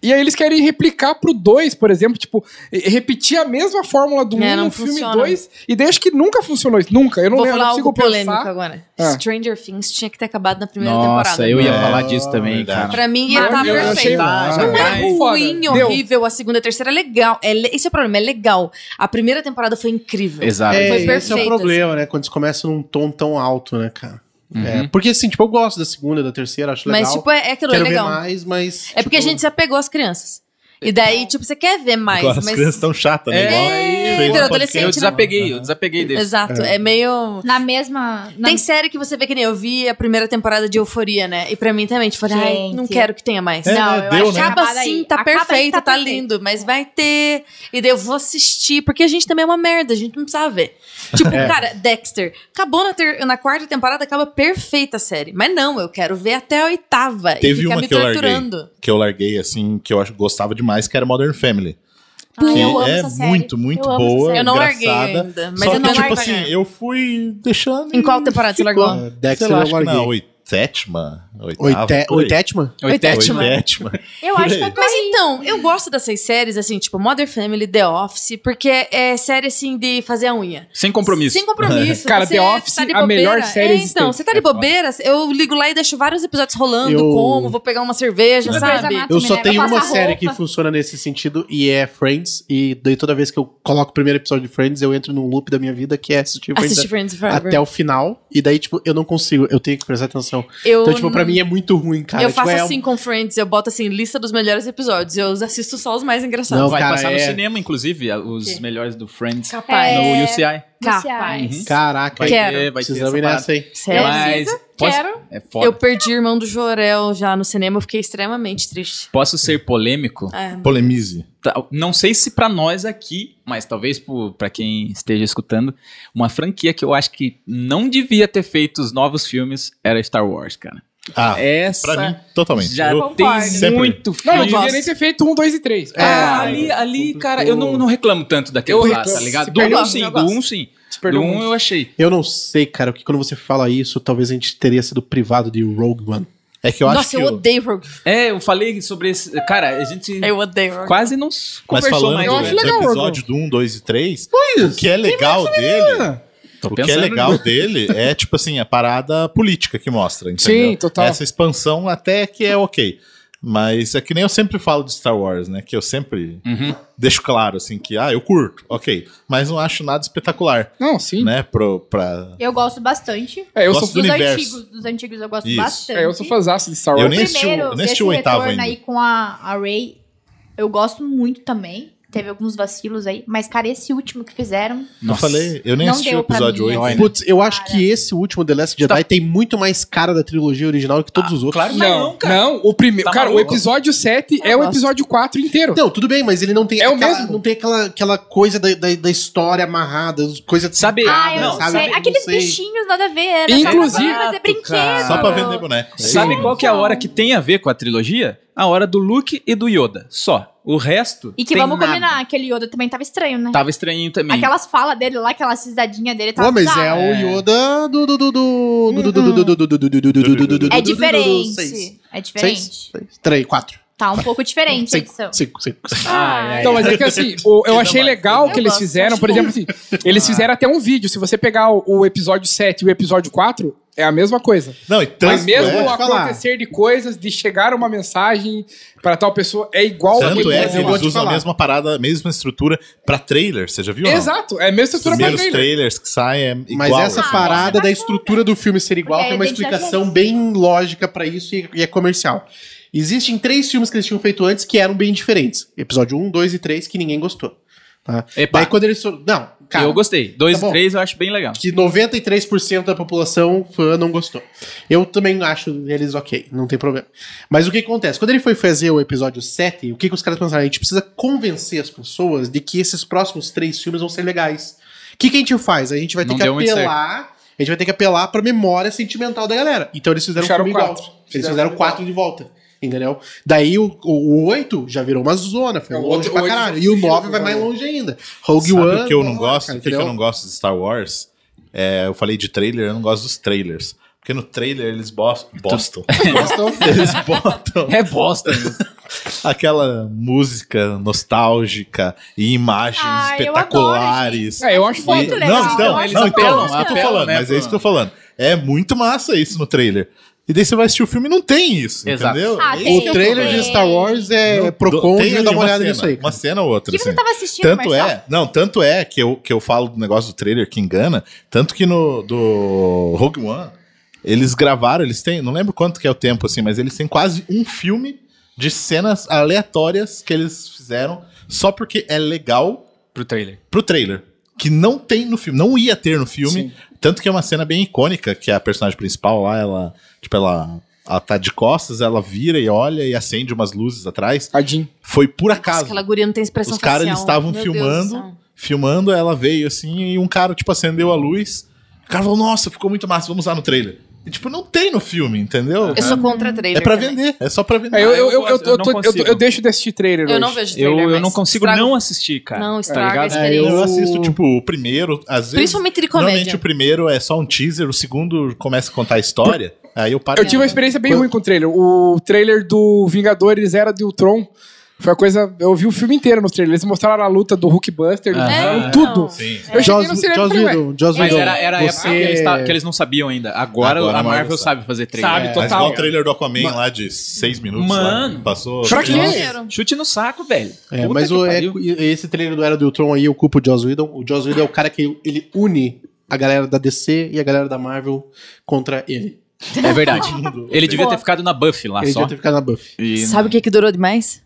[SPEAKER 3] E aí eles querem replicar pro 2, por exemplo, tipo, e- repetir a mesma fórmula do 1
[SPEAKER 6] É,
[SPEAKER 3] um,
[SPEAKER 6] não
[SPEAKER 3] no filme
[SPEAKER 6] funciona.
[SPEAKER 3] 2. E daí acho que nunca funcionou isso. Nunca. Eu não,
[SPEAKER 6] Vou
[SPEAKER 3] lembro,
[SPEAKER 6] falar
[SPEAKER 3] não consigo
[SPEAKER 6] algo polêmico
[SPEAKER 3] pensar.
[SPEAKER 6] agora.
[SPEAKER 3] Ah.
[SPEAKER 6] Stranger Things tinha que ter acabado na primeira
[SPEAKER 7] Nossa,
[SPEAKER 6] temporada.
[SPEAKER 7] eu ia
[SPEAKER 2] É,
[SPEAKER 7] falar disso também,
[SPEAKER 2] verdade.
[SPEAKER 7] cara.
[SPEAKER 6] Pra mim ia
[SPEAKER 8] Mas
[SPEAKER 6] estar
[SPEAKER 8] eu
[SPEAKER 6] perfeito.
[SPEAKER 3] achei
[SPEAKER 7] Verdade,
[SPEAKER 6] Não é
[SPEAKER 3] verdade.
[SPEAKER 6] ruim,
[SPEAKER 3] Foda. Deu.
[SPEAKER 6] horrível. A segunda e a terceira é legal. É le- Esse é o problema, é legal. A primeira temporada foi incrível.
[SPEAKER 7] Exato.
[SPEAKER 4] É,
[SPEAKER 6] Foi
[SPEAKER 4] esse é o
[SPEAKER 6] perfeito, assim.
[SPEAKER 4] problema, né? Quando você começa num tom tão alto, né, cara? É, porque assim, tipo, eu gosto da segunda, da terceira, acho legal.
[SPEAKER 6] Mas, tipo, é, é aquilo,
[SPEAKER 4] Quero
[SPEAKER 6] é legal.
[SPEAKER 4] ver mais, mas... tipo,
[SPEAKER 6] É porque a gente se apegou às crianças. E daí, tipo, você quer ver mais.
[SPEAKER 2] Agora as
[SPEAKER 6] mas...
[SPEAKER 2] crianças estão chatas, né?
[SPEAKER 7] É,
[SPEAKER 2] Igual
[SPEAKER 6] é,
[SPEAKER 2] fez
[SPEAKER 6] virou
[SPEAKER 2] um podcast.
[SPEAKER 6] adolescente,
[SPEAKER 7] Eu
[SPEAKER 6] né?
[SPEAKER 7] desapeguei, eu desapeguei dele.
[SPEAKER 6] Exato, é, meio.
[SPEAKER 8] Na mesma. na-
[SPEAKER 6] Tem série que você vê que nem eu vi a primeira temporada de Euforia, né? E pra mim também, tipo, ai,
[SPEAKER 8] Gente.
[SPEAKER 6] não quero que tenha mais.
[SPEAKER 2] É,
[SPEAKER 8] não,
[SPEAKER 2] né, deu,
[SPEAKER 8] eu acho
[SPEAKER 2] né?
[SPEAKER 8] que
[SPEAKER 6] Acaba
[SPEAKER 8] acabada
[SPEAKER 6] assim,
[SPEAKER 8] aí.
[SPEAKER 6] tá
[SPEAKER 8] Acaba aí,
[SPEAKER 6] perfeito, tá,
[SPEAKER 8] perfeito.
[SPEAKER 6] lindo, mas vai ter. E daí eu vou assistir, porque a gente também é uma merda, a gente não precisava ver. Tipo, cara, Dexter, acabou na, ter- na quarta temporada, acaba perfeita a série. Mas não, eu quero ver até a oitava
[SPEAKER 2] Teve
[SPEAKER 6] e ficar
[SPEAKER 2] uma
[SPEAKER 6] me
[SPEAKER 2] que eu larguei.
[SPEAKER 6] torturando.
[SPEAKER 2] que eu larguei, assim, que eu acho- gostava demais, que era Modern Family.
[SPEAKER 8] Ah,
[SPEAKER 2] que
[SPEAKER 8] eu amo
[SPEAKER 2] é
[SPEAKER 8] essa série.
[SPEAKER 2] muito, muito
[SPEAKER 8] Eu amo essa
[SPEAKER 2] boa.
[SPEAKER 8] série.
[SPEAKER 6] Eu não larguei
[SPEAKER 2] engraçada.
[SPEAKER 6] ainda, mas
[SPEAKER 2] Só
[SPEAKER 6] eu
[SPEAKER 2] que,
[SPEAKER 6] não
[SPEAKER 2] tipo
[SPEAKER 6] larguei.
[SPEAKER 2] assim, eu fui deixando.
[SPEAKER 6] Em qual temporada você largou?
[SPEAKER 4] É, Dexter
[SPEAKER 2] sei lá,
[SPEAKER 4] eu
[SPEAKER 2] acho que na
[SPEAKER 4] larguei.
[SPEAKER 2] oit- sétima,
[SPEAKER 7] Ah,
[SPEAKER 2] oitava,
[SPEAKER 4] Oite,
[SPEAKER 2] por aí.
[SPEAKER 4] oitétima?
[SPEAKER 6] Oitétima.
[SPEAKER 2] Oitétima.
[SPEAKER 8] Eu
[SPEAKER 2] Por
[SPEAKER 8] acho que
[SPEAKER 2] aí.
[SPEAKER 8] eu tô
[SPEAKER 6] Mas
[SPEAKER 8] aí.
[SPEAKER 6] então, eu gosto dessas séries, assim, tipo Mother Family, The Office, porque é série, assim, de fazer a unha.
[SPEAKER 7] Sem compromisso.
[SPEAKER 6] Sem compromisso.
[SPEAKER 3] Cara,
[SPEAKER 6] você
[SPEAKER 3] The Office,
[SPEAKER 6] tá de
[SPEAKER 3] a
[SPEAKER 6] bobeira.
[SPEAKER 3] melhor série
[SPEAKER 6] É, então,
[SPEAKER 3] existente.
[SPEAKER 6] você tá de bobeira, eu ligo lá e deixo vários episódios rolando,
[SPEAKER 4] Eu-
[SPEAKER 6] como, vou pegar uma cerveja, sabe?
[SPEAKER 8] Anatomy,
[SPEAKER 4] Eu só
[SPEAKER 8] né?
[SPEAKER 4] tenho
[SPEAKER 8] Vai
[SPEAKER 4] uma
[SPEAKER 8] passar
[SPEAKER 4] série
[SPEAKER 8] roupa.
[SPEAKER 4] que funciona nesse sentido e é Friends. E daí toda vez que eu coloco o primeiro episódio de Friends, eu entro num loop da minha vida que é assistir Friends
[SPEAKER 6] Assistir Friends Forever.
[SPEAKER 4] até o final. E daí, tipo, eu não consigo, eu tenho que prestar atenção.
[SPEAKER 6] eu,
[SPEAKER 4] Então, tipo, pra mim é muito ruim, cara.
[SPEAKER 6] eu
[SPEAKER 4] Tipo,
[SPEAKER 6] faço
[SPEAKER 4] é um-
[SPEAKER 6] assim com Friends, eu boto assim, lista dos melhores episódios, eu assisto só os mais engraçados.
[SPEAKER 4] Não,
[SPEAKER 7] Vai
[SPEAKER 4] Cara,
[SPEAKER 7] passar no
[SPEAKER 4] é-
[SPEAKER 7] cinema, inclusive, a- os
[SPEAKER 6] quê?
[SPEAKER 7] melhores do Friends
[SPEAKER 6] Capaz.
[SPEAKER 7] no UCI.
[SPEAKER 8] então,
[SPEAKER 6] Capaz.
[SPEAKER 7] Uhum.
[SPEAKER 4] Caraca,
[SPEAKER 7] Vai
[SPEAKER 6] Quero.
[SPEAKER 7] ter, vai ter essa
[SPEAKER 4] precisamos ir
[SPEAKER 7] parada.
[SPEAKER 4] nessa aí.
[SPEAKER 6] Sério?
[SPEAKER 7] Mas posso,
[SPEAKER 8] Quero.
[SPEAKER 7] é foda.
[SPEAKER 6] Eu perdi irmão do Jorel já no cinema, eu fiquei extremamente triste.
[SPEAKER 7] Posso ser polêmico?
[SPEAKER 6] É.
[SPEAKER 2] Polemize.
[SPEAKER 7] Tá, Não sei se pra nós aqui, mas talvez pro- pra quem esteja escutando, uma franquia que eu acho que não devia ter feito os novos filmes era Star Wars, cara.
[SPEAKER 2] Ah,
[SPEAKER 7] Essa
[SPEAKER 2] pra mim, totalmente.
[SPEAKER 7] já
[SPEAKER 2] Eu-
[SPEAKER 7] tem
[SPEAKER 2] Sempre.
[SPEAKER 7] muito
[SPEAKER 3] Não, não
[SPEAKER 7] fio.
[SPEAKER 3] devia nem ter feito um, dois e três.
[SPEAKER 6] É.
[SPEAKER 7] Ah, ali, ali, cara, eu não, não reclamo tanto daquele
[SPEAKER 3] Eu
[SPEAKER 7] lá, tá
[SPEAKER 3] reclamo.
[SPEAKER 7] ligado?
[SPEAKER 3] Se
[SPEAKER 7] Do
[SPEAKER 3] perdeu,
[SPEAKER 7] um
[SPEAKER 3] se
[SPEAKER 7] sim,
[SPEAKER 3] eu
[SPEAKER 7] do
[SPEAKER 3] gosto.
[SPEAKER 7] um sim.
[SPEAKER 3] Se
[SPEAKER 7] Do
[SPEAKER 3] perdeu
[SPEAKER 7] um
[SPEAKER 3] muito.
[SPEAKER 7] eu achei.
[SPEAKER 4] Eu não sei, cara, porque quando você fala isso, talvez a gente teria sido privado de Rogue One.
[SPEAKER 2] É que eu acho
[SPEAKER 6] Nossa,
[SPEAKER 2] que.
[SPEAKER 6] eu
[SPEAKER 2] o-
[SPEAKER 6] odeio Rogue.
[SPEAKER 7] É, eu falei sobre esse. Cara, a gente
[SPEAKER 6] Eu odeio Rogue.
[SPEAKER 7] quase não s-
[SPEAKER 2] Mas
[SPEAKER 7] conversou
[SPEAKER 2] falando
[SPEAKER 7] mais.
[SPEAKER 3] eu
[SPEAKER 2] do,
[SPEAKER 7] né?
[SPEAKER 3] acho legal,
[SPEAKER 2] do episódio do 1, 2 e 3, o que é legal dele.
[SPEAKER 3] né?
[SPEAKER 2] O que é
[SPEAKER 7] pensando
[SPEAKER 2] legal dele é, tipo assim, a parada política que mostra, entendeu?
[SPEAKER 3] Sim, total.
[SPEAKER 2] Essa expansão até que é ok. Mas é que nem eu sempre falo de Star Wars, né? Que eu sempre
[SPEAKER 7] Uhum.
[SPEAKER 2] deixo claro, assim, que, ah, eu curto, ok. Mas não acho nada espetacular,
[SPEAKER 3] Não, sim.
[SPEAKER 2] né? Pro, pra...
[SPEAKER 8] Eu gosto bastante.
[SPEAKER 3] É, eu sou,
[SPEAKER 2] Gosto do
[SPEAKER 8] Dos
[SPEAKER 2] universo.
[SPEAKER 8] antigos, dos antigos eu gosto
[SPEAKER 2] Isso.
[SPEAKER 8] bastante.
[SPEAKER 3] é, eu sou fãzaço de Star
[SPEAKER 2] Eu
[SPEAKER 3] Wars.
[SPEAKER 2] nem- assisti o-
[SPEAKER 8] primeiro,
[SPEAKER 2] nem assisti
[SPEAKER 8] esse
[SPEAKER 2] o oitavo
[SPEAKER 8] retorno
[SPEAKER 2] ainda.
[SPEAKER 8] aí com a, a Ray, eu gosto muito também. Teve alguns vacilos aí, mas, cara, esse último que fizeram.
[SPEAKER 2] Não falei, eu nem
[SPEAKER 8] Não
[SPEAKER 2] assisti o
[SPEAKER 8] deu pra
[SPEAKER 2] episódio 8.
[SPEAKER 8] mim,
[SPEAKER 7] É,
[SPEAKER 8] assim.
[SPEAKER 2] né?
[SPEAKER 4] Putz, eu acho que esse último The Last
[SPEAKER 7] Tá.
[SPEAKER 4] Jedi tem muito mais cara da trilogia original que
[SPEAKER 7] Ah,
[SPEAKER 4] todos os outros.
[SPEAKER 7] Claro que não,
[SPEAKER 3] Não,
[SPEAKER 7] cara.
[SPEAKER 3] não, o primeiro.
[SPEAKER 7] Tá
[SPEAKER 3] cara, o
[SPEAKER 7] maluco?
[SPEAKER 3] episódio 7 é
[SPEAKER 6] Eu
[SPEAKER 3] o
[SPEAKER 6] gosto.
[SPEAKER 3] episódio 4 inteiro.
[SPEAKER 4] Não, tudo bem, mas ele não tem
[SPEAKER 3] É o
[SPEAKER 4] aquela,
[SPEAKER 3] mesmo.
[SPEAKER 4] não tem aquela, aquela coisa da, da, da história amarrada, coisa
[SPEAKER 7] Sabe-
[SPEAKER 4] truncada,
[SPEAKER 7] Ah, eu não
[SPEAKER 4] sabe?
[SPEAKER 8] sei,
[SPEAKER 4] Não
[SPEAKER 8] aqueles
[SPEAKER 4] sei.
[SPEAKER 8] bichinhos nada a ver. Era
[SPEAKER 3] Inclusive-
[SPEAKER 8] pra fazer brinquedo.
[SPEAKER 2] Só pra vender boneco.
[SPEAKER 7] Sabe qual que é a hora que tem a ver com a trilogia? A hora do Luke e do Yoda. Só. O resto.
[SPEAKER 8] E que
[SPEAKER 7] tem
[SPEAKER 8] vamos
[SPEAKER 7] nada.
[SPEAKER 8] combinar, aquele Yoda também tava estranho, né?
[SPEAKER 7] Tava estranhinho também.
[SPEAKER 8] Aquelas falas dele lá, aquela cisadinha dele tava
[SPEAKER 4] Pô, mas é
[SPEAKER 8] bizarra.
[SPEAKER 4] o Yoda do do do do do do do do do do do do do do do do do do do
[SPEAKER 8] É diferente.
[SPEAKER 4] Seis.
[SPEAKER 8] É diferente.
[SPEAKER 4] Seis, seis, três, quatro,
[SPEAKER 8] Tá um pouco diferente a
[SPEAKER 4] cinco,
[SPEAKER 8] edição.
[SPEAKER 4] cinco, cinco.
[SPEAKER 7] Ah, é.
[SPEAKER 3] Então, mas é que assim, o- eu achei legal o que
[SPEAKER 6] Eu
[SPEAKER 3] eles
[SPEAKER 6] gosto,
[SPEAKER 3] fizeram.
[SPEAKER 6] acho
[SPEAKER 3] Por exemplo, assim, eles fizeram até um vídeo. Se você pegar o, o episódio 7 e o episódio 4, é a mesma coisa.
[SPEAKER 2] Não, e
[SPEAKER 3] Mas
[SPEAKER 2] tanto,
[SPEAKER 4] é,
[SPEAKER 3] mesmo o
[SPEAKER 4] deixa eu falar.
[SPEAKER 3] acontecer de coisas, de chegar uma mensagem pra tal pessoa, é igual
[SPEAKER 2] tanto
[SPEAKER 3] aquele
[SPEAKER 2] é que
[SPEAKER 3] desenho.
[SPEAKER 4] vou
[SPEAKER 2] eles
[SPEAKER 4] te
[SPEAKER 2] usam a
[SPEAKER 4] falar.
[SPEAKER 2] mesma parada, a mesma estrutura pra trailer, você já viu? ou não?
[SPEAKER 3] Exato, é a mesma
[SPEAKER 2] Os
[SPEAKER 3] estrutura pra
[SPEAKER 2] primeiros
[SPEAKER 3] trailer.
[SPEAKER 2] trailers que saem é igual.
[SPEAKER 4] Mas essa
[SPEAKER 8] Ah,
[SPEAKER 4] parada
[SPEAKER 8] mas é
[SPEAKER 4] da estrutura do filme ser igual
[SPEAKER 8] Porque
[SPEAKER 4] tem
[SPEAKER 8] a
[SPEAKER 4] uma
[SPEAKER 8] identidade
[SPEAKER 4] explicação
[SPEAKER 8] é essa.
[SPEAKER 4] bem lógica pra isso e, e é comercial. Existem três filmes que eles tinham feito antes que eram bem diferentes. Episódio 1, 2 e 3, que ninguém gostou. Tá?
[SPEAKER 7] Epa.
[SPEAKER 4] Daí quando eles... foram- Não, cara,
[SPEAKER 7] eu gostei.
[SPEAKER 4] tá
[SPEAKER 7] Dois e
[SPEAKER 4] bom.
[SPEAKER 7] três eu acho bem legal.
[SPEAKER 4] que 93% da população fã não gostou. Eu também acho eles ok, não tem problema. Mas o que acontece? Quando ele foi fazer o episódio 7, o que, que os caras pensaram? A gente precisa convencer as pessoas de que esses próximos três filmes vão ser legais. O que, que a gente faz? A gente vai ter
[SPEAKER 7] Não
[SPEAKER 4] que
[SPEAKER 7] deu muito
[SPEAKER 4] apelar. A gente vai ter que apelar pra memória sentimental da galera. Então eles fizeram um
[SPEAKER 3] Puxaram
[SPEAKER 4] filme
[SPEAKER 3] quatro.
[SPEAKER 4] igual. Eles fizeram quatro de volta. Entendeu? Daí o, o, 8 já virou uma zona, foi
[SPEAKER 3] É, o
[SPEAKER 4] longe
[SPEAKER 3] outro-
[SPEAKER 4] pra
[SPEAKER 3] o oito já
[SPEAKER 4] caralho.
[SPEAKER 3] foi
[SPEAKER 4] E o 9 vai
[SPEAKER 3] horrível,
[SPEAKER 4] mais
[SPEAKER 3] né?
[SPEAKER 4] longe ainda. Rogue
[SPEAKER 2] Sabe
[SPEAKER 4] One.
[SPEAKER 2] o que eu não
[SPEAKER 4] blá, blá, blá,
[SPEAKER 2] gosto?
[SPEAKER 4] cara,
[SPEAKER 2] o que que
[SPEAKER 4] entendeu?
[SPEAKER 2] eu não gosto de Star Wars? É, eu falei de trailer, eu não gosto dos trailers. Porque no trailer eles bos- bostam. eles botam
[SPEAKER 7] É bosta. mesmo.
[SPEAKER 2] aquela música nostálgica e imagens
[SPEAKER 8] Ai, eu
[SPEAKER 2] espetaculares.
[SPEAKER 3] É, eu acho
[SPEAKER 2] E-
[SPEAKER 3] foda.
[SPEAKER 8] Muito legal.
[SPEAKER 2] Não, então,
[SPEAKER 8] Eu
[SPEAKER 7] acho
[SPEAKER 2] não, então,
[SPEAKER 7] apelam,
[SPEAKER 2] é isso que eu tô
[SPEAKER 7] apelam,
[SPEAKER 2] falando,
[SPEAKER 7] né,
[SPEAKER 2] mas é isso que
[SPEAKER 7] pro-
[SPEAKER 2] eu tô falando. É muito massa isso no trailer. E daí você vai assistir o filme e não tem isso,
[SPEAKER 7] Exato.
[SPEAKER 2] entendeu?
[SPEAKER 8] Ah,
[SPEAKER 2] É
[SPEAKER 8] tem.
[SPEAKER 2] isso que
[SPEAKER 4] O
[SPEAKER 2] eu
[SPEAKER 4] trailer
[SPEAKER 2] tô
[SPEAKER 4] de
[SPEAKER 2] falando.
[SPEAKER 4] Star Wars é
[SPEAKER 2] Não, do-
[SPEAKER 4] Procon
[SPEAKER 2] tem ali
[SPEAKER 4] e dá
[SPEAKER 2] uma
[SPEAKER 4] uma olhada
[SPEAKER 2] cena,
[SPEAKER 4] nisso aí.
[SPEAKER 2] Uma
[SPEAKER 4] cara.
[SPEAKER 2] cena ou
[SPEAKER 8] O
[SPEAKER 2] outra.
[SPEAKER 8] que você
[SPEAKER 2] assim.
[SPEAKER 8] tava assistindo,
[SPEAKER 2] Tanto
[SPEAKER 8] Marcelo?
[SPEAKER 2] é, não, tanto é que eu, que eu falo do negócio do trailer que engana, tanto que no do Rogue One, eles gravaram, eles têm, não lembro quanto que é o tempo assim, mas eles têm quase um filme de cenas aleatórias que eles fizeram só porque é legal
[SPEAKER 7] Pro trailer.
[SPEAKER 2] pro trailer, que não tem no filme, não ia ter no filme,
[SPEAKER 3] Sim.
[SPEAKER 2] tanto que é uma cena bem icônica, que é a personagem principal lá, ela, tipo, ela, ela tá de costas, ela vira e olha e acende umas luzes atrás.
[SPEAKER 3] Tadinho.
[SPEAKER 2] Foi por
[SPEAKER 6] Nossa,
[SPEAKER 2] acaso
[SPEAKER 6] aquela guria não tem expressão
[SPEAKER 2] os caras eles
[SPEAKER 6] facial.
[SPEAKER 2] estavam
[SPEAKER 6] Meu Deus do
[SPEAKER 2] filmando,
[SPEAKER 6] céu.
[SPEAKER 2] filmando, ela veio assim e um cara tipo acendeu a luz. O cara falou: "Nossa, ficou muito massa, vamos usar no trailer". E, tipo, não tem no filme, entendeu?
[SPEAKER 6] Eu sou contra trailer.
[SPEAKER 2] É pra
[SPEAKER 6] também.
[SPEAKER 2] vender, é só pra vender.
[SPEAKER 3] É, eu, eu,
[SPEAKER 7] eu
[SPEAKER 3] eu, eu,
[SPEAKER 7] gosto, eu não
[SPEAKER 3] tô- eu tô-
[SPEAKER 7] consigo.
[SPEAKER 3] eu deixo de assistir trailer
[SPEAKER 6] Eu
[SPEAKER 3] hoje.
[SPEAKER 6] não vejo
[SPEAKER 7] Eu,
[SPEAKER 6] trailer.
[SPEAKER 7] eu
[SPEAKER 6] mas
[SPEAKER 7] não consigo
[SPEAKER 6] estraga-
[SPEAKER 7] não assistir, cara.
[SPEAKER 6] Não,
[SPEAKER 7] tá
[SPEAKER 6] estraga a
[SPEAKER 7] ligado?
[SPEAKER 6] experiência.
[SPEAKER 2] eu assisto tipo o primeiro, às vezes.
[SPEAKER 6] Principalmente de
[SPEAKER 2] Normalmente
[SPEAKER 6] comédia.
[SPEAKER 2] o primeiro é só um teaser, o segundo começa a contar a história, aí eu paro.
[SPEAKER 3] Eu tive uma experiência bem ruim com o trailer. O trailer do Vingadores Era de Ultron foi a coisa. Eu vi o filme inteiro no trailer. Eles mostraram a luta do Hulkbuster, eles
[SPEAKER 7] Ah.
[SPEAKER 3] mostraram
[SPEAKER 6] É,
[SPEAKER 3] tudo.
[SPEAKER 6] então.
[SPEAKER 2] Sim.
[SPEAKER 3] Eu cheguei no
[SPEAKER 4] Joss
[SPEAKER 3] cinema e
[SPEAKER 4] Joss
[SPEAKER 3] falei, ué,
[SPEAKER 4] Whedon, Joss
[SPEAKER 7] Mas
[SPEAKER 4] Whedon,
[SPEAKER 7] era, era a época
[SPEAKER 4] você-
[SPEAKER 7] que eles, ta- que eles não sabiam ainda. Agora,
[SPEAKER 2] Agora
[SPEAKER 7] a
[SPEAKER 2] a Marvel
[SPEAKER 4] um
[SPEAKER 7] Marvel
[SPEAKER 2] sabe.
[SPEAKER 7] sabe fazer trailer.
[SPEAKER 3] Sabe,
[SPEAKER 7] É.
[SPEAKER 2] Mas
[SPEAKER 3] total.
[SPEAKER 2] igual o trailer do Aquaman lá de seis minutos.
[SPEAKER 7] Mano.
[SPEAKER 2] lá, passou.
[SPEAKER 3] Pra
[SPEAKER 2] sei
[SPEAKER 3] quê?
[SPEAKER 2] lá.
[SPEAKER 7] Chute no saco, velho.
[SPEAKER 4] É,
[SPEAKER 7] Puta
[SPEAKER 4] mas
[SPEAKER 7] que
[SPEAKER 4] o- é-
[SPEAKER 7] pariu.
[SPEAKER 4] esse trailer do Era do Ultron aí, eu culpo o Joss Whedon. O Joss Whedon é o cara que ele une a galera da DC e a galera da Marvel contra ele.
[SPEAKER 7] É verdade. Ele devia
[SPEAKER 6] Boa.
[SPEAKER 7] ter ficado na Buff lá
[SPEAKER 4] ele
[SPEAKER 7] só.
[SPEAKER 4] devia ter ficado na Buff.
[SPEAKER 7] E-
[SPEAKER 6] Sabe o que, que durou demais?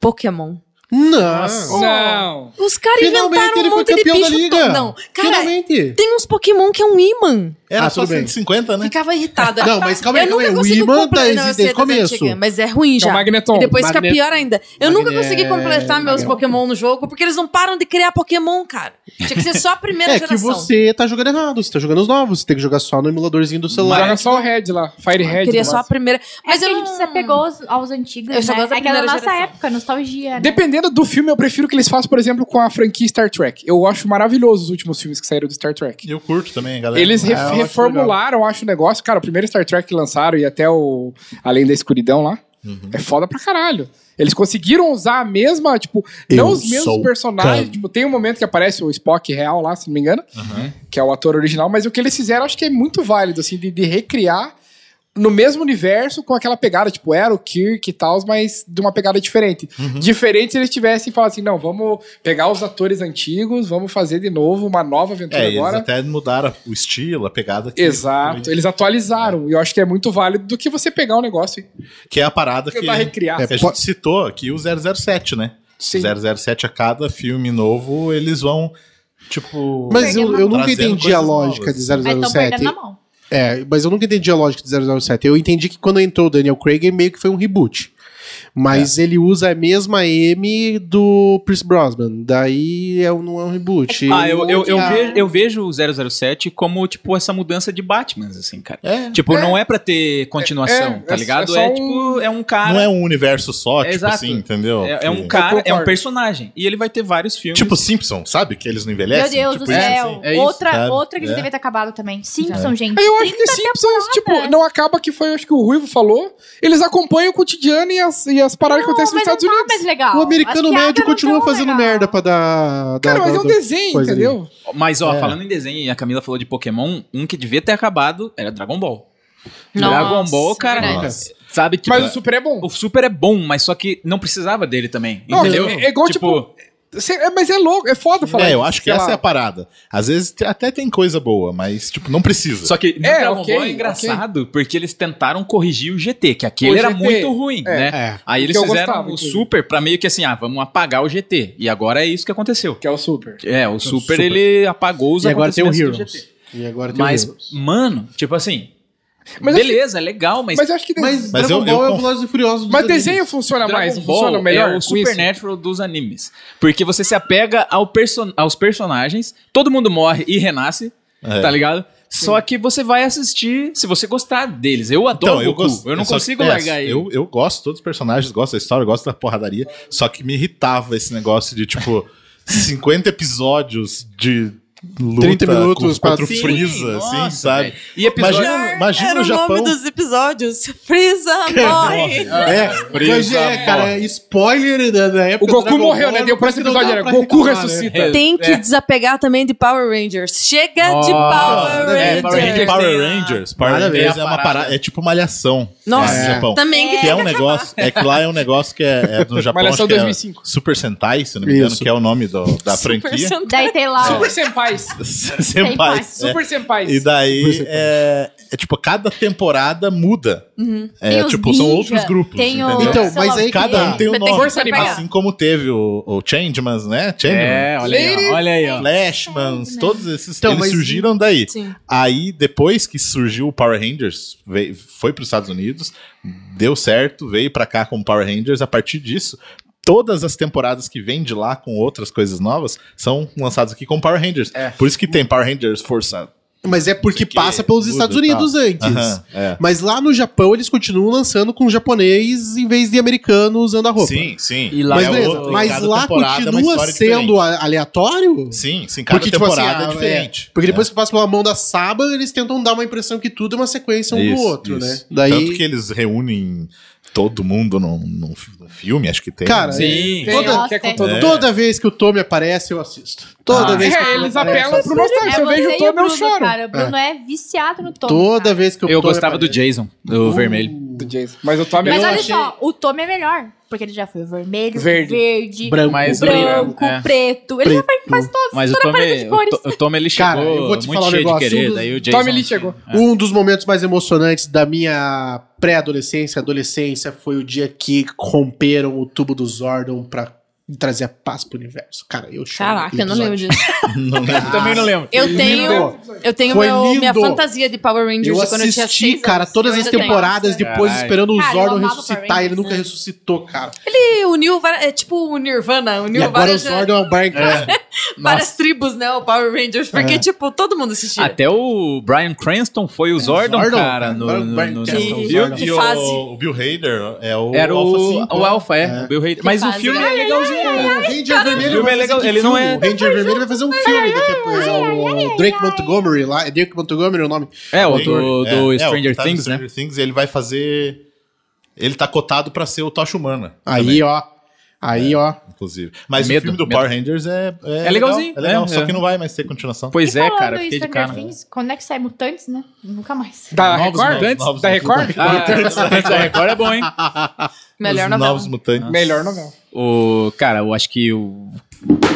[SPEAKER 6] Pokémon.
[SPEAKER 4] Não!
[SPEAKER 3] Não.
[SPEAKER 6] Os caras
[SPEAKER 4] Finalmente
[SPEAKER 6] inventaram
[SPEAKER 4] ele
[SPEAKER 6] um
[SPEAKER 4] foi
[SPEAKER 6] monte de
[SPEAKER 4] campeão da
[SPEAKER 6] bicho.
[SPEAKER 4] liga!
[SPEAKER 6] Não, cara,
[SPEAKER 4] Finalmente!
[SPEAKER 6] tem uns Pokémon que é um imã.
[SPEAKER 2] Era
[SPEAKER 4] Ah,
[SPEAKER 2] só
[SPEAKER 4] tudo bem.
[SPEAKER 2] 150, né?
[SPEAKER 6] Ficava irritada.
[SPEAKER 4] Não, mas calma aí,
[SPEAKER 6] eu
[SPEAKER 4] calma
[SPEAKER 6] nunca
[SPEAKER 4] aí. O
[SPEAKER 6] consegui
[SPEAKER 4] imã
[SPEAKER 6] completar.
[SPEAKER 4] tá
[SPEAKER 6] não, eu
[SPEAKER 4] exi- desde
[SPEAKER 6] sei
[SPEAKER 4] o
[SPEAKER 6] das
[SPEAKER 4] começo.
[SPEAKER 6] antigas, Mas é ruim já.
[SPEAKER 3] É o Magneton.
[SPEAKER 6] E depois fica
[SPEAKER 4] Magne-
[SPEAKER 6] pior ainda. Eu nunca
[SPEAKER 4] Magne-
[SPEAKER 6] consegui completar meus
[SPEAKER 4] Magneton.
[SPEAKER 6] Pokémon no jogo porque eles não param de criar Pokémon, cara. Tinha que ser só a primeira
[SPEAKER 4] É que
[SPEAKER 6] geração.
[SPEAKER 4] você tá jogando errado, você tá jogando os novos, você tem que jogar só no emuladorzinho do celular.
[SPEAKER 3] Joga só o Red lá, Fire Red.
[SPEAKER 4] é
[SPEAKER 6] Eu queria
[SPEAKER 3] no
[SPEAKER 6] só a
[SPEAKER 3] máximo.
[SPEAKER 6] primeira. Mas
[SPEAKER 8] Mas
[SPEAKER 6] eu
[SPEAKER 8] a gente
[SPEAKER 6] não-
[SPEAKER 8] se apegou aos, aos antigos,
[SPEAKER 6] Eu só
[SPEAKER 8] né?
[SPEAKER 6] gosto da
[SPEAKER 8] Aquela
[SPEAKER 6] primeira
[SPEAKER 8] nossa
[SPEAKER 6] geração.
[SPEAKER 8] época, nostalgia, né?
[SPEAKER 3] Dependendo do filme, eu prefiro que eles façam, por exemplo, com a franquia Star Trek. Eu acho maravilhoso os últimos filmes que saíram do Star Trek.
[SPEAKER 2] Eu curto também, galera. É,
[SPEAKER 3] Eles re-
[SPEAKER 4] eu acho
[SPEAKER 3] reformularam, eu acho, o negócio. Cara, o primeiro Star Trek que lançaram e até o Além da Escuridão lá.
[SPEAKER 2] Uhum.
[SPEAKER 3] É foda pra caralho. Eles conseguiram usar a mesma, tipo, não
[SPEAKER 2] Eu
[SPEAKER 3] os mesmos
[SPEAKER 2] sou
[SPEAKER 3] personagens.
[SPEAKER 2] Khan.
[SPEAKER 3] Tipo, tem um momento que aparece o Spock real lá, se não me engano,
[SPEAKER 2] Uhum.
[SPEAKER 3] que é o ator original, mas o que eles fizeram acho que é muito válido, assim, de, de recriar no mesmo universo com aquela pegada, tipo, era o Kirk e tal, mas de uma pegada diferente.
[SPEAKER 2] Uhum.
[SPEAKER 3] Diferente se eles tivessem falado assim, não, vamos pegar os atores antigos, vamos fazer de novo uma nova aventura
[SPEAKER 2] É, eles
[SPEAKER 3] agora.
[SPEAKER 2] até mudaram o estilo, a pegada. que-
[SPEAKER 3] Exato, eles atualizaram. E eu acho que é muito válido do que você pegar o negócio e
[SPEAKER 2] Que é a parada que,
[SPEAKER 3] tentar recriar.
[SPEAKER 2] É, a gente citou aqui o 007, né?
[SPEAKER 3] Sim.
[SPEAKER 2] 007 a cada filme novo, eles vão, tipo...
[SPEAKER 4] Mas eu, eu nunca
[SPEAKER 2] trazendo
[SPEAKER 4] entendi a
[SPEAKER 2] coisas
[SPEAKER 4] lógica
[SPEAKER 2] novas.
[SPEAKER 8] Mas
[SPEAKER 4] de
[SPEAKER 8] estão
[SPEAKER 4] 007.
[SPEAKER 8] perdendo na mão.
[SPEAKER 4] É, mas eu nunca entendi a lógica de 007. Eu entendi que quando entrou o Daniel Craig, meio que foi um reboot.
[SPEAKER 3] É.
[SPEAKER 4] Mas ele usa a mesma M do Pierce Brosnan. Daí é, um- não é um reboot.
[SPEAKER 7] Ah, eu, eu, eu,
[SPEAKER 4] Ah.
[SPEAKER 7] vejo, eu vejo o 007 como, tipo, essa mudança de Batman, assim, cara.
[SPEAKER 2] É.
[SPEAKER 7] Tipo, não é pra ter continuação,
[SPEAKER 3] É, é,
[SPEAKER 7] tá
[SPEAKER 3] é
[SPEAKER 7] ligado?
[SPEAKER 3] só
[SPEAKER 7] É,
[SPEAKER 3] um-
[SPEAKER 7] tipo, é um cara.
[SPEAKER 2] Não é um universo só,
[SPEAKER 7] É
[SPEAKER 2] tipo
[SPEAKER 7] exato.
[SPEAKER 2] assim, entendeu?
[SPEAKER 7] É, é um
[SPEAKER 2] Que-
[SPEAKER 7] cara, é um
[SPEAKER 3] concordo.
[SPEAKER 7] personagem. E ele vai ter vários filmes.
[SPEAKER 2] Tipo Simpson, sabe? Que eles não
[SPEAKER 8] Meu
[SPEAKER 2] envelhecem.
[SPEAKER 8] Deus
[SPEAKER 2] tipo
[SPEAKER 8] do
[SPEAKER 2] isso,
[SPEAKER 8] céu.
[SPEAKER 2] assim.
[SPEAKER 7] É isso,
[SPEAKER 8] outra,
[SPEAKER 2] cara.
[SPEAKER 8] outra que já
[SPEAKER 2] É.
[SPEAKER 8] devia ter acabado também. Simpson, gente.
[SPEAKER 3] Aí eu acho que Simpsons, tipo, não acaba que foi, acho que o Ruivo falou. Eles acompanham o cotidiano e as, e as paradas que
[SPEAKER 8] mas
[SPEAKER 3] acontecem nos Estados
[SPEAKER 8] não tá
[SPEAKER 3] Unidos.
[SPEAKER 8] mais legal.
[SPEAKER 4] O americano
[SPEAKER 8] As piadas
[SPEAKER 4] médio
[SPEAKER 8] não
[SPEAKER 4] continua
[SPEAKER 8] tão
[SPEAKER 4] fazendo
[SPEAKER 8] legal.
[SPEAKER 4] merda pra dar.
[SPEAKER 3] Cara,
[SPEAKER 4] dar-
[SPEAKER 3] mas é
[SPEAKER 4] dar-
[SPEAKER 3] um desenho,
[SPEAKER 4] coisa ali.
[SPEAKER 3] entendeu?
[SPEAKER 7] Mas, ó,
[SPEAKER 4] É.
[SPEAKER 7] falando em desenho, e a Camila falou de Pokémon, um que devia ter acabado era Dragon Ball.
[SPEAKER 6] Nossa, é
[SPEAKER 7] Dragon Ball, cara,
[SPEAKER 6] verdade.
[SPEAKER 2] Nossa.
[SPEAKER 7] sabe? Tipo,
[SPEAKER 3] Mas o Super é bom.
[SPEAKER 7] o Super é bom, mas só que não precisava dele também.
[SPEAKER 3] Não,
[SPEAKER 7] entendeu?
[SPEAKER 3] é- é igual, tipo, Cê- é, mas é louco, é foda falar
[SPEAKER 2] É, eu
[SPEAKER 3] isso,
[SPEAKER 2] acho que
[SPEAKER 3] sei
[SPEAKER 2] essa
[SPEAKER 3] lá.
[SPEAKER 2] é a parada. Às vezes te- até tem coisa boa, mas, tipo, não precisa.
[SPEAKER 7] Só que no
[SPEAKER 3] É,
[SPEAKER 7] Dragon
[SPEAKER 3] ok,
[SPEAKER 7] Ball é engraçado porque eles tentaram corrigir o GT, que aquele
[SPEAKER 3] O
[SPEAKER 7] era
[SPEAKER 3] GT,
[SPEAKER 7] muito ruim,
[SPEAKER 3] é.
[SPEAKER 7] né?
[SPEAKER 4] É.
[SPEAKER 7] Aí eles
[SPEAKER 3] Que eu
[SPEAKER 7] fizeram
[SPEAKER 3] gostava,
[SPEAKER 7] o
[SPEAKER 3] inclusive.
[SPEAKER 7] Super pra meio que assim, ah, vamos apagar o GT. E agora é isso que aconteceu.
[SPEAKER 3] Que é o Super.
[SPEAKER 7] É, o Super,
[SPEAKER 4] Super.
[SPEAKER 7] ele apagou os
[SPEAKER 4] E agora tem o
[SPEAKER 7] acontecimentos do
[SPEAKER 4] Heroes.
[SPEAKER 7] GT.
[SPEAKER 4] E agora tem um o
[SPEAKER 7] Mas,
[SPEAKER 4] Heroes.
[SPEAKER 7] mano, tipo assim,
[SPEAKER 3] Mas eu
[SPEAKER 7] beleza, é legal, mas,
[SPEAKER 3] Mas é eu acho que desenho,
[SPEAKER 4] Mas,
[SPEAKER 3] mas,
[SPEAKER 2] Mas
[SPEAKER 4] Dragon
[SPEAKER 2] eu-
[SPEAKER 4] Ball
[SPEAKER 2] eu
[SPEAKER 4] é o
[SPEAKER 2] conf-
[SPEAKER 4] Velozes e Furiosos dos
[SPEAKER 3] desenho
[SPEAKER 4] animes.
[SPEAKER 3] funciona mais,
[SPEAKER 7] Dragon
[SPEAKER 3] funciona
[SPEAKER 7] Ball
[SPEAKER 3] melhor
[SPEAKER 7] é o
[SPEAKER 3] com isso.
[SPEAKER 7] Supernatural dos animes. Porque você se apega ao perso- aos personagens, todo mundo morre e renasce,
[SPEAKER 2] É.
[SPEAKER 7] tá ligado? Só que você vai assistir se você gostar deles. Eu adoro
[SPEAKER 2] Então, eu,
[SPEAKER 7] Goku.
[SPEAKER 2] gosto-
[SPEAKER 7] eu não
[SPEAKER 2] só-
[SPEAKER 7] consigo
[SPEAKER 2] é,
[SPEAKER 7] largar ele.
[SPEAKER 2] Eu, eu gosto de todos os personagens, gosto da história, gosto da porradaria. Só que me irritava esse negócio de, tipo, 50 episódios de luta
[SPEAKER 4] 30 minutos
[SPEAKER 2] com-
[SPEAKER 4] pra-
[SPEAKER 2] contra o
[SPEAKER 4] Sim,
[SPEAKER 2] Freeza,
[SPEAKER 7] nossa,
[SPEAKER 2] assim, sabe?
[SPEAKER 7] velho. E episódio...
[SPEAKER 2] Imagina, imagina
[SPEAKER 6] Era
[SPEAKER 2] o Japão.
[SPEAKER 6] nome dos episódios. Freeza morre.
[SPEAKER 4] É, mas
[SPEAKER 2] Freeza,
[SPEAKER 4] é, cara, spoiler né, da, da
[SPEAKER 3] O
[SPEAKER 4] época. do
[SPEAKER 3] Goku
[SPEAKER 4] Dragon
[SPEAKER 3] morreu,
[SPEAKER 4] Ball,
[SPEAKER 3] né? Deu o
[SPEAKER 4] por isso
[SPEAKER 3] próximo
[SPEAKER 4] que não dá
[SPEAKER 3] episódio, era
[SPEAKER 4] pra
[SPEAKER 3] Goku
[SPEAKER 4] reclamar, né?
[SPEAKER 3] ressuscita.
[SPEAKER 7] É.
[SPEAKER 6] Tem que desapegar também de Power Rangers. Chega de
[SPEAKER 7] Nossa,
[SPEAKER 6] Power
[SPEAKER 7] né?
[SPEAKER 6] Rangers.
[SPEAKER 7] Power
[SPEAKER 2] É que Power Rangers, Power
[SPEAKER 4] Nada a
[SPEAKER 2] Rangers
[SPEAKER 7] ver.
[SPEAKER 2] é uma parada, é tipo malhação.
[SPEAKER 6] Nossa,
[SPEAKER 2] no
[SPEAKER 4] é.
[SPEAKER 2] Japão.
[SPEAKER 6] também que
[SPEAKER 2] Que é um negócio, é que lá é um negócio que é, é no Japão,
[SPEAKER 3] Malhação
[SPEAKER 2] acho que é
[SPEAKER 3] 2005.
[SPEAKER 2] Super Sentai, se não me engano,
[SPEAKER 4] Isso.
[SPEAKER 2] que é o nome do- da franquia.
[SPEAKER 8] Daí tem lá.
[SPEAKER 3] Super Senpais.
[SPEAKER 2] Senpai. é.
[SPEAKER 3] Super Senpais.
[SPEAKER 2] E daí, é, é tipo, cada temporada muda. É,
[SPEAKER 8] Uhum. Tem os
[SPEAKER 2] tipo, são
[SPEAKER 8] ninja,
[SPEAKER 2] outros grupos,
[SPEAKER 8] tem o-
[SPEAKER 2] entendeu?
[SPEAKER 4] Então,
[SPEAKER 8] sei
[SPEAKER 4] mas
[SPEAKER 8] lá
[SPEAKER 4] aí
[SPEAKER 8] o
[SPEAKER 4] que
[SPEAKER 8] quê.
[SPEAKER 2] Cada um tem um
[SPEAKER 6] Mas tem
[SPEAKER 2] nome.
[SPEAKER 6] que
[SPEAKER 3] Força Animal.
[SPEAKER 6] pegar.
[SPEAKER 2] Assim como teve o, o Changemans, né? Changemans.
[SPEAKER 7] É, olha aí, ó, olha aí, ó.
[SPEAKER 2] Flashmans, todos esses
[SPEAKER 4] Então,
[SPEAKER 2] eles
[SPEAKER 4] mas-
[SPEAKER 2] surgiram daí.
[SPEAKER 6] Sim.
[SPEAKER 2] Aí, depois que surgiu o Power Rangers, veio, foi para os Estados Unidos, deu certo, veio pra cá com o Power Rangers. A partir disso, todas as temporadas que vêm de lá com outras coisas novas são lançadas aqui com Power Rangers.
[SPEAKER 4] É.
[SPEAKER 2] Por isso que tem Power Rangers Força.
[SPEAKER 4] Mas é porque
[SPEAKER 2] Porque
[SPEAKER 4] passa pelos
[SPEAKER 2] muda
[SPEAKER 4] Estados
[SPEAKER 2] e tal.
[SPEAKER 4] Unidos antes.
[SPEAKER 2] Aham, é.
[SPEAKER 4] Mas lá no Japão eles continuam lançando com japonês em vez de americano usando a roupa.
[SPEAKER 2] Sim, sim.
[SPEAKER 7] E lá
[SPEAKER 4] Mas,
[SPEAKER 7] é
[SPEAKER 4] beleza,
[SPEAKER 7] outra,
[SPEAKER 2] em
[SPEAKER 4] mas
[SPEAKER 2] cada
[SPEAKER 4] lá
[SPEAKER 2] temporada é uma
[SPEAKER 4] continua
[SPEAKER 2] história
[SPEAKER 4] sendo
[SPEAKER 2] diferente.
[SPEAKER 4] a- aleatório?
[SPEAKER 2] Sim, sim, cada
[SPEAKER 4] Porque, tipo
[SPEAKER 2] temporada
[SPEAKER 4] assim,
[SPEAKER 2] é
[SPEAKER 4] a-
[SPEAKER 2] diferente.
[SPEAKER 4] Porque
[SPEAKER 2] É.
[SPEAKER 4] depois que passa pela mão da Saba, eles tentam dar uma impressão que tudo é uma sequência um do
[SPEAKER 2] Isso,
[SPEAKER 4] outro,
[SPEAKER 2] isso.
[SPEAKER 4] né? Daí,
[SPEAKER 2] Tanto que eles reúnem todo mundo num, num fi- num filme, acho que tem.
[SPEAKER 4] cara,
[SPEAKER 2] né?
[SPEAKER 7] Sim.
[SPEAKER 3] Tem,
[SPEAKER 4] Toda-
[SPEAKER 3] ó, que é com todo
[SPEAKER 2] É.
[SPEAKER 4] toda vez que o Tommy aparece, eu assisto. Toda
[SPEAKER 7] Ah.
[SPEAKER 4] vez que o
[SPEAKER 3] É,
[SPEAKER 4] Tommy
[SPEAKER 3] eles
[SPEAKER 4] aparece,
[SPEAKER 3] apelam pro nostalgia. Se
[SPEAKER 8] É
[SPEAKER 3] eu vejo
[SPEAKER 8] você
[SPEAKER 3] o
[SPEAKER 8] e o
[SPEAKER 3] Tom, eu
[SPEAKER 8] Bruno,
[SPEAKER 3] choro.
[SPEAKER 8] cara. O Bruno é viciado no Tommy.
[SPEAKER 4] Toda
[SPEAKER 8] cara.
[SPEAKER 4] vez que o
[SPEAKER 7] Eu
[SPEAKER 4] Tommy
[SPEAKER 7] gostava do
[SPEAKER 4] aparece.
[SPEAKER 7] Jason, do vermelho.
[SPEAKER 3] Do Jason. Mas o Tom é
[SPEAKER 8] Mas
[SPEAKER 3] bom.
[SPEAKER 8] olha
[SPEAKER 4] achei-
[SPEAKER 8] só, o Tommy é melhor. Porque ele já foi vermelho,
[SPEAKER 3] Verde.
[SPEAKER 8] verde,
[SPEAKER 4] Branco.
[SPEAKER 7] Mas-
[SPEAKER 8] branco,
[SPEAKER 7] É.
[SPEAKER 8] preto. Ele já foi quase todo.
[SPEAKER 7] Mas o
[SPEAKER 8] paleta
[SPEAKER 7] Tommy,
[SPEAKER 8] de
[SPEAKER 7] o,
[SPEAKER 8] cores.
[SPEAKER 7] To- o Tommy ele chegou
[SPEAKER 4] Cara, eu vou te
[SPEAKER 7] muito
[SPEAKER 4] falar um
[SPEAKER 7] cheio de
[SPEAKER 4] negócio,
[SPEAKER 7] querer,
[SPEAKER 4] um dos-
[SPEAKER 7] daí o Jason...
[SPEAKER 3] Tommy Lee chegou.
[SPEAKER 4] Um dos momentos mais emocionantes da minha pré-adolescência, adolescência, foi o dia que romperam o tubo do Zordon pra trazer a paz pro universo. Cara, eu chorei.
[SPEAKER 6] Caraca, eu não lembro disso.
[SPEAKER 7] Ah, Também não lembro.
[SPEAKER 6] Eu tenho. Eu tenho
[SPEAKER 4] Foi
[SPEAKER 6] meu- minha
[SPEAKER 4] lindo.
[SPEAKER 6] fantasia de Power Rangers
[SPEAKER 4] Eu
[SPEAKER 6] de quando eu tinha
[SPEAKER 4] assisti,
[SPEAKER 6] seis
[SPEAKER 4] cara,
[SPEAKER 6] anos.
[SPEAKER 4] todas
[SPEAKER 6] Eu
[SPEAKER 4] as
[SPEAKER 6] ainda tenho.
[SPEAKER 4] temporadas depois,
[SPEAKER 7] Caralho.
[SPEAKER 4] esperando o
[SPEAKER 8] Cara, eu
[SPEAKER 4] Zordon
[SPEAKER 8] amava Power
[SPEAKER 4] ressuscitar.
[SPEAKER 8] Rangers,
[SPEAKER 4] Ele nunca
[SPEAKER 8] né?
[SPEAKER 4] ressuscitou, cara.
[SPEAKER 6] Ele uniu, várias- é tipo o Nirvana, uniu
[SPEAKER 4] e agora o
[SPEAKER 6] várias,
[SPEAKER 4] Zordon é um bar
[SPEAKER 6] várias tribos, né, o Power Rangers, porque,
[SPEAKER 4] É.
[SPEAKER 6] tipo, todo mundo assistia.
[SPEAKER 7] Até o Brian Cranston foi o Zordon,
[SPEAKER 4] Zordon,
[SPEAKER 7] cara.
[SPEAKER 4] cara.
[SPEAKER 7] No,
[SPEAKER 4] Agora o
[SPEAKER 7] no-
[SPEAKER 4] Brian
[SPEAKER 7] no-
[SPEAKER 4] Cranston,
[SPEAKER 7] no-
[SPEAKER 4] o
[SPEAKER 7] viu?
[SPEAKER 4] Zordon.
[SPEAKER 6] Que
[SPEAKER 2] E
[SPEAKER 6] fase.
[SPEAKER 2] o, o Bill Hader é o
[SPEAKER 7] Era
[SPEAKER 2] Alpha
[SPEAKER 7] o,
[SPEAKER 2] 5,
[SPEAKER 7] o
[SPEAKER 2] né?
[SPEAKER 7] Alpha, é.
[SPEAKER 4] É.
[SPEAKER 7] O Bill Hader. Mas o
[SPEAKER 6] fase,
[SPEAKER 7] filme
[SPEAKER 6] né?
[SPEAKER 7] é legalzinho,
[SPEAKER 4] O
[SPEAKER 7] cara.
[SPEAKER 4] Ranger Vermelho
[SPEAKER 7] filme
[SPEAKER 4] vai fazer
[SPEAKER 7] é legal,
[SPEAKER 4] que
[SPEAKER 7] ele não
[SPEAKER 4] filme?
[SPEAKER 7] é-
[SPEAKER 4] O Ranger Vermelho vai fazer um filme daqui a pouco. É o Drake Montgomery lá. É Drake Montgomery o nome?
[SPEAKER 7] É, o
[SPEAKER 2] Alpha
[SPEAKER 7] do,
[SPEAKER 2] Ranger. É,
[SPEAKER 7] do
[SPEAKER 2] é, o
[SPEAKER 7] Stranger
[SPEAKER 2] que tá no
[SPEAKER 7] Things, né?
[SPEAKER 2] Stranger Things, ele vai fazer... Ele tá cotado pra ser o Tocha Humana.
[SPEAKER 4] Aí,
[SPEAKER 2] também,
[SPEAKER 4] ó. Aí, ó.
[SPEAKER 2] Inclusive. Mas
[SPEAKER 7] Medo,
[SPEAKER 2] o filme do
[SPEAKER 7] medo.
[SPEAKER 2] Power Rangers é... É,
[SPEAKER 7] É legalzinho,
[SPEAKER 2] legal, É legal,
[SPEAKER 7] é,
[SPEAKER 2] só
[SPEAKER 7] é.
[SPEAKER 2] que não vai mais ter continuação.
[SPEAKER 7] Pois
[SPEAKER 8] E
[SPEAKER 7] é,
[SPEAKER 8] falando
[SPEAKER 7] cara.
[SPEAKER 8] em
[SPEAKER 7] Fiquei de
[SPEAKER 8] Stranger
[SPEAKER 7] cara.
[SPEAKER 8] Things, quando é que sai Mutantes, né? Nunca mais.
[SPEAKER 3] Da
[SPEAKER 7] Novos
[SPEAKER 3] Record?
[SPEAKER 7] mutantes?
[SPEAKER 2] Novos
[SPEAKER 3] da Record?
[SPEAKER 2] mutantes.
[SPEAKER 7] Ah, Mutantes da Record é bom, hein?
[SPEAKER 6] Melhor
[SPEAKER 7] é,
[SPEAKER 2] Os
[SPEAKER 6] novela.
[SPEAKER 2] Novos Mutantes.
[SPEAKER 3] Melhor novela.
[SPEAKER 7] O, cara, eu acho que o.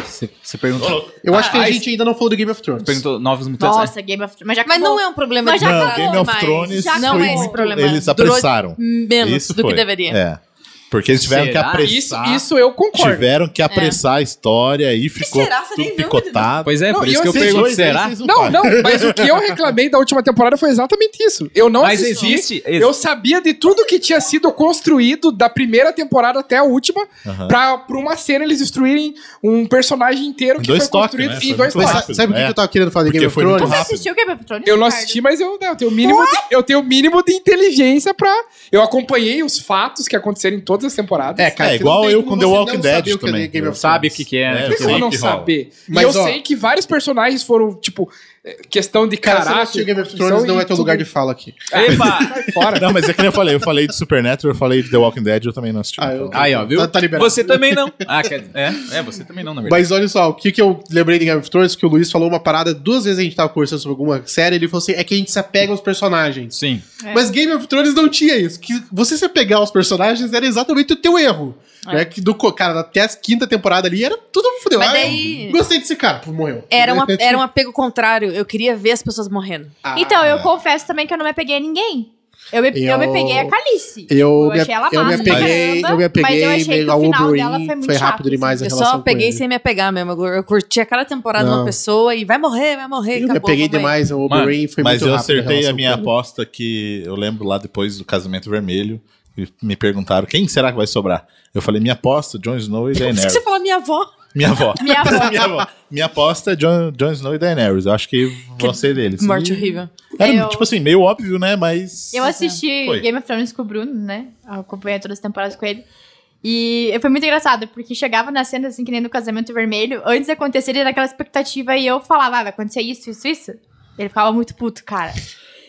[SPEAKER 7] Você você perguntou,
[SPEAKER 4] Eu acho que
[SPEAKER 7] Ah,
[SPEAKER 4] a
[SPEAKER 7] aí-
[SPEAKER 4] gente ainda não falou do Game of Thrones.
[SPEAKER 7] perguntou novos mutantes. né?
[SPEAKER 8] Nossa, Game of Thrones. Mas já
[SPEAKER 6] Mas
[SPEAKER 8] acabou.
[SPEAKER 6] não é um problema
[SPEAKER 8] Mas
[SPEAKER 6] de
[SPEAKER 8] já
[SPEAKER 2] Não,
[SPEAKER 6] mercado,
[SPEAKER 8] acabou,
[SPEAKER 2] Game of
[SPEAKER 6] mas
[SPEAKER 2] Thrones
[SPEAKER 8] já
[SPEAKER 6] não
[SPEAKER 2] foi
[SPEAKER 6] é esse
[SPEAKER 2] muito-
[SPEAKER 6] problema.
[SPEAKER 2] Eles
[SPEAKER 6] Durou
[SPEAKER 2] apressaram.
[SPEAKER 6] menos
[SPEAKER 2] Isso
[SPEAKER 6] do
[SPEAKER 2] foi.
[SPEAKER 6] que deveria.
[SPEAKER 2] É. Porque eles tiveram
[SPEAKER 7] Será?
[SPEAKER 2] que
[SPEAKER 3] Isso,
[SPEAKER 2] apressar.
[SPEAKER 3] isso eu concordo.
[SPEAKER 2] Tiveram que apressar a história e ficou
[SPEAKER 6] será? Você nem
[SPEAKER 2] tudo
[SPEAKER 6] viu, menino.
[SPEAKER 2] picotado.
[SPEAKER 7] Pois é,
[SPEAKER 3] Não,
[SPEAKER 7] por
[SPEAKER 3] e
[SPEAKER 7] isso que eu
[SPEAKER 3] vocês
[SPEAKER 7] pergunto,
[SPEAKER 2] dois,
[SPEAKER 7] será?
[SPEAKER 2] vocês
[SPEAKER 3] Não,
[SPEAKER 2] param.
[SPEAKER 3] não, mas o que eu reclamei da última temporada foi exatamente isso. Eu não
[SPEAKER 7] Mas
[SPEAKER 3] assisti.
[SPEAKER 7] existe-
[SPEAKER 8] é
[SPEAKER 7] existe.
[SPEAKER 8] um
[SPEAKER 3] Eu sabia de tudo que tinha sido construído da primeira temporada até a última,
[SPEAKER 2] Aham.
[SPEAKER 3] pra, pra uma cena eles destruírem um personagem inteiro que
[SPEAKER 2] Dois
[SPEAKER 3] foi
[SPEAKER 2] toques,
[SPEAKER 3] construído
[SPEAKER 2] né?
[SPEAKER 3] em
[SPEAKER 2] Foi
[SPEAKER 3] dois
[SPEAKER 2] muito
[SPEAKER 4] Mas
[SPEAKER 3] toques.
[SPEAKER 2] rápido,
[SPEAKER 4] sabe o que
[SPEAKER 2] é.
[SPEAKER 4] que eu tava querendo falar de Game
[SPEAKER 2] Porque
[SPEAKER 4] of
[SPEAKER 2] foi muito
[SPEAKER 4] Thrones?
[SPEAKER 8] Você
[SPEAKER 2] rápido.
[SPEAKER 8] assistiu Game of Thrones?
[SPEAKER 3] Eu não
[SPEAKER 8] Ricardo?
[SPEAKER 3] assisti, mas eu, né, eu tenho o mínimo, de, eu tenho o mínimo de inteligência pra. Eu acompanhei os fatos que aconteceram em todas as temporadas.
[SPEAKER 4] É, cara,
[SPEAKER 2] É,
[SPEAKER 4] que não
[SPEAKER 2] igual
[SPEAKER 4] tem
[SPEAKER 2] eu
[SPEAKER 4] como
[SPEAKER 2] com The
[SPEAKER 4] você
[SPEAKER 2] Walking
[SPEAKER 4] não
[SPEAKER 2] Dead
[SPEAKER 4] saber o que é
[SPEAKER 2] também.
[SPEAKER 4] Game of
[SPEAKER 7] Sabe o
[SPEAKER 4] Thrones.
[SPEAKER 7] que, que é.
[SPEAKER 2] É,
[SPEAKER 7] né?
[SPEAKER 3] Por que eu
[SPEAKER 2] sei
[SPEAKER 3] vou não
[SPEAKER 2] que rola.
[SPEAKER 3] saber?
[SPEAKER 4] Mas,
[SPEAKER 3] e eu
[SPEAKER 4] ó-
[SPEAKER 3] sei que vários personagens foram, tipo, eh, questão de
[SPEAKER 4] Cara, se você não
[SPEAKER 3] caráter.
[SPEAKER 4] assistiu Game of
[SPEAKER 3] função
[SPEAKER 4] Thrones, não
[SPEAKER 3] e
[SPEAKER 4] é teu
[SPEAKER 3] tudo.
[SPEAKER 4] lugar de fala aqui.
[SPEAKER 7] é? Epa!
[SPEAKER 3] Sai fora.
[SPEAKER 2] Não, mas é que nem eu falei. Eu falei de Supernatural, eu falei de The Walking Dead, eu também não assisti.
[SPEAKER 4] Ah, eu-
[SPEAKER 2] então.
[SPEAKER 7] Aí, ó, viu?
[SPEAKER 4] Tá- tá liberado.
[SPEAKER 7] Você também não. Ah, quer dizer, é, é, você também não, na verdade.
[SPEAKER 4] Mas olha só, o que, que eu lembrei de Game of Thrones, que o Luiz falou uma parada, duas vezes a gente tava conversando sobre alguma série, ele falou assim, é que a gente se apega aos personagens.
[SPEAKER 7] Sim.
[SPEAKER 8] É.
[SPEAKER 4] Mas Game of Thrones não tinha isso. Que você se apegar aos personagens era exatamente o teu erro.
[SPEAKER 8] É.
[SPEAKER 4] Né? Que do, co- cara, até a quinta temporada ali era tudo fudeu.
[SPEAKER 6] Mas
[SPEAKER 4] Ah,
[SPEAKER 6] daí-
[SPEAKER 4] eu Gostei desse cara, pô, morreu.
[SPEAKER 6] Era, um- era um apego contrário. Eu queria ver as pessoas morrendo.
[SPEAKER 4] Ah,
[SPEAKER 8] Então, eu confesso também que eu não me apeguei a ninguém. Eu me, eu...
[SPEAKER 4] Eu-
[SPEAKER 8] me peguei a Calice.
[SPEAKER 4] Eu, me,
[SPEAKER 8] achei ela
[SPEAKER 4] eu me
[SPEAKER 8] massa pra
[SPEAKER 4] apeguei,
[SPEAKER 8] caramba,
[SPEAKER 4] eu me
[SPEAKER 8] mas
[SPEAKER 4] apeguei
[SPEAKER 8] eu achei que
[SPEAKER 4] ao
[SPEAKER 8] o final dela
[SPEAKER 4] Oberyn,
[SPEAKER 8] foi muito
[SPEAKER 4] foi
[SPEAKER 8] chato, assim,
[SPEAKER 4] rápido demais a
[SPEAKER 6] Eu
[SPEAKER 4] relação
[SPEAKER 6] só peguei
[SPEAKER 4] com ele.
[SPEAKER 6] sem me apegar mesmo. Eu eu curti a cada temporada
[SPEAKER 4] Não.
[SPEAKER 6] uma pessoa e vai morrer, vai morrer.
[SPEAKER 4] Eu me
[SPEAKER 6] acabou,
[SPEAKER 4] apeguei
[SPEAKER 6] vamos aí.
[SPEAKER 4] demais ao Oberyn, foi
[SPEAKER 2] Mas
[SPEAKER 4] muito
[SPEAKER 2] eu
[SPEAKER 4] rápido
[SPEAKER 2] acertei a
[SPEAKER 4] relação
[SPEAKER 2] minha
[SPEAKER 4] com ele.
[SPEAKER 2] aposta que eu lembro lá depois do Casamento Vermelho. e Me perguntaram quem será que vai sobrar. Eu falei, minha aposta, Jon Snow e
[SPEAKER 6] Por isso que
[SPEAKER 2] Daenerys.
[SPEAKER 6] você fala minha avó.
[SPEAKER 2] Minha avó.
[SPEAKER 8] Minha avó.
[SPEAKER 2] minha avó. Minha aposta é Jon, Jon Snow e Daenerys. Eu acho que vão ser deles.
[SPEAKER 6] Morte
[SPEAKER 2] E
[SPEAKER 6] horrível.
[SPEAKER 2] Era,
[SPEAKER 8] Eu-
[SPEAKER 2] tipo assim, meio óbvio, né? Mas.
[SPEAKER 8] Eu assisti
[SPEAKER 2] Foi.
[SPEAKER 8] Game of Thrones com o Bruno, né? Eu acompanhei todas as temporadas com ele. E foi muito engraçado, porque chegava na cena, assim, que nem no Casamento Vermelho, antes de acontecer, ele era aquela expectativa e eu falava, ah, vai acontecer isso, isso, isso. Ele ficava muito puto, cara.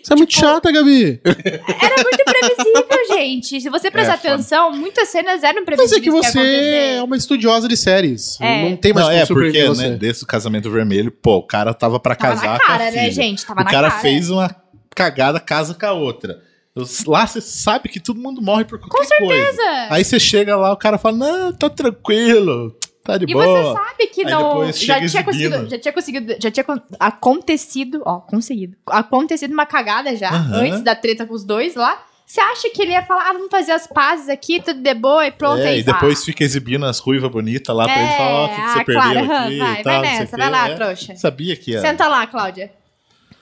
[SPEAKER 4] Você é muito chata, Gabi.
[SPEAKER 8] Era muito previsível, gente. Se você prestar
[SPEAKER 7] É, foda.
[SPEAKER 8] atenção, muitas cenas eram previsíveis.
[SPEAKER 4] Mas é que
[SPEAKER 8] ia
[SPEAKER 4] você
[SPEAKER 8] acontecer.
[SPEAKER 4] é uma estudiosa de séries.
[SPEAKER 8] É.
[SPEAKER 4] Não tem mais
[SPEAKER 2] não,
[SPEAKER 4] como
[SPEAKER 2] é, porque,
[SPEAKER 4] surpreender você.
[SPEAKER 2] né, desse casamento vermelho, pô, o cara tava pra
[SPEAKER 8] Tava
[SPEAKER 2] casar
[SPEAKER 8] na
[SPEAKER 2] com a
[SPEAKER 8] cara, né,
[SPEAKER 2] filha.
[SPEAKER 8] gente? Tava
[SPEAKER 2] o
[SPEAKER 8] na
[SPEAKER 2] cara
[SPEAKER 8] cara.
[SPEAKER 2] fez uma cagada, casa com a outra. Lá você sabe que todo mundo morre por qualquer coisa.
[SPEAKER 8] Beleza.
[SPEAKER 2] Aí você chega lá, o cara fala, não, tá tranquilo, tá de
[SPEAKER 8] E você
[SPEAKER 2] boa.
[SPEAKER 8] sabe que
[SPEAKER 2] Aí
[SPEAKER 8] não.
[SPEAKER 2] depois
[SPEAKER 8] Já
[SPEAKER 2] chega
[SPEAKER 8] tinha,
[SPEAKER 2] exibindo.
[SPEAKER 8] conseguido, já tinha conseguido. Já tinha con- acontecido. Ó, conseguido. Acontecido uma cagada já.
[SPEAKER 2] Aham.
[SPEAKER 8] Antes da treta com os dois lá. Você acha que ele ia falar, ah, vamos fazer as pazes aqui, tudo de boa e pronto.
[SPEAKER 2] É,
[SPEAKER 8] aí,
[SPEAKER 2] e depois fica exibindo as ruivas bonitas lá
[SPEAKER 8] ah,
[SPEAKER 2] pra ele falar, ó, o que, que você
[SPEAKER 8] ah,
[SPEAKER 2] perdeu
[SPEAKER 8] claro, aham,
[SPEAKER 2] aqui
[SPEAKER 8] vai,
[SPEAKER 2] e tal.
[SPEAKER 8] vai
[SPEAKER 2] não sei o
[SPEAKER 8] nessa,
[SPEAKER 2] quê.
[SPEAKER 8] vai lá,
[SPEAKER 2] É,
[SPEAKER 8] trouxa.
[SPEAKER 2] Sabia que era.
[SPEAKER 8] Senta lá, Cláudia.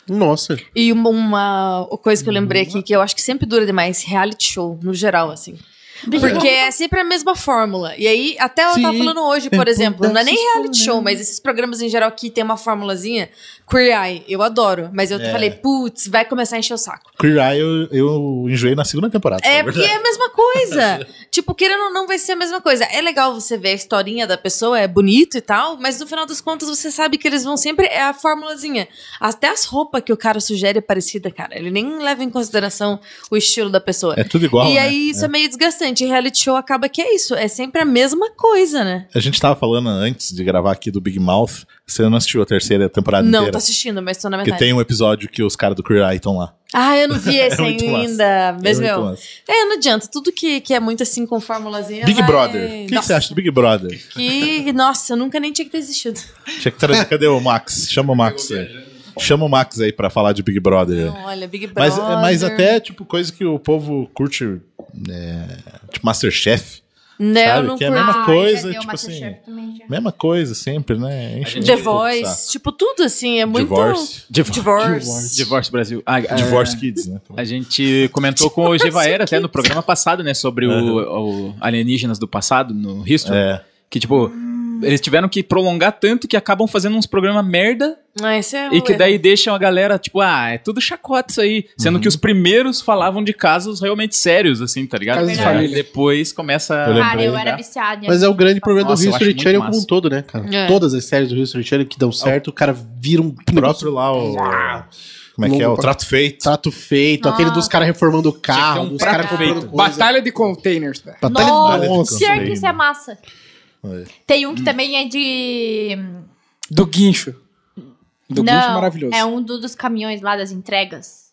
[SPEAKER 4] Nossa.
[SPEAKER 6] E uma, uma coisa que eu lembrei aqui, que eu acho que sempre dura demais, reality show, no geral, assim. Porque é sempre a mesma fórmula. E aí, até eu tava
[SPEAKER 4] Sim.
[SPEAKER 6] falando hoje, por
[SPEAKER 4] Tempo
[SPEAKER 6] exemplo, não é nem
[SPEAKER 4] dessas
[SPEAKER 6] reality show, mas esses programas em geral que tem uma formulazinha, Queer Eye, eu adoro. Mas eu
[SPEAKER 2] É.
[SPEAKER 6] falei, putz, vai começar a encher o saco.
[SPEAKER 2] Queer Eye eu, eu enjoei na segunda temporada.
[SPEAKER 6] É,
[SPEAKER 2] na
[SPEAKER 6] porque
[SPEAKER 2] verdade.
[SPEAKER 6] é a mesma coisa. tipo, querendo ou não, vai ser a mesma coisa. É legal você ver a historinha da pessoa, é bonito e tal, mas no final das contas você sabe que eles vão sempre. É a formulazinha. Até as roupas que o cara sugere é parecida, cara. Ele nem leva em consideração o estilo da pessoa.
[SPEAKER 2] É tudo igual,
[SPEAKER 6] e
[SPEAKER 2] né?
[SPEAKER 6] aí isso é. meio desgastante. E reality show acaba que é isso. É sempre a mesma coisa, né?
[SPEAKER 2] A gente tava falando antes de gravar aqui do Big Mouth, você não assistiu a terceira temporada
[SPEAKER 6] não, tá
[SPEAKER 2] inteira?
[SPEAKER 6] tô assistindo, mas tô na
[SPEAKER 2] Porque
[SPEAKER 6] metade.
[SPEAKER 2] tem um episódio que os caras do Queer Eye estão lá.
[SPEAKER 6] Ah, eu não vi esse
[SPEAKER 2] muito massa.
[SPEAKER 6] ainda. Mas,
[SPEAKER 2] É muito
[SPEAKER 6] meu,
[SPEAKER 2] massa.
[SPEAKER 6] é, não adianta. Tudo que, que é muito assim com formulazinha.
[SPEAKER 2] Big
[SPEAKER 6] vai-
[SPEAKER 2] Brother. O que que, você
[SPEAKER 6] Nossa,
[SPEAKER 2] acha do Big Brother?
[SPEAKER 6] Que, nossa, eu nunca nem tinha que ter existido.
[SPEAKER 2] Tinha que trazer. Cadê o Max? Chama o Max aí. Chama o Max aí pra falar de Big Brother.
[SPEAKER 6] Não, Então, olha, Big Brother.
[SPEAKER 2] Mas, mas até, tipo, coisa que o povo curte, é, tipo, é, Masterchef.
[SPEAKER 6] Não,
[SPEAKER 2] Sabe,
[SPEAKER 6] né, não
[SPEAKER 2] que é
[SPEAKER 6] curto.
[SPEAKER 2] a mesma
[SPEAKER 8] Ah,
[SPEAKER 2] coisa,
[SPEAKER 8] já deu
[SPEAKER 2] tipo
[SPEAKER 8] Masterchef
[SPEAKER 2] assim.
[SPEAKER 8] também, já.
[SPEAKER 2] Mesma coisa sempre, né? Enche
[SPEAKER 6] The
[SPEAKER 2] o saco.
[SPEAKER 6] Voice, tipo, tudo assim, é muito...
[SPEAKER 2] Divórcio.
[SPEAKER 7] Divórcio.
[SPEAKER 6] Divorce.
[SPEAKER 7] Divórcio Brasil. Ah, é,
[SPEAKER 2] Divorce Kids, né?
[SPEAKER 7] A gente comentou com o Gevaera até no programa passado, né? Sobre o, o Alienígenas do Passado, no History.
[SPEAKER 2] É.
[SPEAKER 7] Que, tipo, eles tiveram que prolongar tanto que acabam fazendo uns programas merda
[SPEAKER 6] Ah, esse é
[SPEAKER 7] e que
[SPEAKER 6] o-
[SPEAKER 7] daí deixam a galera, tipo, ah, é tudo chacota isso aí. Sendo que os primeiros falavam de casos realmente sérios, assim, tá ligado?
[SPEAKER 3] Casos
[SPEAKER 8] de
[SPEAKER 7] É,
[SPEAKER 3] família.
[SPEAKER 7] Depois começa.
[SPEAKER 2] Eu lembro.
[SPEAKER 8] Cara, Ah, eu
[SPEAKER 7] Lembrei,
[SPEAKER 8] era
[SPEAKER 7] né?
[SPEAKER 8] viciada. em
[SPEAKER 4] Mas é o grande problema
[SPEAKER 7] Nossa,
[SPEAKER 4] do
[SPEAKER 7] eu acho
[SPEAKER 4] History
[SPEAKER 7] muito
[SPEAKER 4] Channel
[SPEAKER 7] massa.
[SPEAKER 4] como um todo, né, cara?
[SPEAKER 6] É.
[SPEAKER 4] Todas as séries do History Channel que dão certo, o cara vira um
[SPEAKER 2] O próprio lá, o. Como é que é? O Trato Feito.
[SPEAKER 4] trato feito,
[SPEAKER 8] Nossa.
[SPEAKER 4] aquele dos caras reformando o
[SPEAKER 7] Tinha que ter
[SPEAKER 4] carro,
[SPEAKER 7] um
[SPEAKER 4] dos
[SPEAKER 7] prato
[SPEAKER 4] caras comprando
[SPEAKER 7] feito.
[SPEAKER 4] coisa.
[SPEAKER 3] Batalha de containers, velho.
[SPEAKER 4] Batalha de
[SPEAKER 8] Nossa,
[SPEAKER 4] Batalha de
[SPEAKER 8] Pior
[SPEAKER 2] Sei,
[SPEAKER 8] que isso é
[SPEAKER 2] né?
[SPEAKER 8] massa.
[SPEAKER 2] É.
[SPEAKER 8] Tem um que também é de.
[SPEAKER 3] Do guincho. Do
[SPEAKER 8] não,
[SPEAKER 3] guincho maravilhoso.
[SPEAKER 8] É um do- dos caminhões lá das entregas.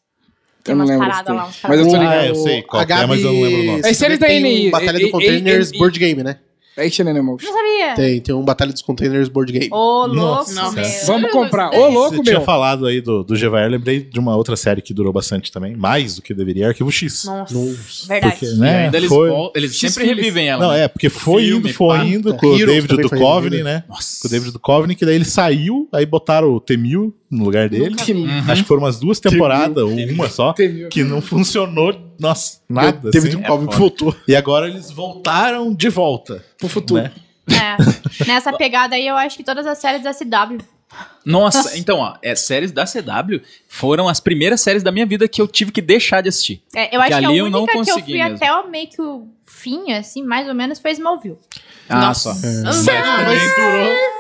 [SPEAKER 3] Eu não
[SPEAKER 8] umas
[SPEAKER 3] lembro.
[SPEAKER 8] paradas lá, uns
[SPEAKER 3] mas eu tô
[SPEAKER 8] paradas.
[SPEAKER 2] Ah,
[SPEAKER 3] ligado.
[SPEAKER 2] eu sei qual
[SPEAKER 4] A
[SPEAKER 2] que é, mas eu não lembro o nome.
[SPEAKER 4] Gabi-
[SPEAKER 3] Esse eles
[SPEAKER 4] tem
[SPEAKER 3] da NI,
[SPEAKER 4] um Batalha
[SPEAKER 3] e- e-
[SPEAKER 4] dos Containers
[SPEAKER 3] e- e-
[SPEAKER 4] Board Game, né?
[SPEAKER 3] Action Animals.
[SPEAKER 8] Não sabia.
[SPEAKER 4] Tem, tem um Batalha dos Containers Board Game.
[SPEAKER 8] Ô, louco,
[SPEAKER 2] Nossa,
[SPEAKER 8] meu.
[SPEAKER 2] cara.
[SPEAKER 3] Vamos comprar. Ô,
[SPEAKER 2] Você
[SPEAKER 3] louco,
[SPEAKER 2] tinha
[SPEAKER 3] meu.
[SPEAKER 2] falado aí do, do Gevaer, lembrei de uma outra série que durou bastante também, mais do que deveria, Arquivo X.
[SPEAKER 8] Nossa,
[SPEAKER 4] Nossa.
[SPEAKER 8] verdade.
[SPEAKER 2] Porque,
[SPEAKER 7] E
[SPEAKER 2] né,
[SPEAKER 7] ainda eles,
[SPEAKER 2] foi...
[SPEAKER 7] vol- eles sempre
[SPEAKER 3] X-Files.
[SPEAKER 7] revivem ela.
[SPEAKER 2] Não,
[SPEAKER 7] né?
[SPEAKER 2] é, porque foi
[SPEAKER 7] Filme,
[SPEAKER 2] indo, foi
[SPEAKER 7] pá.
[SPEAKER 2] indo com o
[SPEAKER 4] Heroes
[SPEAKER 2] David
[SPEAKER 4] também foi
[SPEAKER 2] Duchovny,
[SPEAKER 4] revivido.
[SPEAKER 2] né?
[SPEAKER 7] Nossa.
[SPEAKER 2] Com o David Duchovny, que daí ele saiu, aí botaram o Temil no lugar dele.
[SPEAKER 3] Que
[SPEAKER 2] Acho que foram umas duas temporadas, ou uma só,
[SPEAKER 3] Temil.
[SPEAKER 2] que não funcionou, nossa, nada.
[SPEAKER 4] Teve
[SPEAKER 2] assim.
[SPEAKER 4] de um pobre que voltou.
[SPEAKER 2] E agora eles voltaram de volta.
[SPEAKER 3] pro futuro.
[SPEAKER 2] Né?
[SPEAKER 8] É. Nessa pegada aí, eu acho que todas as séries da CW.
[SPEAKER 7] Nossa, então, ó, é, séries da CW foram as primeiras séries da minha vida que eu tive que deixar de assistir.
[SPEAKER 8] É, eu acho que a
[SPEAKER 7] ali eu não
[SPEAKER 8] única que eu
[SPEAKER 7] consegui
[SPEAKER 8] fui
[SPEAKER 7] mesmo.
[SPEAKER 8] até o meio que o fim, assim, mais ou menos, foi Smallville.
[SPEAKER 7] Ah, só. É.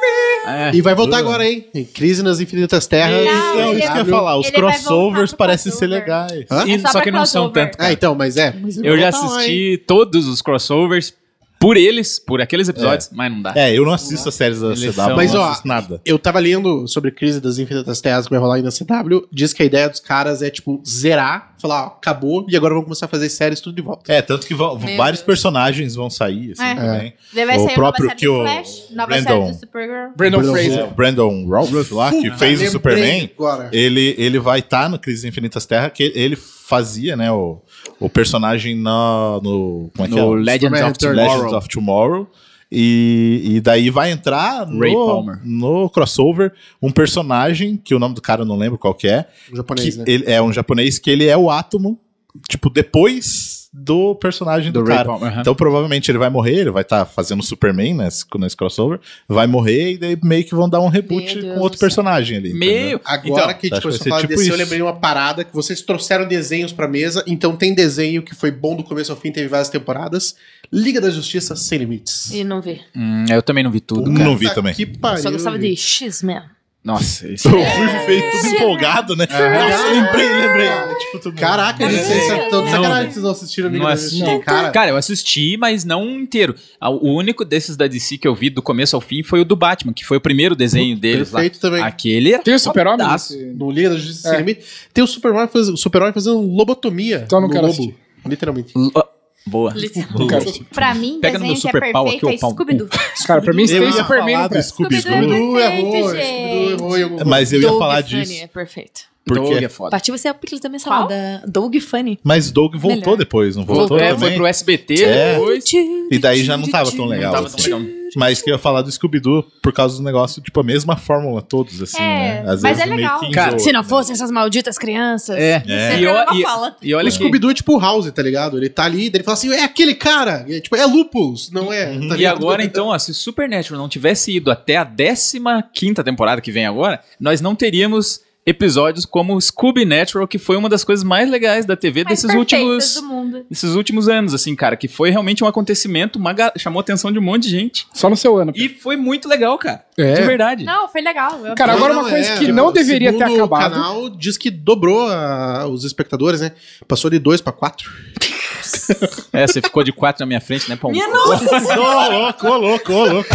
[SPEAKER 4] E vai voltar agora, hein? Em Crise nas Infinitas Terras.
[SPEAKER 8] Não,
[SPEAKER 2] então,
[SPEAKER 8] Ah, ele
[SPEAKER 2] isso que eu ia
[SPEAKER 8] vai-
[SPEAKER 2] falar, os
[SPEAKER 8] ele vai
[SPEAKER 2] crossovers
[SPEAKER 8] voltar pro
[SPEAKER 2] parecem ser
[SPEAKER 8] crossover.
[SPEAKER 2] legais.
[SPEAKER 4] Hã?
[SPEAKER 7] E-
[SPEAKER 8] É
[SPEAKER 7] só
[SPEAKER 8] pra
[SPEAKER 7] que não são
[SPEAKER 8] crossover.
[SPEAKER 7] tanto.
[SPEAKER 4] Ah, então, mas é. mas ele
[SPEAKER 7] Eu
[SPEAKER 4] vai
[SPEAKER 7] já
[SPEAKER 4] voltar lá, hein?
[SPEAKER 7] assisti todos os crossovers por eles, por aqueles episódios, mas não dá.
[SPEAKER 2] É, eu não assisto as séries da
[SPEAKER 7] Eles
[SPEAKER 2] CW,
[SPEAKER 7] são-
[SPEAKER 2] mas
[SPEAKER 4] Mas,
[SPEAKER 2] não
[SPEAKER 4] ó,
[SPEAKER 2] assisto nada.
[SPEAKER 4] Eu tava lendo sobre Crise das Infinitas Terras que vai rolar aí na CW. Diz que a ideia dos caras é, tipo, zerar, falar, ó, acabou, e agora vão começar a fazer séries tudo de volta.
[SPEAKER 2] É, tanto que vão- vários personagens vão sair, assim,
[SPEAKER 8] É.
[SPEAKER 2] também.
[SPEAKER 8] Daí vai
[SPEAKER 2] O
[SPEAKER 8] sair
[SPEAKER 2] próprio
[SPEAKER 8] nova série
[SPEAKER 2] que
[SPEAKER 8] do
[SPEAKER 2] o
[SPEAKER 8] Flash, nova
[SPEAKER 2] Brandon-
[SPEAKER 8] série do Supergirl.
[SPEAKER 3] Brandon
[SPEAKER 4] Brandon
[SPEAKER 2] É,
[SPEAKER 3] Fraser.
[SPEAKER 2] o Brandon Ralph lá, que fez o
[SPEAKER 4] Lembrei
[SPEAKER 2] Superman,
[SPEAKER 4] Agora.
[SPEAKER 2] ele, ele vai estar no Crise Infinitas Terra, que ele fazia, né, o, o personagem na- no... Como é que é?
[SPEAKER 7] No Legends
[SPEAKER 4] Superman
[SPEAKER 7] of
[SPEAKER 4] Returns.
[SPEAKER 7] Tomorrow.
[SPEAKER 2] Legends of Tomorrow. E, e daí vai entrar
[SPEAKER 7] Ray
[SPEAKER 2] no,
[SPEAKER 7] Palmer.
[SPEAKER 2] no crossover um personagem, que o nome do cara eu não lembro qual que é,
[SPEAKER 4] O japonês,
[SPEAKER 2] que
[SPEAKER 4] né?
[SPEAKER 2] ele é um japonês que ele é o átomo, tipo, depois do personagem do,
[SPEAKER 7] Do né? Ray
[SPEAKER 2] cara.
[SPEAKER 7] Palmer, aham.
[SPEAKER 2] Então provavelmente ele vai morrer, ele vai estar fazendo Superman nesse, nesse crossover, vai morrer e daí meio que vão dar um reboot
[SPEAKER 6] Meu Deus
[SPEAKER 2] com outro
[SPEAKER 6] do céu.
[SPEAKER 2] personagem ali. entendeu?
[SPEAKER 7] Meio.
[SPEAKER 4] Agora
[SPEAKER 2] Então,
[SPEAKER 4] que a gente
[SPEAKER 2] acho que vai
[SPEAKER 4] começou
[SPEAKER 2] ser
[SPEAKER 4] a falar
[SPEAKER 2] tipo
[SPEAKER 4] desse, eu
[SPEAKER 2] isso.
[SPEAKER 4] lembrei de uma parada que vocês trouxeram desenhos pra mesa, então tem desenho que foi bom do começo ao fim, teve várias temporadas. Liga da Justiça Sem Limites.
[SPEAKER 6] E não vi.
[SPEAKER 7] Hum, eu também não vi tudo.
[SPEAKER 2] Não vi
[SPEAKER 4] Puta
[SPEAKER 2] também.
[SPEAKER 4] Que pariu.
[SPEAKER 6] Só gostava de
[SPEAKER 4] gente.
[SPEAKER 6] X-Men.
[SPEAKER 7] Nossa, isso.
[SPEAKER 2] Então, Eu fui feito tudo empolgado, né? Nossa, lembrei, lembrei. Tipo, tudo-
[SPEAKER 4] Caraca, gente, vocês estão tão de
[SPEAKER 7] Não.
[SPEAKER 4] sacanagem que vocês não Então tá. assistiram Liga
[SPEAKER 7] Não
[SPEAKER 4] da
[SPEAKER 7] assisti.
[SPEAKER 4] Justiça. Cara,
[SPEAKER 7] Cara, eu assisti, mas não inteiro. Ah, O único desses da DC que eu vi do começo ao fim foi o do Batman, que foi o primeiro desenho deles lá.
[SPEAKER 4] perfeito também.
[SPEAKER 7] Aquele era
[SPEAKER 3] Tem o Super-Homem?
[SPEAKER 7] fodaço.
[SPEAKER 3] nesse?
[SPEAKER 4] No Liga da Justiça
[SPEAKER 3] É.
[SPEAKER 4] Sem Limites. Tem o Super-Homem faz- o Super-Homem fazendo lobotomia
[SPEAKER 3] Então eu não
[SPEAKER 4] no
[SPEAKER 3] quero
[SPEAKER 4] lobo.
[SPEAKER 3] assistir.
[SPEAKER 4] Literalmente.
[SPEAKER 7] Boa.
[SPEAKER 3] Não quero.
[SPEAKER 8] Pra mim,
[SPEAKER 7] Pega no meu
[SPEAKER 8] desenho que é
[SPEAKER 7] super pau aqui,
[SPEAKER 8] perfeito
[SPEAKER 7] ô
[SPEAKER 8] é
[SPEAKER 7] pau no
[SPEAKER 8] Scooby-Doo.
[SPEAKER 3] Cara, pra mim,
[SPEAKER 2] Eu
[SPEAKER 3] tem
[SPEAKER 2] ia
[SPEAKER 3] Superman.
[SPEAKER 2] falar
[SPEAKER 3] cara.
[SPEAKER 2] do
[SPEAKER 8] Scooby-Doo.
[SPEAKER 2] Scooby-Doo,
[SPEAKER 4] Scooby-Doo
[SPEAKER 8] Perfeito,
[SPEAKER 4] errou,
[SPEAKER 8] gente.
[SPEAKER 4] Scooby-Doo errou em algum momento.
[SPEAKER 2] mas eu ia
[SPEAKER 6] Doug
[SPEAKER 2] falar
[SPEAKER 6] Funny,
[SPEAKER 2] disso.
[SPEAKER 6] é perfeito.
[SPEAKER 2] Porque...
[SPEAKER 7] Doug é foda.
[SPEAKER 6] Partiu você é o apelido da minha salada. Doug Funny.
[SPEAKER 2] Mas Doug voltou
[SPEAKER 6] Melhor.
[SPEAKER 2] depois, não voltou,
[SPEAKER 7] Voltou, é, foi
[SPEAKER 2] também?
[SPEAKER 7] pro SBT
[SPEAKER 2] É.
[SPEAKER 7] depois. É.
[SPEAKER 2] E daí já não tava tão legal.
[SPEAKER 7] Não tava tão legal.
[SPEAKER 2] Mas que eu ia falar do Scooby-Doo por causa do negócio, tipo, a mesma fórmula todos, assim,
[SPEAKER 8] É,
[SPEAKER 2] né? Às
[SPEAKER 8] mas
[SPEAKER 2] vezes
[SPEAKER 8] é legal.
[SPEAKER 2] meio que
[SPEAKER 7] Cara,
[SPEAKER 2] enjoa,
[SPEAKER 6] Se não
[SPEAKER 2] né?
[SPEAKER 6] fossem essas malditas crianças.
[SPEAKER 7] É.
[SPEAKER 2] É.
[SPEAKER 7] E,
[SPEAKER 6] Era
[SPEAKER 7] ó-
[SPEAKER 6] uma
[SPEAKER 7] e-
[SPEAKER 6] fala.
[SPEAKER 7] e olha
[SPEAKER 4] O
[SPEAKER 7] que
[SPEAKER 4] Scooby-Doo é tipo o House, tá ligado? Ele tá ali, daí ele fala assim, é aquele cara. E, é, tipo, é lupus, não é. tá
[SPEAKER 7] E
[SPEAKER 4] ligado?
[SPEAKER 7] agora, então, ó, se Supernatural não tivesse ido até a 15 temporada que vem agora, nós não teríamos episódios como Scooby Natural, que foi uma das coisas mais legais da TV
[SPEAKER 8] Mais
[SPEAKER 7] desses últimos,
[SPEAKER 8] perfeitas do mundo.
[SPEAKER 7] desses últimos anos, assim, cara, que foi realmente um acontecimento, uma ga- chamou a atenção de um monte de gente.
[SPEAKER 3] Só no seu ano.
[SPEAKER 7] E foi muito legal, cara.
[SPEAKER 3] É.
[SPEAKER 7] De verdade.
[SPEAKER 8] Não, foi legal. Eu
[SPEAKER 3] Cara,
[SPEAKER 8] adorei.
[SPEAKER 3] agora uma coisa que não
[SPEAKER 4] o
[SPEAKER 3] deveria ter
[SPEAKER 4] é. segundo
[SPEAKER 3] acabado.
[SPEAKER 4] O canal diz que dobrou a- os espectadores, né? Passou de dois pra quatro.
[SPEAKER 7] É, você ficou de quatro na minha frente, né, Paulo?
[SPEAKER 6] Minha nossa
[SPEAKER 2] Ô, louco, ô, louco, ô, louco.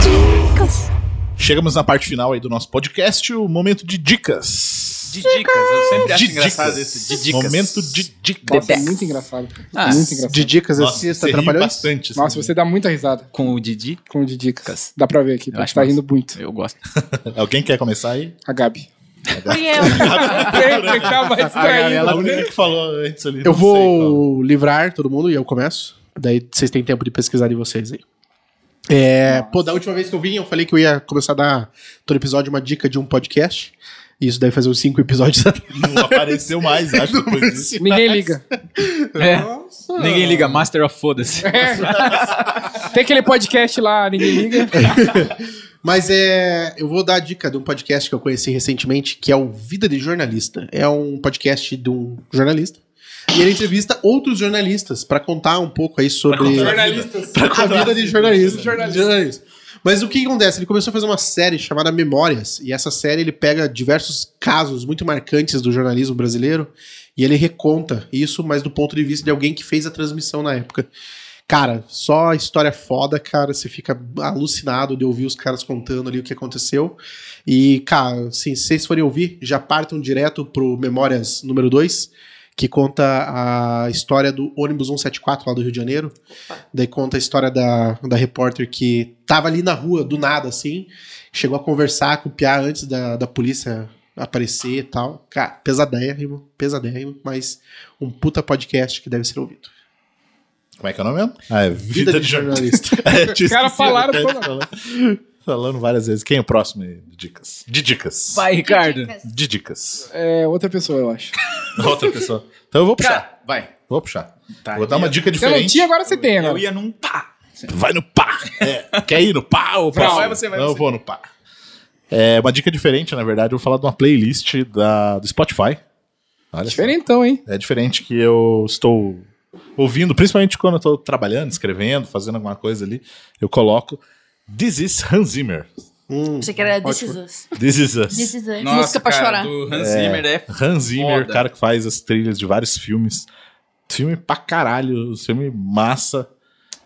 [SPEAKER 2] Chegamos na parte final aí do nosso podcast, o momento de dicas.
[SPEAKER 7] De dicas, eu sempre acho
[SPEAKER 2] De
[SPEAKER 7] engraçado
[SPEAKER 2] dicas.
[SPEAKER 7] esse. De dicas.
[SPEAKER 2] Momento de dicas.
[SPEAKER 3] Nossa, é
[SPEAKER 7] Detex.
[SPEAKER 3] muito engraçado.
[SPEAKER 7] Ah,
[SPEAKER 3] muito engraçado.
[SPEAKER 4] De dicas
[SPEAKER 2] Nossa,
[SPEAKER 4] assim,
[SPEAKER 2] você
[SPEAKER 4] tá
[SPEAKER 2] ri
[SPEAKER 4] atrapalhando?
[SPEAKER 2] bastante. assim.
[SPEAKER 3] Nossa, você dá muita risada
[SPEAKER 7] Com o Didi,
[SPEAKER 3] com o de dicas. Dá pra ver aqui,
[SPEAKER 7] Eu
[SPEAKER 3] porque
[SPEAKER 7] acho
[SPEAKER 3] tá
[SPEAKER 7] massa.
[SPEAKER 3] rindo muito.
[SPEAKER 7] eu gosto.
[SPEAKER 2] Alguém quer começar aí?
[SPEAKER 3] A Gabi.
[SPEAKER 8] Fui eu.
[SPEAKER 3] Sempre tá mais
[SPEAKER 2] é A
[SPEAKER 3] traindo.
[SPEAKER 2] única que falou antes ali.
[SPEAKER 4] Eu
[SPEAKER 2] não sei qual.
[SPEAKER 4] vou livrar todo mundo e eu começo. Daí vocês têm tempo de pesquisar de vocês aí. É, pô, da última vez que eu vim, eu falei que eu ia começar a dar todo episódio uma dica de um podcast. E isso deve fazer uns cinco episódios atrás.
[SPEAKER 2] Não apareceu mais, acho, depois disso.
[SPEAKER 3] Ninguém liga.
[SPEAKER 7] É. Ninguém liga, Master of Foda-se.
[SPEAKER 3] Tem aquele podcast lá, ninguém liga.
[SPEAKER 4] Mas é, eu vou dar a dica de um podcast que eu conheci recentemente, que é o Vida de Jornalista. É um podcast de um jornalista. E ele entrevista outros jornalistas pra contar um pouco aí sobre a vida de jornalista. de jornalista. Mas o que acontece? Ele começou a fazer uma série chamada Memórias, e essa série ele pega diversos casos muito marcantes do jornalismo brasileiro e ele reconta isso, mas do ponto de vista de alguém que fez a transmissão na época. Cara, só história foda, cara. Você fica alucinado de ouvir os caras contando ali o que aconteceu. E, cara, assim, se vocês forem ouvir, já partam direto pro Memórias número 2, que conta a história do ônibus 174 lá do Rio de Janeiro. Daí conta a história da, da repórter que tava ali na rua, do nada, assim. Chegou a conversar com o Piá antes da, da polícia aparecer e tal. Cara, pesadérrimo, pesadérrimo, mas um puta podcast que deve ser ouvido.
[SPEAKER 2] Como é que é o nome mesmo? Ah, é Vida, de Jornalista.
[SPEAKER 3] Os caras falaram toda-
[SPEAKER 2] falando. falando várias vezes. Quem é o próximo aí de dicas? De dicas.
[SPEAKER 7] Vai, Ricardo.
[SPEAKER 2] De dicas.
[SPEAKER 3] É outra pessoa, eu acho.
[SPEAKER 2] Outra pessoa. Então eu vou puxar.
[SPEAKER 7] Vai.
[SPEAKER 2] Vou puxar.
[SPEAKER 7] Tá,
[SPEAKER 2] vou dar uma dica
[SPEAKER 3] Você não
[SPEAKER 2] diferente.
[SPEAKER 3] Então, tinha, agora você tem,
[SPEAKER 7] Eu
[SPEAKER 3] agora.
[SPEAKER 7] ia num pá.
[SPEAKER 2] Vai no pá! É, quer ir no pá ou pá?
[SPEAKER 7] Não, vai você, vai
[SPEAKER 2] Não,
[SPEAKER 7] você.
[SPEAKER 2] eu vou no pá. É uma dica diferente, na verdade. Eu vou falar de uma playlist da, do Spotify. Olha só.
[SPEAKER 3] Diferentão, hein?
[SPEAKER 2] É diferente que eu estou ouvindo, principalmente quando eu estou trabalhando, escrevendo, fazendo alguma coisa ali. Eu coloco This is Hans Zimmer. Hum,
[SPEAKER 6] Achei que era This Is Us.
[SPEAKER 2] This is us.
[SPEAKER 8] This is us.
[SPEAKER 6] Música pra
[SPEAKER 7] cara,
[SPEAKER 6] chorar.
[SPEAKER 7] do Hans Zimmer é
[SPEAKER 2] Hans Zimmer,
[SPEAKER 7] Foda.
[SPEAKER 2] cara que faz as trilhas de vários filmes. Filme pra caralho, filme massa.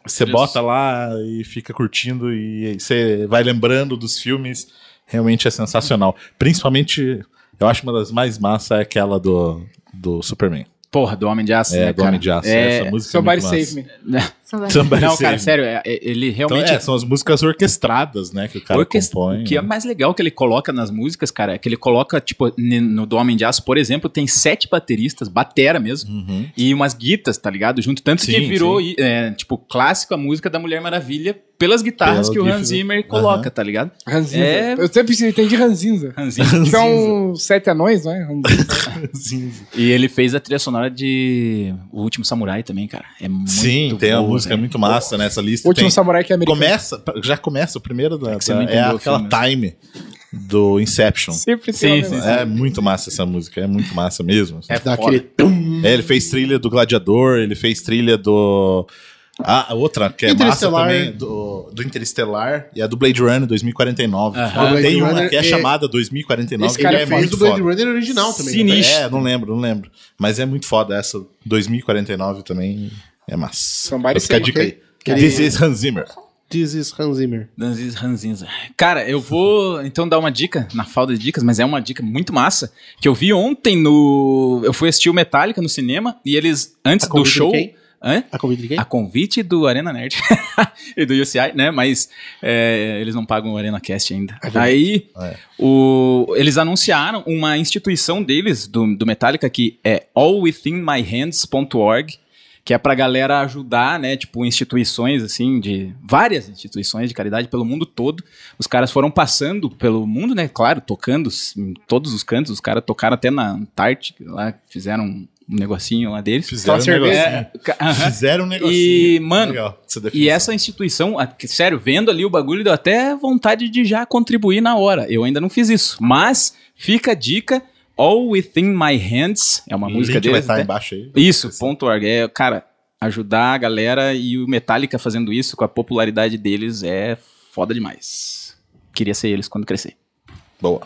[SPEAKER 2] Você
[SPEAKER 7] Deus.
[SPEAKER 2] bota lá e fica curtindo e você vai lembrando dos filmes. Realmente é sensacional. Principalmente, eu acho uma das mais massa é aquela do, do Superman.
[SPEAKER 7] Porra, do Homem de Aço,
[SPEAKER 2] É,
[SPEAKER 7] né,
[SPEAKER 2] do Homem de Aço.
[SPEAKER 7] É,
[SPEAKER 2] Essa música
[SPEAKER 3] Somebody
[SPEAKER 2] é muito massa.
[SPEAKER 3] save me.
[SPEAKER 2] Somebody
[SPEAKER 7] Não,
[SPEAKER 2] Save
[SPEAKER 7] cara,
[SPEAKER 2] Me.
[SPEAKER 7] sério, é- é- ele
[SPEAKER 2] Então,
[SPEAKER 7] realmente...
[SPEAKER 2] é, são as músicas orquestradas, né? Que o cara
[SPEAKER 7] Orquest-
[SPEAKER 2] compõe.
[SPEAKER 7] O que é
[SPEAKER 2] né?
[SPEAKER 7] mais legal que ele coloca nas músicas, cara, é que ele coloca, tipo, ne- no do Homem de Aço, por exemplo, tem sete bateristas, batera mesmo,
[SPEAKER 2] Uhum.
[SPEAKER 7] e umas guitas, tá ligado? Junto, tanto que
[SPEAKER 2] Sim,
[SPEAKER 7] virou, e- é, tipo, clássico a música da Mulher Maravilha pelas guitarras
[SPEAKER 2] Pelo
[SPEAKER 7] que o
[SPEAKER 2] riff
[SPEAKER 7] Hans
[SPEAKER 2] do-
[SPEAKER 7] Zimmer coloca,
[SPEAKER 2] Aham.
[SPEAKER 7] tá ligado?
[SPEAKER 3] Ranzinza.
[SPEAKER 7] É.
[SPEAKER 3] Eu sempre entendi Ranzinza.
[SPEAKER 7] Hans Zimmer.
[SPEAKER 3] São sete anões, não é? Ranzinza.
[SPEAKER 7] e ele fez a trilha sonora de O Último Samurai também, cara. É muito
[SPEAKER 2] Sim, tem uma
[SPEAKER 7] boa, né?
[SPEAKER 2] música é
[SPEAKER 7] velho.
[SPEAKER 2] muito massa nessa lista.
[SPEAKER 3] Último
[SPEAKER 2] tem-
[SPEAKER 3] samurai que é americano.
[SPEAKER 2] Começa, tá, já começa o primeiro da,
[SPEAKER 7] É que você
[SPEAKER 2] da-
[SPEAKER 7] não
[SPEAKER 2] é
[SPEAKER 7] entendeu o
[SPEAKER 2] aquela
[SPEAKER 7] filme,
[SPEAKER 2] time do Inception.
[SPEAKER 3] Sempre tem um
[SPEAKER 7] Sim,
[SPEAKER 3] uma
[SPEAKER 7] sim,
[SPEAKER 3] mesma.
[SPEAKER 7] sim.
[SPEAKER 2] É muito massa essa música, é muito massa mesmo.
[SPEAKER 7] É
[SPEAKER 4] Dá
[SPEAKER 7] foda.
[SPEAKER 4] aquele tum,
[SPEAKER 2] É, ele fez trilha do Gladiador, ele fez trilha do ah, a outra que é massa
[SPEAKER 4] Interestelar.
[SPEAKER 2] também do, do Interestelar e a do Blade Runner 2049.
[SPEAKER 7] Aham.
[SPEAKER 4] O Blade
[SPEAKER 2] Tem uma
[SPEAKER 4] Runner
[SPEAKER 2] que é
[SPEAKER 4] é-
[SPEAKER 2] chamada 2049.
[SPEAKER 3] Esse
[SPEAKER 2] que
[SPEAKER 3] cara
[SPEAKER 2] é
[SPEAKER 4] fez
[SPEAKER 2] muito
[SPEAKER 4] o Blade
[SPEAKER 2] foda.
[SPEAKER 4] Runner original também. né?
[SPEAKER 7] Sinistro.
[SPEAKER 2] É, não lembro, não lembro. Mas é muito foda essa 2049 também. É massa.
[SPEAKER 3] Somebody
[SPEAKER 2] Vai ficar a
[SPEAKER 3] save
[SPEAKER 2] dica
[SPEAKER 4] me.
[SPEAKER 2] aí. This is Hans Zimmer.
[SPEAKER 4] This is Hans Zimmer.
[SPEAKER 7] Danzis Ranzinza. Cara, eu vou então dar uma dica, na falta de dicas, mas é uma dica muito massa, que eu vi ontem no... Eu fui assistir o Metallica no cinema e eles, antes
[SPEAKER 4] A
[SPEAKER 7] do
[SPEAKER 4] convite de
[SPEAKER 7] show...
[SPEAKER 4] Tá quem?
[SPEAKER 7] Hã?
[SPEAKER 4] A convite de quem?
[SPEAKER 7] A convite do Arena Nerd e do UCI, né? Mas é, eles não pagam o Arena Cast ainda. Aí
[SPEAKER 2] É.
[SPEAKER 7] o- eles anunciaram uma instituição deles, do, do Metallica, que é allwithinmyhands.org, que é pra galera ajudar, né? Tipo, instituições, assim, de várias instituições de caridade pelo mundo todo. Os caras foram passando pelo mundo, né? Claro, tocando em todos os cantos. Os caras tocaram até na Antártica, lá fizeram um negocinho lá deles.
[SPEAKER 2] Fizeram um negocinho.
[SPEAKER 7] É, ca- aham.
[SPEAKER 2] Fizeram um negocinho.
[SPEAKER 7] E, mano,
[SPEAKER 2] Legal, essa
[SPEAKER 7] E
[SPEAKER 2] definição.
[SPEAKER 7] essa instituição, a- que, sério, vendo ali o bagulho, deu até vontade de já contribuir na hora. Eu ainda não fiz isso. Mas fica a dica: All Within My Hands, é uma
[SPEAKER 2] O
[SPEAKER 7] música
[SPEAKER 2] link vai
[SPEAKER 7] deles.
[SPEAKER 2] estar
[SPEAKER 7] até.
[SPEAKER 2] tá embaixo aí.
[SPEAKER 7] Isso, ponto org. É, cara, ajudar a galera e o Metallica fazendo isso com a popularidade deles é foda demais. Queria ser eles quando crescer.
[SPEAKER 2] Boa.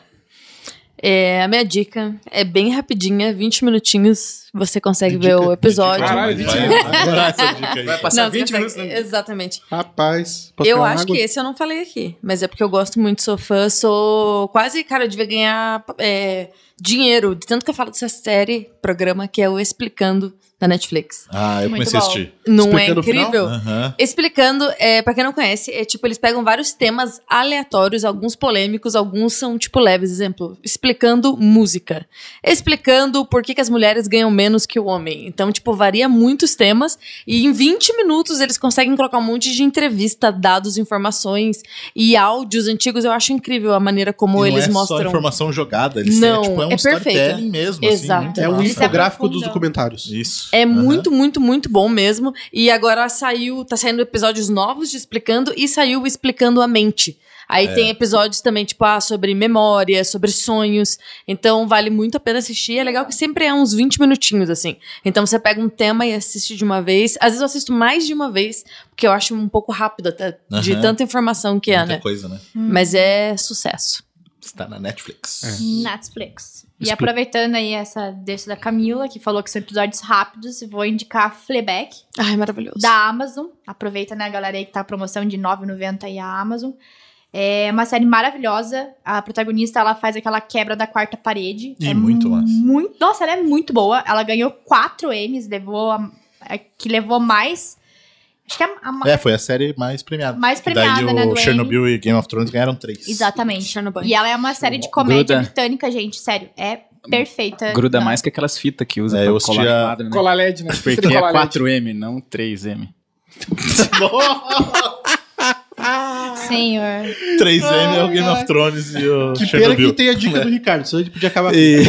[SPEAKER 6] É, a minha dica é bem rapidinha, 20 minutinhos, você consegue ver o episódio.
[SPEAKER 3] Caralho,
[SPEAKER 2] Vai adorar essa dica aí.
[SPEAKER 7] Vai
[SPEAKER 2] cara.
[SPEAKER 7] passar
[SPEAKER 6] Não, você
[SPEAKER 7] 20
[SPEAKER 6] consegue-
[SPEAKER 7] minutos. né?
[SPEAKER 6] Exatamente.
[SPEAKER 4] Rapaz, posso
[SPEAKER 6] Eu
[SPEAKER 4] pegar uma
[SPEAKER 6] acho
[SPEAKER 4] água?
[SPEAKER 6] que esse eu não falei aqui, mas é porque eu gosto muito, sou fã, sou quase, cara, eu devia ganhar é, dinheiro, de tanto que eu falo dessa série, programa, que é o Explicando da Netflix.
[SPEAKER 2] Ah, eu
[SPEAKER 8] Muito
[SPEAKER 2] comecei a
[SPEAKER 8] bom.
[SPEAKER 2] assistir.
[SPEAKER 6] Não
[SPEAKER 4] Explicando
[SPEAKER 6] é
[SPEAKER 4] o final?
[SPEAKER 6] incrível?
[SPEAKER 2] Aham.
[SPEAKER 6] Explicando, é, para quem não conhece, é tipo, eles pegam vários temas aleatórios, alguns polêmicos, alguns são tipo leves, exemplo, explicando música, explicando por que, que as mulheres ganham menos que o homem. Então, tipo, varia muitos temas e em 20 minutos eles conseguem colocar um monte de entrevista, dados, informações e áudios antigos. Eu acho incrível a maneira como
[SPEAKER 2] E não
[SPEAKER 6] eles
[SPEAKER 2] é só
[SPEAKER 6] mostram.
[SPEAKER 2] informação jogada, eles
[SPEAKER 6] Não,
[SPEAKER 2] é, tipo, é um
[SPEAKER 6] é perfeito.
[SPEAKER 2] storytelling mesmo,
[SPEAKER 6] Exato.
[SPEAKER 2] assim. muito
[SPEAKER 4] É um
[SPEAKER 2] massa.
[SPEAKER 8] Eles
[SPEAKER 4] infográfico dos
[SPEAKER 8] aprofundam.
[SPEAKER 4] documentários.
[SPEAKER 2] Isso.
[SPEAKER 6] É
[SPEAKER 2] Aham.
[SPEAKER 6] muito, muito, muito bom mesmo. E agora saiu, tá saindo episódios novos de Explicando e saiu o Explicando a Mente. Aí
[SPEAKER 2] É.
[SPEAKER 6] tem episódios também, tipo, ah, sobre memória, sobre sonhos. Então vale muito a pena assistir. É legal que sempre é uns 20 minutinhos, assim. Então você pega um tema e assiste de uma vez. Às vezes eu assisto mais de uma vez, porque eu acho um pouco rápido até, de
[SPEAKER 2] Aham.
[SPEAKER 6] tanta informação que é,
[SPEAKER 2] Muita
[SPEAKER 6] né?
[SPEAKER 2] coisa, né?
[SPEAKER 6] Mas é sucesso.
[SPEAKER 2] Está na Netflix.
[SPEAKER 7] É.
[SPEAKER 8] Netflix. E aproveitando aí essa deixa da Camila, que falou que são episódios rápidos, vou indicar Fleabag,
[SPEAKER 6] Ai, maravilhoso.
[SPEAKER 8] da Amazon. Aproveita, né, galera aí que tá a promoção de R$ 9,90 aí a Amazon. É uma série maravilhosa. A protagonista, ela faz aquela quebra da quarta parede.
[SPEAKER 2] E
[SPEAKER 8] é
[SPEAKER 2] muito massa.
[SPEAKER 8] muito- nossa, ela é muito boa. Ela ganhou quatro M's, levou a- a- que levou mais... Acho que a, a ma-
[SPEAKER 2] É, foi a série mais premiada.
[SPEAKER 8] mais
[SPEAKER 2] E
[SPEAKER 8] premiada,
[SPEAKER 2] daí
[SPEAKER 8] né,
[SPEAKER 2] o
[SPEAKER 8] do Emmy.
[SPEAKER 2] Chernobyl e Game of Thrones ganharam três.
[SPEAKER 8] Exatamente.
[SPEAKER 6] Chernobyl.
[SPEAKER 8] E ela é uma série de comédia
[SPEAKER 7] Gruda.
[SPEAKER 8] britânica, gente. Sério, é perfeita.
[SPEAKER 7] Gruda
[SPEAKER 8] Não,
[SPEAKER 7] mais que aquelas fitas que usa
[SPEAKER 2] É, eu
[SPEAKER 7] pra
[SPEAKER 2] assisti
[SPEAKER 7] colar
[SPEAKER 2] a-
[SPEAKER 7] quadro, né?
[SPEAKER 3] Colar LED, né?
[SPEAKER 7] Porque
[SPEAKER 3] Fita
[SPEAKER 7] é
[SPEAKER 3] colar LED.
[SPEAKER 7] 4M, não 3M.
[SPEAKER 8] Senhor.
[SPEAKER 2] 3M é o Game of Thrones e o
[SPEAKER 4] Que pena que
[SPEAKER 2] Chernobyl.
[SPEAKER 4] tem a dica do Ricardo, senão a gente podia acabar
[SPEAKER 2] E-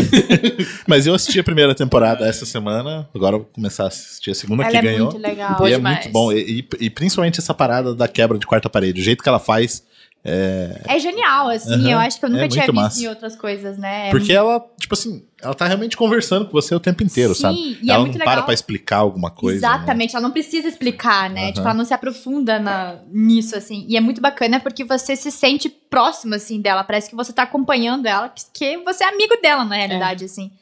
[SPEAKER 2] Mas eu assisti a primeira temporada essa semana. Agora eu vou começar a assistir a segunda
[SPEAKER 8] Ela
[SPEAKER 2] que
[SPEAKER 8] é
[SPEAKER 2] ganhou.
[SPEAKER 8] muito legal.
[SPEAKER 6] Boa
[SPEAKER 2] e é
[SPEAKER 6] demais.
[SPEAKER 2] muito bom. E, e- e principalmente essa parada da quebra de quarta parede. O jeito que ela faz. É...
[SPEAKER 8] É genial, assim.
[SPEAKER 2] Aham,
[SPEAKER 8] Eu acho que eu nunca
[SPEAKER 2] é
[SPEAKER 8] tinha
[SPEAKER 2] muito
[SPEAKER 8] visto
[SPEAKER 2] massa.
[SPEAKER 8] em outras coisas, né? É
[SPEAKER 2] Porque ela, tipo assim, ela tá realmente conversando com você o tempo inteiro,
[SPEAKER 8] Sim,
[SPEAKER 2] sabe?
[SPEAKER 8] e é
[SPEAKER 2] ela
[SPEAKER 8] muito
[SPEAKER 2] não para
[SPEAKER 8] legal.
[SPEAKER 2] pra explicar alguma coisa. né?
[SPEAKER 8] Exatamente, ela não precisa explicar, né?
[SPEAKER 2] Aham.
[SPEAKER 8] Tipo, ela não se aprofunda na- nisso, assim. E é muito bacana porque você se sente próximo, assim, dela. Parece que você tá acompanhando ela, que, que você é amigo dela, na
[SPEAKER 6] É.
[SPEAKER 8] realidade, assim.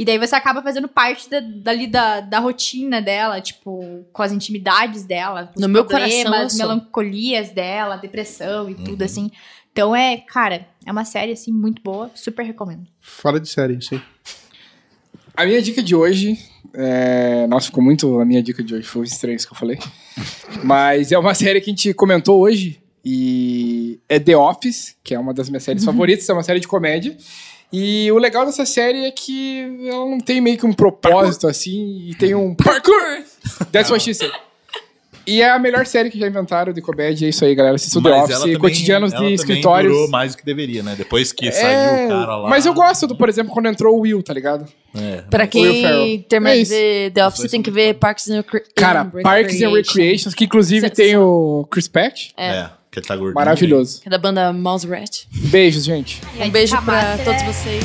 [SPEAKER 8] E daí você acaba fazendo parte da, dali da, da rotina dela, tipo, com as intimidades dela. com os
[SPEAKER 6] No meu
[SPEAKER 8] problemas,
[SPEAKER 6] coração, eu sou.
[SPEAKER 8] melancolias dela, depressão e
[SPEAKER 2] Uhum.
[SPEAKER 8] tudo, assim. Então é, cara, é uma série, assim, muito boa. Super recomendo.
[SPEAKER 4] Fora de série, isso aí.
[SPEAKER 3] A minha dica de hoje. é, Nossa, ficou muito a minha dica de hoje. Foi os três que eu falei. Mas é uma série que a gente comentou hoje. E é The Office, que é uma das
[SPEAKER 2] Uhum.
[SPEAKER 3] minhas séries favoritas. É uma série de comédia. E o legal dessa série é que ela não tem meio que um propósito assim. E tem um parkour! That's what she said. E é a melhor série que já inventaram de comédia. É isso aí, galera. Assistam The
[SPEAKER 2] Mas
[SPEAKER 3] Office.
[SPEAKER 2] ela também-
[SPEAKER 3] cotidianos
[SPEAKER 2] ela
[SPEAKER 3] de
[SPEAKER 2] também
[SPEAKER 3] escritórios.
[SPEAKER 2] durou mais do que deveria, né? Depois que
[SPEAKER 3] É,
[SPEAKER 2] saiu o cara lá.
[SPEAKER 3] Mas eu gosto, do, por exemplo, quando entrou o Will, tá ligado?
[SPEAKER 2] É.
[SPEAKER 6] Pra
[SPEAKER 3] Will Ferrell.
[SPEAKER 6] quem termina
[SPEAKER 3] É
[SPEAKER 6] de
[SPEAKER 3] isso.
[SPEAKER 6] ver The Office, tem que ver Parks and Recre-
[SPEAKER 3] Cara,
[SPEAKER 6] and
[SPEAKER 3] Parks and Recreations, que inclusive
[SPEAKER 6] Sensacional.
[SPEAKER 3] tem o Chris Patch.
[SPEAKER 2] É. que ele tá gordinho.
[SPEAKER 3] Maravilhoso.
[SPEAKER 6] que é da banda Mouse Rat.
[SPEAKER 3] Beijos, gente.
[SPEAKER 6] Um beijo pra todos vocês.